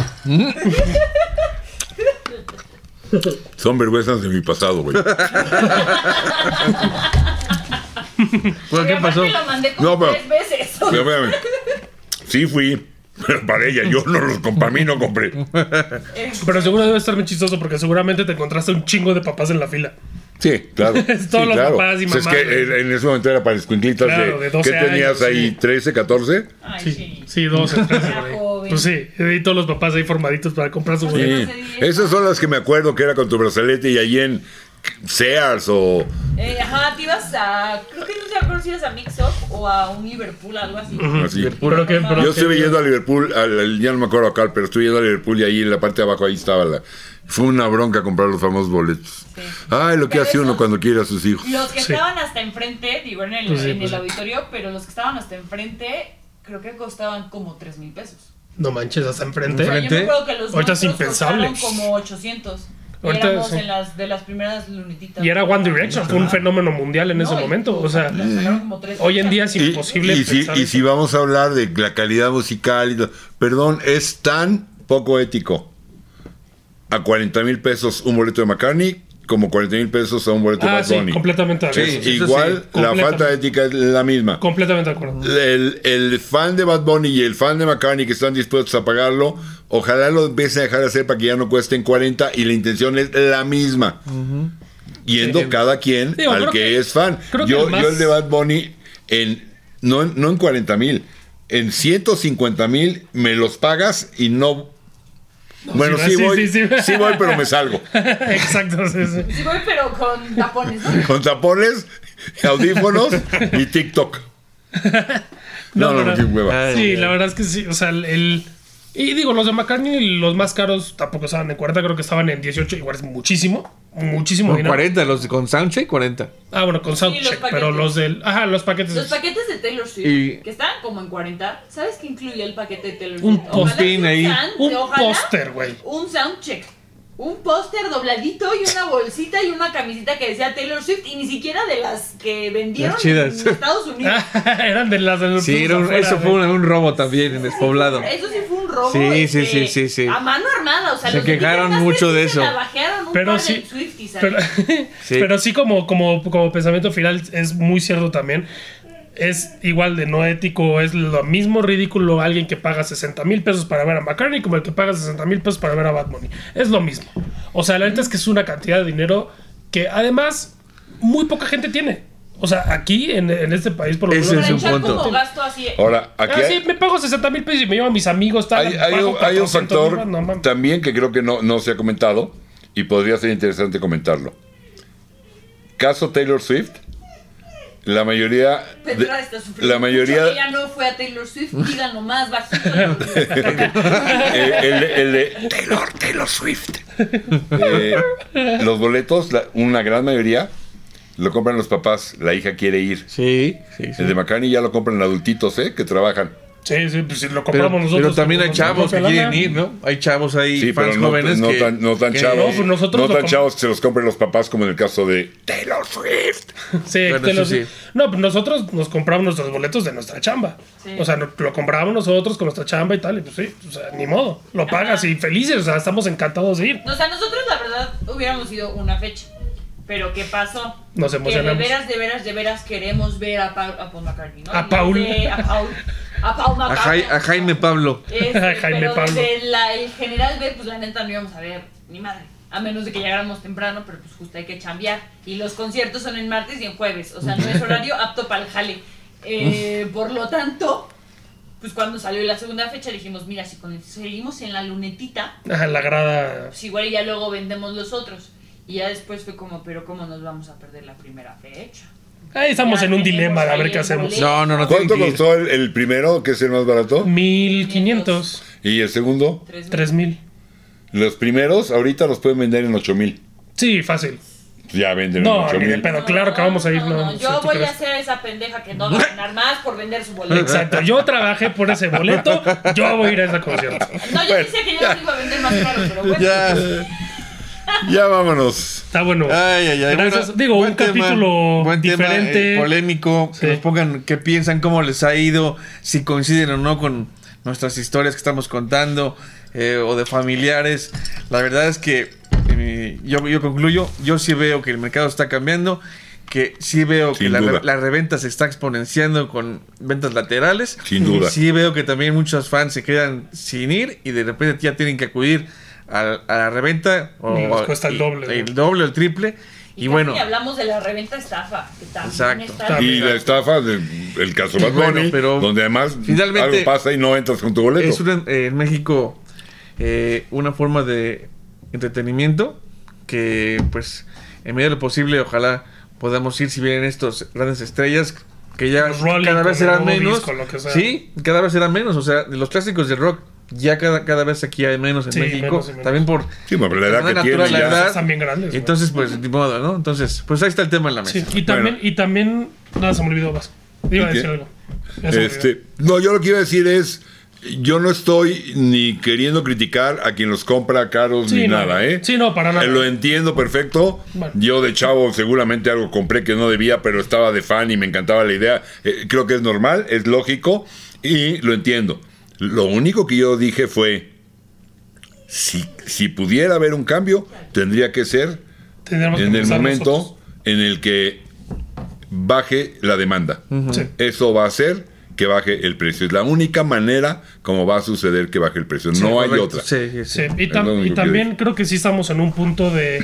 Speaker 1: Son vergüenzas de mi pasado, güey.
Speaker 2: Bueno,
Speaker 3: que
Speaker 2: ¿qué pasó?
Speaker 3: Lo mandé como
Speaker 1: No, pero-
Speaker 3: tres veces.
Speaker 1: Sí, espérame. Sí fui, pero para ella, yo no los compré, a mí no compré.
Speaker 3: Eh,
Speaker 4: Pero seguro debe estar bien chistoso porque seguramente te encontraste un chingo de papás en la fila.
Speaker 1: Sí, claro.
Speaker 4: Es todos
Speaker 1: sí,
Speaker 4: los
Speaker 1: claro.
Speaker 4: papás y
Speaker 1: Pues
Speaker 4: mamás,
Speaker 1: Es que
Speaker 4: güey.
Speaker 1: en, en ese momento era para escuinclitas
Speaker 4: Claro,
Speaker 1: de,
Speaker 4: de 12
Speaker 1: ¿Qué tenías
Speaker 4: años,
Speaker 1: ahí?
Speaker 4: sí.
Speaker 1: ¿13, 14?
Speaker 3: Ay,
Speaker 4: Sí,
Speaker 3: sí.
Speaker 4: sí, dos, tres.
Speaker 3: Era
Speaker 4: güey.
Speaker 3: joven.
Speaker 4: Pues sí, y todos los papás ahí formaditos para comprar su
Speaker 1: Sí.
Speaker 4: boleto.
Speaker 1: Esas son las que me acuerdo que era con tu brazalete y allí en Sears o...
Speaker 3: Eh, ajá, te ibas a. Creo que no se acuerdo si ibas a Mix Up o a un Liverpool, algo así.
Speaker 4: Mm,
Speaker 1: así.
Speaker 4: Pero que, pero
Speaker 1: Yo
Speaker 4: que-
Speaker 1: estuve yendo a Liverpool, al- al- ya no me acuerdo acá, pero estuve yendo a Liverpool y ahí en la parte de abajo ahí estaba la... Fue una bronca comprar los famosos boletos.
Speaker 3: Sí.
Speaker 1: Ay, lo que
Speaker 3: Pero
Speaker 1: hace uno
Speaker 3: esos-
Speaker 1: cuando quiere a sus hijos.
Speaker 3: Los que
Speaker 4: Sí.
Speaker 3: estaban hasta enfrente, digo, en el,
Speaker 4: Pues sí,
Speaker 3: en
Speaker 4: pues
Speaker 3: el
Speaker 4: sí.
Speaker 3: auditorio, pero los que estaban hasta enfrente, creo que costaban como 3 mil pesos.
Speaker 4: No manches, hasta enfrente.
Speaker 3: O sea, yo me acuerdo que los
Speaker 4: Ahorita es
Speaker 3: nuestros
Speaker 4: impensable.
Speaker 3: costaron como 800. Y
Speaker 4: Ahorita
Speaker 3: éramos
Speaker 4: sí.
Speaker 3: en las, de las primeras lunetitas.
Speaker 4: Y era One Direction, fue un fenómeno mundial en
Speaker 3: No,
Speaker 4: ese
Speaker 3: y
Speaker 4: momento. O sea,
Speaker 3: las sacaron como tres
Speaker 4: hoy en día es
Speaker 3: fechas.
Speaker 1: Y-
Speaker 4: imposible.
Speaker 1: Y, si,
Speaker 4: pensar
Speaker 1: y
Speaker 4: eso.
Speaker 1: si vamos a hablar de la calidad musical, y lo- perdón, es tan poco ético a 40 mil pesos un boleto de McCartney como 40 mil pesos a un boleto
Speaker 4: Ah,
Speaker 1: de
Speaker 4: sí,
Speaker 1: Bad Bunny.
Speaker 4: completamente de acuerdo.
Speaker 2: Sí, eso
Speaker 1: Igual
Speaker 4: sí,
Speaker 1: la
Speaker 4: completamente.
Speaker 1: falta de ética es la misma.
Speaker 4: Completamente de acuerdo.
Speaker 1: El, el fan de Bad Bunny y el fan de McCartney que están dispuestos a pagarlo, ojalá lo empiecen a dejar de hacer para que ya no cuesten 40 y la intención es la misma. Yendo cada quien
Speaker 4: Digo,
Speaker 1: al
Speaker 4: creo
Speaker 1: que,
Speaker 4: que-
Speaker 1: es fan.
Speaker 4: creo que
Speaker 1: Yo,
Speaker 4: el más-
Speaker 1: yo el de Bad Bunny, en, no, en- no en 40 mil, en 150 mil me los pagas y no Bueno,
Speaker 4: sí,
Speaker 1: sí
Speaker 4: sí,
Speaker 1: voy,
Speaker 4: sí, sí.
Speaker 1: sí voy, pero me salgo.
Speaker 4: Exacto, sí, sí.
Speaker 3: Sí voy, pero con tapones, ¿no?
Speaker 1: Con tapones, audífonos y TikTok. No,
Speaker 4: No,
Speaker 1: no,
Speaker 4: pero-
Speaker 1: qué hueva.
Speaker 2: Ay,
Speaker 4: Sí,
Speaker 2: ay,
Speaker 4: la
Speaker 2: ay.
Speaker 4: verdad es que sí. O sea, el. el- y digo, los de McCartney, los más caros, tampoco estaban en 40, creo que estaban en 18, igual es muchísimo. Muchísimo
Speaker 2: No,
Speaker 4: dinero.
Speaker 2: 40, los con Soundcheck, 40.
Speaker 4: Ah, bueno, con
Speaker 3: los
Speaker 4: Soundcheck, pero
Speaker 3: paquetes.
Speaker 4: los del. Ajá, los paquetes.
Speaker 3: Los paquetes de Taylor Swift,
Speaker 2: Y-
Speaker 3: que estaban como en 40, ¿sabes qué incluía el paquete de Taylor Swift?
Speaker 4: Un
Speaker 3: Ojalá
Speaker 2: postín
Speaker 3: que
Speaker 2: ahí.
Speaker 3: sound-
Speaker 4: un
Speaker 3: ojalá
Speaker 4: póster, güey.
Speaker 3: Un soundcheck. Un póster dobladito y una bolsita y una camisita que decía Taylor Swift y ni siquiera de las que vendieron
Speaker 2: Las chidas. Ah,
Speaker 3: en Estados Unidos.
Speaker 4: Eran de las. de los
Speaker 2: Sí, era un-
Speaker 4: afuera,
Speaker 2: eso fue
Speaker 4: güey.
Speaker 2: un, un robo también en despoblado.
Speaker 3: Eso sí fue un robo.
Speaker 2: Sí, sí,
Speaker 3: este,
Speaker 2: sí, sí, sí.
Speaker 3: A mano armada, o sea,
Speaker 2: Se
Speaker 3: los de
Speaker 2: quejaron
Speaker 3: Ticketmaster
Speaker 2: mucho
Speaker 3: sí
Speaker 2: de
Speaker 3: se
Speaker 2: eso.
Speaker 3: navajearon un
Speaker 4: Pero
Speaker 3: par de
Speaker 4: sí-
Speaker 3: Swifties ahí.
Speaker 4: Pero
Speaker 2: Sí.
Speaker 4: pero sí, como, como, como pensamiento final, es muy cierto también. Es igual de no ético, es lo mismo ridículo alguien que paga 60 mil pesos para ver a McCartney como el que paga 60 mil pesos para ver a Bad Bunny. Es lo mismo. O sea, la neta es que es una cantidad de dinero que además muy poca gente tiene. O sea, aquí en, en este país, por lo
Speaker 2: Ese es
Speaker 4: menos.
Speaker 3: Para
Speaker 2: un
Speaker 3: echar
Speaker 2: punto.
Speaker 3: como gasto así.
Speaker 1: Ahora, aquí
Speaker 4: Ah, sí,
Speaker 1: hay,
Speaker 4: me pago 60 mil pesos y me llevo a mis amigos. Tal,
Speaker 1: hay- hay
Speaker 4: bajo
Speaker 1: un, hay un
Speaker 4: 400
Speaker 1: factor
Speaker 4: libras, no mames.
Speaker 1: también que creo que no, no se ha comentado y podría ser interesante comentarlo. Caso Taylor Swift, la mayoría... de-
Speaker 3: Petra está sufriendo.
Speaker 1: la mayoría...
Speaker 3: mucho. Ella no fue a Taylor Swift, díganlo más bajito.
Speaker 1: Eh, el, de- el de Taylor, Taylor Swift. Eh, los boletos, la- una gran mayoría, lo compran los papás. La hija quiere ir.
Speaker 2: Sí, sí, sí.
Speaker 1: El de McCartney ya lo compran adultitos, ¿eh? Que trabajan.
Speaker 4: Sí, sí, pues si lo
Speaker 2: Pero,
Speaker 4: compramos
Speaker 2: pero
Speaker 4: nosotros.
Speaker 2: también
Speaker 4: con
Speaker 2: hay
Speaker 4: nuestra
Speaker 2: chavos que
Speaker 4: propia
Speaker 2: quieren
Speaker 4: lana.
Speaker 2: ir, ¿no? Hay chavos ahí,
Speaker 1: Sí,
Speaker 2: fans
Speaker 1: pero no,
Speaker 2: jóvenes
Speaker 1: no
Speaker 2: que-
Speaker 1: tan, no tan
Speaker 2: que-
Speaker 1: chavos.
Speaker 4: No, pues nosotros
Speaker 1: no
Speaker 4: lo
Speaker 1: tan
Speaker 4: com-
Speaker 1: chavos que se los compren los papás, como en el caso de Taylor Swift.
Speaker 4: Sí,
Speaker 2: Bueno,
Speaker 4: te
Speaker 2: eso
Speaker 4: los-
Speaker 2: sí.
Speaker 4: No, pues nosotros nos compramos nuestros boletos de nuestra chamba.
Speaker 3: Sí.
Speaker 4: O sea, no- lo compramos nosotros con nuestra chamba y tal, y pues sí, o sea, ni modo. Lo pagas y felices, o sea, estamos encantados de ir.
Speaker 3: No, o sea, nosotros la verdad hubiéramos ido una fecha. Pero ¿qué pasó?
Speaker 4: Nos
Speaker 3: Que
Speaker 4: emocionamos.
Speaker 3: de veras, de veras, de veras queremos ver a, Pau- a Paul McCartney, ¿no?
Speaker 4: A
Speaker 3: Y
Speaker 4: Paul.
Speaker 3: desde- A Paul. A Paul
Speaker 2: A,
Speaker 3: McCartney.
Speaker 2: Jai- a Jaime Pablo.
Speaker 3: Este,
Speaker 4: A Jaime
Speaker 3: pero
Speaker 4: Pablo.
Speaker 3: desde la- el general B, pues la neta no íbamos a ver ni madre. A menos de que llegáramos temprano, pero pues justo hay que chambear. Y los conciertos son en martes y en jueves. O sea, no es horario apto para el jale. Eh, por lo tanto, pues cuando salió la segunda fecha dijimos, mira, si con- seguimos en la lunetita,
Speaker 4: Ajá, la grada.
Speaker 3: pues igual y ya luego vendemos los otros. Y ya después fue como, pero ¿cómo nos vamos a perder la primera fecha?
Speaker 4: Ahí estamos
Speaker 3: Ya
Speaker 4: en un
Speaker 3: tenemos
Speaker 4: dilema de a
Speaker 3: ahí
Speaker 4: ver qué
Speaker 3: el
Speaker 4: hacemos.
Speaker 3: boleto.
Speaker 2: No, no, no tienen
Speaker 1: ¿Cuánto
Speaker 2: que ir.
Speaker 1: costó el, el primero, que es el más barato?
Speaker 4: 1500,
Speaker 1: Y el segundo,
Speaker 3: Tres mil.
Speaker 4: 3000.
Speaker 1: los primeros ahorita los pueden vender en 8 mil.
Speaker 4: Sí, fácil.
Speaker 1: Ya venden
Speaker 4: No,
Speaker 1: en 8
Speaker 4: ni de
Speaker 1: mil.
Speaker 4: pedo, claro que vamos a ir.
Speaker 3: No,
Speaker 4: No,
Speaker 3: no,
Speaker 4: Sí,
Speaker 3: yo
Speaker 4: ¿tú
Speaker 3: voy
Speaker 4: crees?
Speaker 3: a ser esa pendeja que no va a ganar más por vender su boleto.
Speaker 4: Exacto, yo trabajé por ese boleto, yo voy a ir a ese concierto.
Speaker 3: No, yo
Speaker 1: Bueno,
Speaker 3: pensé que yo los iba a vender más caro, pero bueno.
Speaker 2: Ya.
Speaker 1: Ya vámonos.
Speaker 4: Está bueno.
Speaker 2: Ay, ay, ay.
Speaker 4: Gracias.
Speaker 2: Bueno,
Speaker 4: Digo,
Speaker 2: buen
Speaker 4: un
Speaker 2: tema,
Speaker 4: capítulo
Speaker 2: buen tema,
Speaker 4: diferente.
Speaker 2: eh, polémico.
Speaker 4: Sí.
Speaker 2: Que nos pongan qué piensan, cómo les ha ido, si coinciden o no con nuestras historias que estamos contando eh, o de familiares. La verdad es que eh, yo, yo concluyo, yo sí veo que el mercado está cambiando, que sí veo que
Speaker 1: Sin
Speaker 2: la,
Speaker 1: duda.
Speaker 2: la reventa se está exponenciando con ventas laterales.
Speaker 1: Sin duda.
Speaker 2: Sí veo que también muchos fans se quedan sin ir y de repente ya tienen que acudir a, a la reventa. O,
Speaker 4: Y les cuesta el
Speaker 2: y-
Speaker 4: doble, ¿no?
Speaker 2: El doble o el triple. Y,
Speaker 3: casi
Speaker 2: bueno,
Speaker 3: ni hablamos de la reventa estafa, que también
Speaker 2: Exacto.
Speaker 3: está.
Speaker 1: Y
Speaker 4: Amiga.
Speaker 1: la estafa del el caso Bad
Speaker 2: Bueno,
Speaker 1: Bunny,
Speaker 2: pero
Speaker 1: donde además
Speaker 2: finalmente-
Speaker 1: algo pasa y no entras con tu boleto.
Speaker 2: es una- eh, en México eh, una forma de entretenimiento que, pues, en medio de lo posible, ojalá podamos ir si vienen estos grandes estrellas que ya
Speaker 4: Los Rolling
Speaker 2: cada vez
Speaker 4: con el
Speaker 2: serán
Speaker 4: nuevo
Speaker 2: menos.
Speaker 4: disco, lo que sea.
Speaker 2: Sí, cada vez serán menos. O sea, de los clásicos del rock. Ya cada, cada vez aquí hay menos en
Speaker 4: Sí,
Speaker 2: México.
Speaker 4: menos y menos.
Speaker 2: También por
Speaker 1: Sí, pero la
Speaker 2: de
Speaker 1: edad
Speaker 2: manera
Speaker 1: que tiene
Speaker 2: natural, la
Speaker 1: ya.
Speaker 2: edad.
Speaker 4: Están bien grandes. güey.
Speaker 2: Entonces, pues, ni modo, ¿no? Entonces, pues ahí está el tema en la mesa.
Speaker 4: Sí, y también,
Speaker 1: Bueno.
Speaker 4: y también. Nada, se me olvidó vas. Iba a
Speaker 1: ¿Y qué?
Speaker 4: decir algo. Ya se me olvidó.
Speaker 1: Este, no, yo lo que iba a decir es, yo no estoy ni queriendo criticar a quien los compra caros
Speaker 4: Sí,
Speaker 1: ni
Speaker 4: no.
Speaker 1: nada, ¿eh?
Speaker 4: Sí, no, para nada.
Speaker 1: Eh, Lo entiendo perfecto.
Speaker 4: Bueno.
Speaker 1: Yo de chavo seguramente algo compré que no debía, pero estaba de fan y me encantaba la idea. Eh, creo que es normal, es lógico y lo entiendo. Lo único que yo dije fue, si, si pudiera haber un cambio, tendría que ser
Speaker 4: Tendríamos que
Speaker 1: en el
Speaker 4: empezar
Speaker 1: momento
Speaker 4: nosotros.
Speaker 1: en el que baje la demanda.
Speaker 4: Sí.
Speaker 1: Eso va a hacer que baje el precio. Es la única manera como va a suceder que baje el precio. no hay
Speaker 2: Correcto,
Speaker 1: otra.
Speaker 2: Sí, sí, sí.
Speaker 4: Sí, y, tam-
Speaker 1: Es lo
Speaker 4: y
Speaker 1: único que
Speaker 4: también creo que sí estamos en un punto de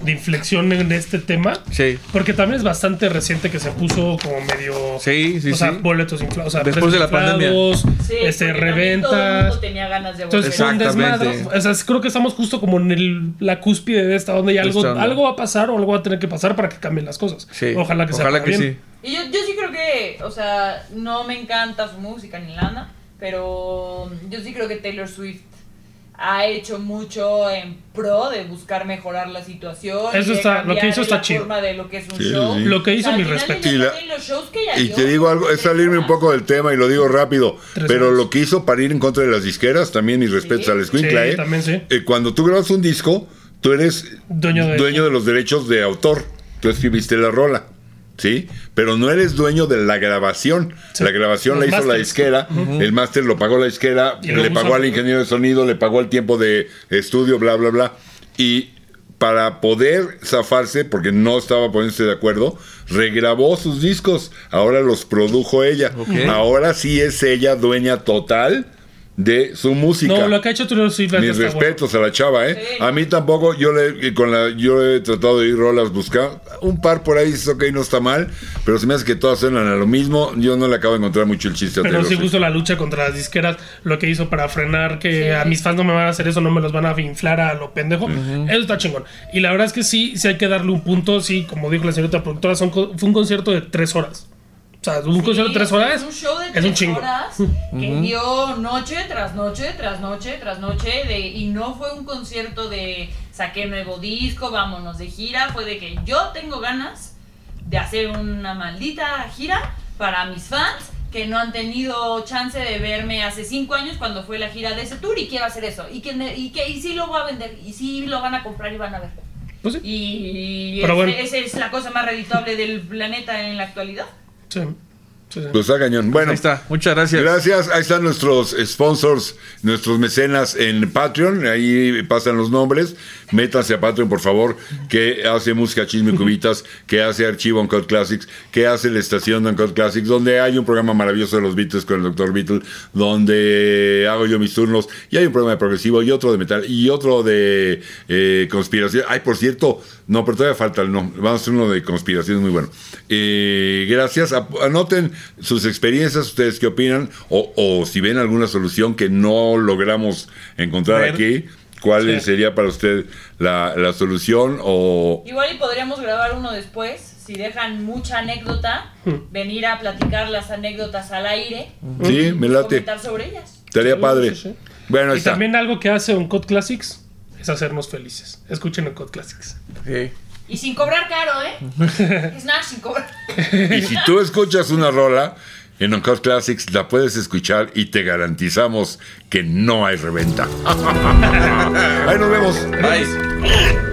Speaker 4: de inflexión en este tema.
Speaker 2: Sí.
Speaker 4: Porque también es bastante reciente que se puso como medio.
Speaker 2: Sí, sí,
Speaker 4: O sea,
Speaker 2: sí.
Speaker 4: boletos inflados. O sea,
Speaker 2: Después de la
Speaker 4: precios
Speaker 2: pandemia.
Speaker 4: inflados,
Speaker 3: Sí,
Speaker 4: este,
Speaker 3: porque también Todo el mundo
Speaker 4: reventas.
Speaker 3: tenía ganas de volver.
Speaker 4: Entonces fue un
Speaker 2: Exactamente.
Speaker 4: desmadre. O sea, es- creo que estamos justo como en el- la cúspide de esta onda y algo,
Speaker 2: Esta onda.
Speaker 4: algo va a pasar o algo va a tener que pasar para que cambien las cosas.
Speaker 2: Sí.
Speaker 4: Ojalá que sea
Speaker 2: Ojalá
Speaker 4: para
Speaker 2: que
Speaker 4: bien.
Speaker 3: Y yo, yo sí creo que, o sea, no me encanta su música ni lana, pero yo sí creo que Taylor Swift ha hecho mucho en pro de buscar mejorar la situación. y
Speaker 4: Eso
Speaker 3: de
Speaker 4: está- lo que
Speaker 3: cambiar
Speaker 4: hizo está
Speaker 3: la
Speaker 4: chido.
Speaker 3: forma de lo que es un
Speaker 1: Sí,
Speaker 3: show.
Speaker 1: sí.
Speaker 4: Lo que
Speaker 3: O
Speaker 4: hizo
Speaker 3: sea, al
Speaker 4: mi
Speaker 3: final del
Speaker 4: respeto.
Speaker 3: día
Speaker 1: Y la-
Speaker 3: también los shows que ella
Speaker 1: Y
Speaker 3: dio,
Speaker 1: te digo algo, es salirme un poco del tema y lo digo rápido,
Speaker 4: Tres
Speaker 1: pero
Speaker 4: horas.
Speaker 1: lo que hizo para ir en contra de las disqueras, también mis respetos
Speaker 3: Sí.
Speaker 1: al Squinkla,
Speaker 4: Sí,
Speaker 1: ¿eh?
Speaker 4: también sí.
Speaker 1: Eh, Cuando tú grabas un disco, tú eres
Speaker 4: Dueño de-
Speaker 1: los derechos de autor, tú escribiste la rola, ¿sí? Pero no eres dueño de la grabación,
Speaker 4: Sí.
Speaker 1: la grabación la
Speaker 4: Los
Speaker 1: hizo la
Speaker 4: masters.
Speaker 1: disquera, el máster lo pagó la disquera,
Speaker 4: Y lo
Speaker 1: le pagó
Speaker 4: usan.
Speaker 1: al ingeniero de sonido, le pagó el tiempo de estudio, bla, bla, bla, y... Para poder zafarse, porque no estaba poniéndose de acuerdo, regrabó sus discos. Ahora los produjo ella.
Speaker 2: Ok.
Speaker 1: Ahora sí es ella dueña total de su música.
Speaker 4: No, lo que ha hecho Taylor Swift
Speaker 1: Mis
Speaker 4: está bueno.
Speaker 1: respetos a la chava, ¿eh?
Speaker 3: Sí.
Speaker 1: A mí tampoco, yo le y con la, yo he tratado de ir rolas buscar. Un par por ahí dices, ok, no está mal, pero se me hace que todas suenan a lo mismo. Yo no le acabo de encontrar mucho el chiste a
Speaker 4: Pero
Speaker 1: Taylor
Speaker 4: sí,
Speaker 1: Swift.
Speaker 4: justo la lucha contra las disqueras, lo que hizo para frenar que
Speaker 3: Sí.
Speaker 4: a mis fans no me van a hacer eso, no me los van a inflar a lo pendejo. Eso está chingón. Y la verdad es que sí, sí hay que darle un punto. Sí, como dijo la señorita productora, son co- fue un concierto de tres horas. O sea, un concierto de tres
Speaker 3: Sí, o sea,
Speaker 4: horas
Speaker 3: Es un show de
Speaker 4: es
Speaker 3: tres
Speaker 4: un chingo.
Speaker 3: horas que dio noche tras noche tras noche tras noche de, y no fue un concierto de saqué nuevo disco, vámonos de gira, fue de que yo tengo ganas de hacer una maldita gira para mis fans que no han tenido chance de verme hace cinco años cuando fue la gira de ese tour y quiero hacer eso y que me- y que y sí lo voy a vender y sí lo van a comprar y van a ver
Speaker 4: Pues sí.
Speaker 3: y
Speaker 4: Pero
Speaker 3: ese-
Speaker 4: bueno.
Speaker 3: esa es la cosa más redituable del planeta en la actualidad
Speaker 4: Sí. Sí, sí.
Speaker 1: Pues está cañón. Bueno,
Speaker 2: Ahí está. Muchas gracias.
Speaker 1: Gracias, ahí están nuestros sponsors, nuestros mecenas en Patreon, ahí pasan los nombres, métanse a Patreon por favor, que hace música chisme y cubitas, que hace archivo Uncut Classics, que hace la estación de Uncut Classics, donde hay un programa maravilloso de los Beatles con el Dr. Beatle, donde hago yo mis turnos, y hay un programa de progresivo, y otro de metal, y otro de eh, conspiración. Ay, por cierto, no, pero todavía falta el no, vamos a hacer uno de conspiración muy bueno. Eh, gracias, Ap- anoten sus experiencias, ustedes qué opinan, o, o si ven alguna solución que no logramos encontrar
Speaker 2: Ver.
Speaker 1: aquí, cuál
Speaker 4: Sí.
Speaker 1: sería para usted la, la solución, o
Speaker 3: Igual y podríamos grabar uno después, si dejan mucha anécdota, venir a platicar las anécdotas al aire
Speaker 1: sí, me
Speaker 3: y
Speaker 1: late,
Speaker 3: comentar sobre ellas.
Speaker 1: estaría
Speaker 4: Sí,
Speaker 1: padre.
Speaker 4: sí, sí.
Speaker 1: Bueno, ahí
Speaker 4: Y
Speaker 1: está.
Speaker 4: también algo que hace Code Classics es hacernos felices. Escuchen Code Classics.
Speaker 2: Sí.
Speaker 3: Y sin cobrar caro, ¿eh? es nada, sin cobrar.
Speaker 1: Y si tú escuchas una rola en Uncut Classics, la puedes escuchar y te garantizamos que no hay reventa. Ahí nos vemos.
Speaker 2: Bye.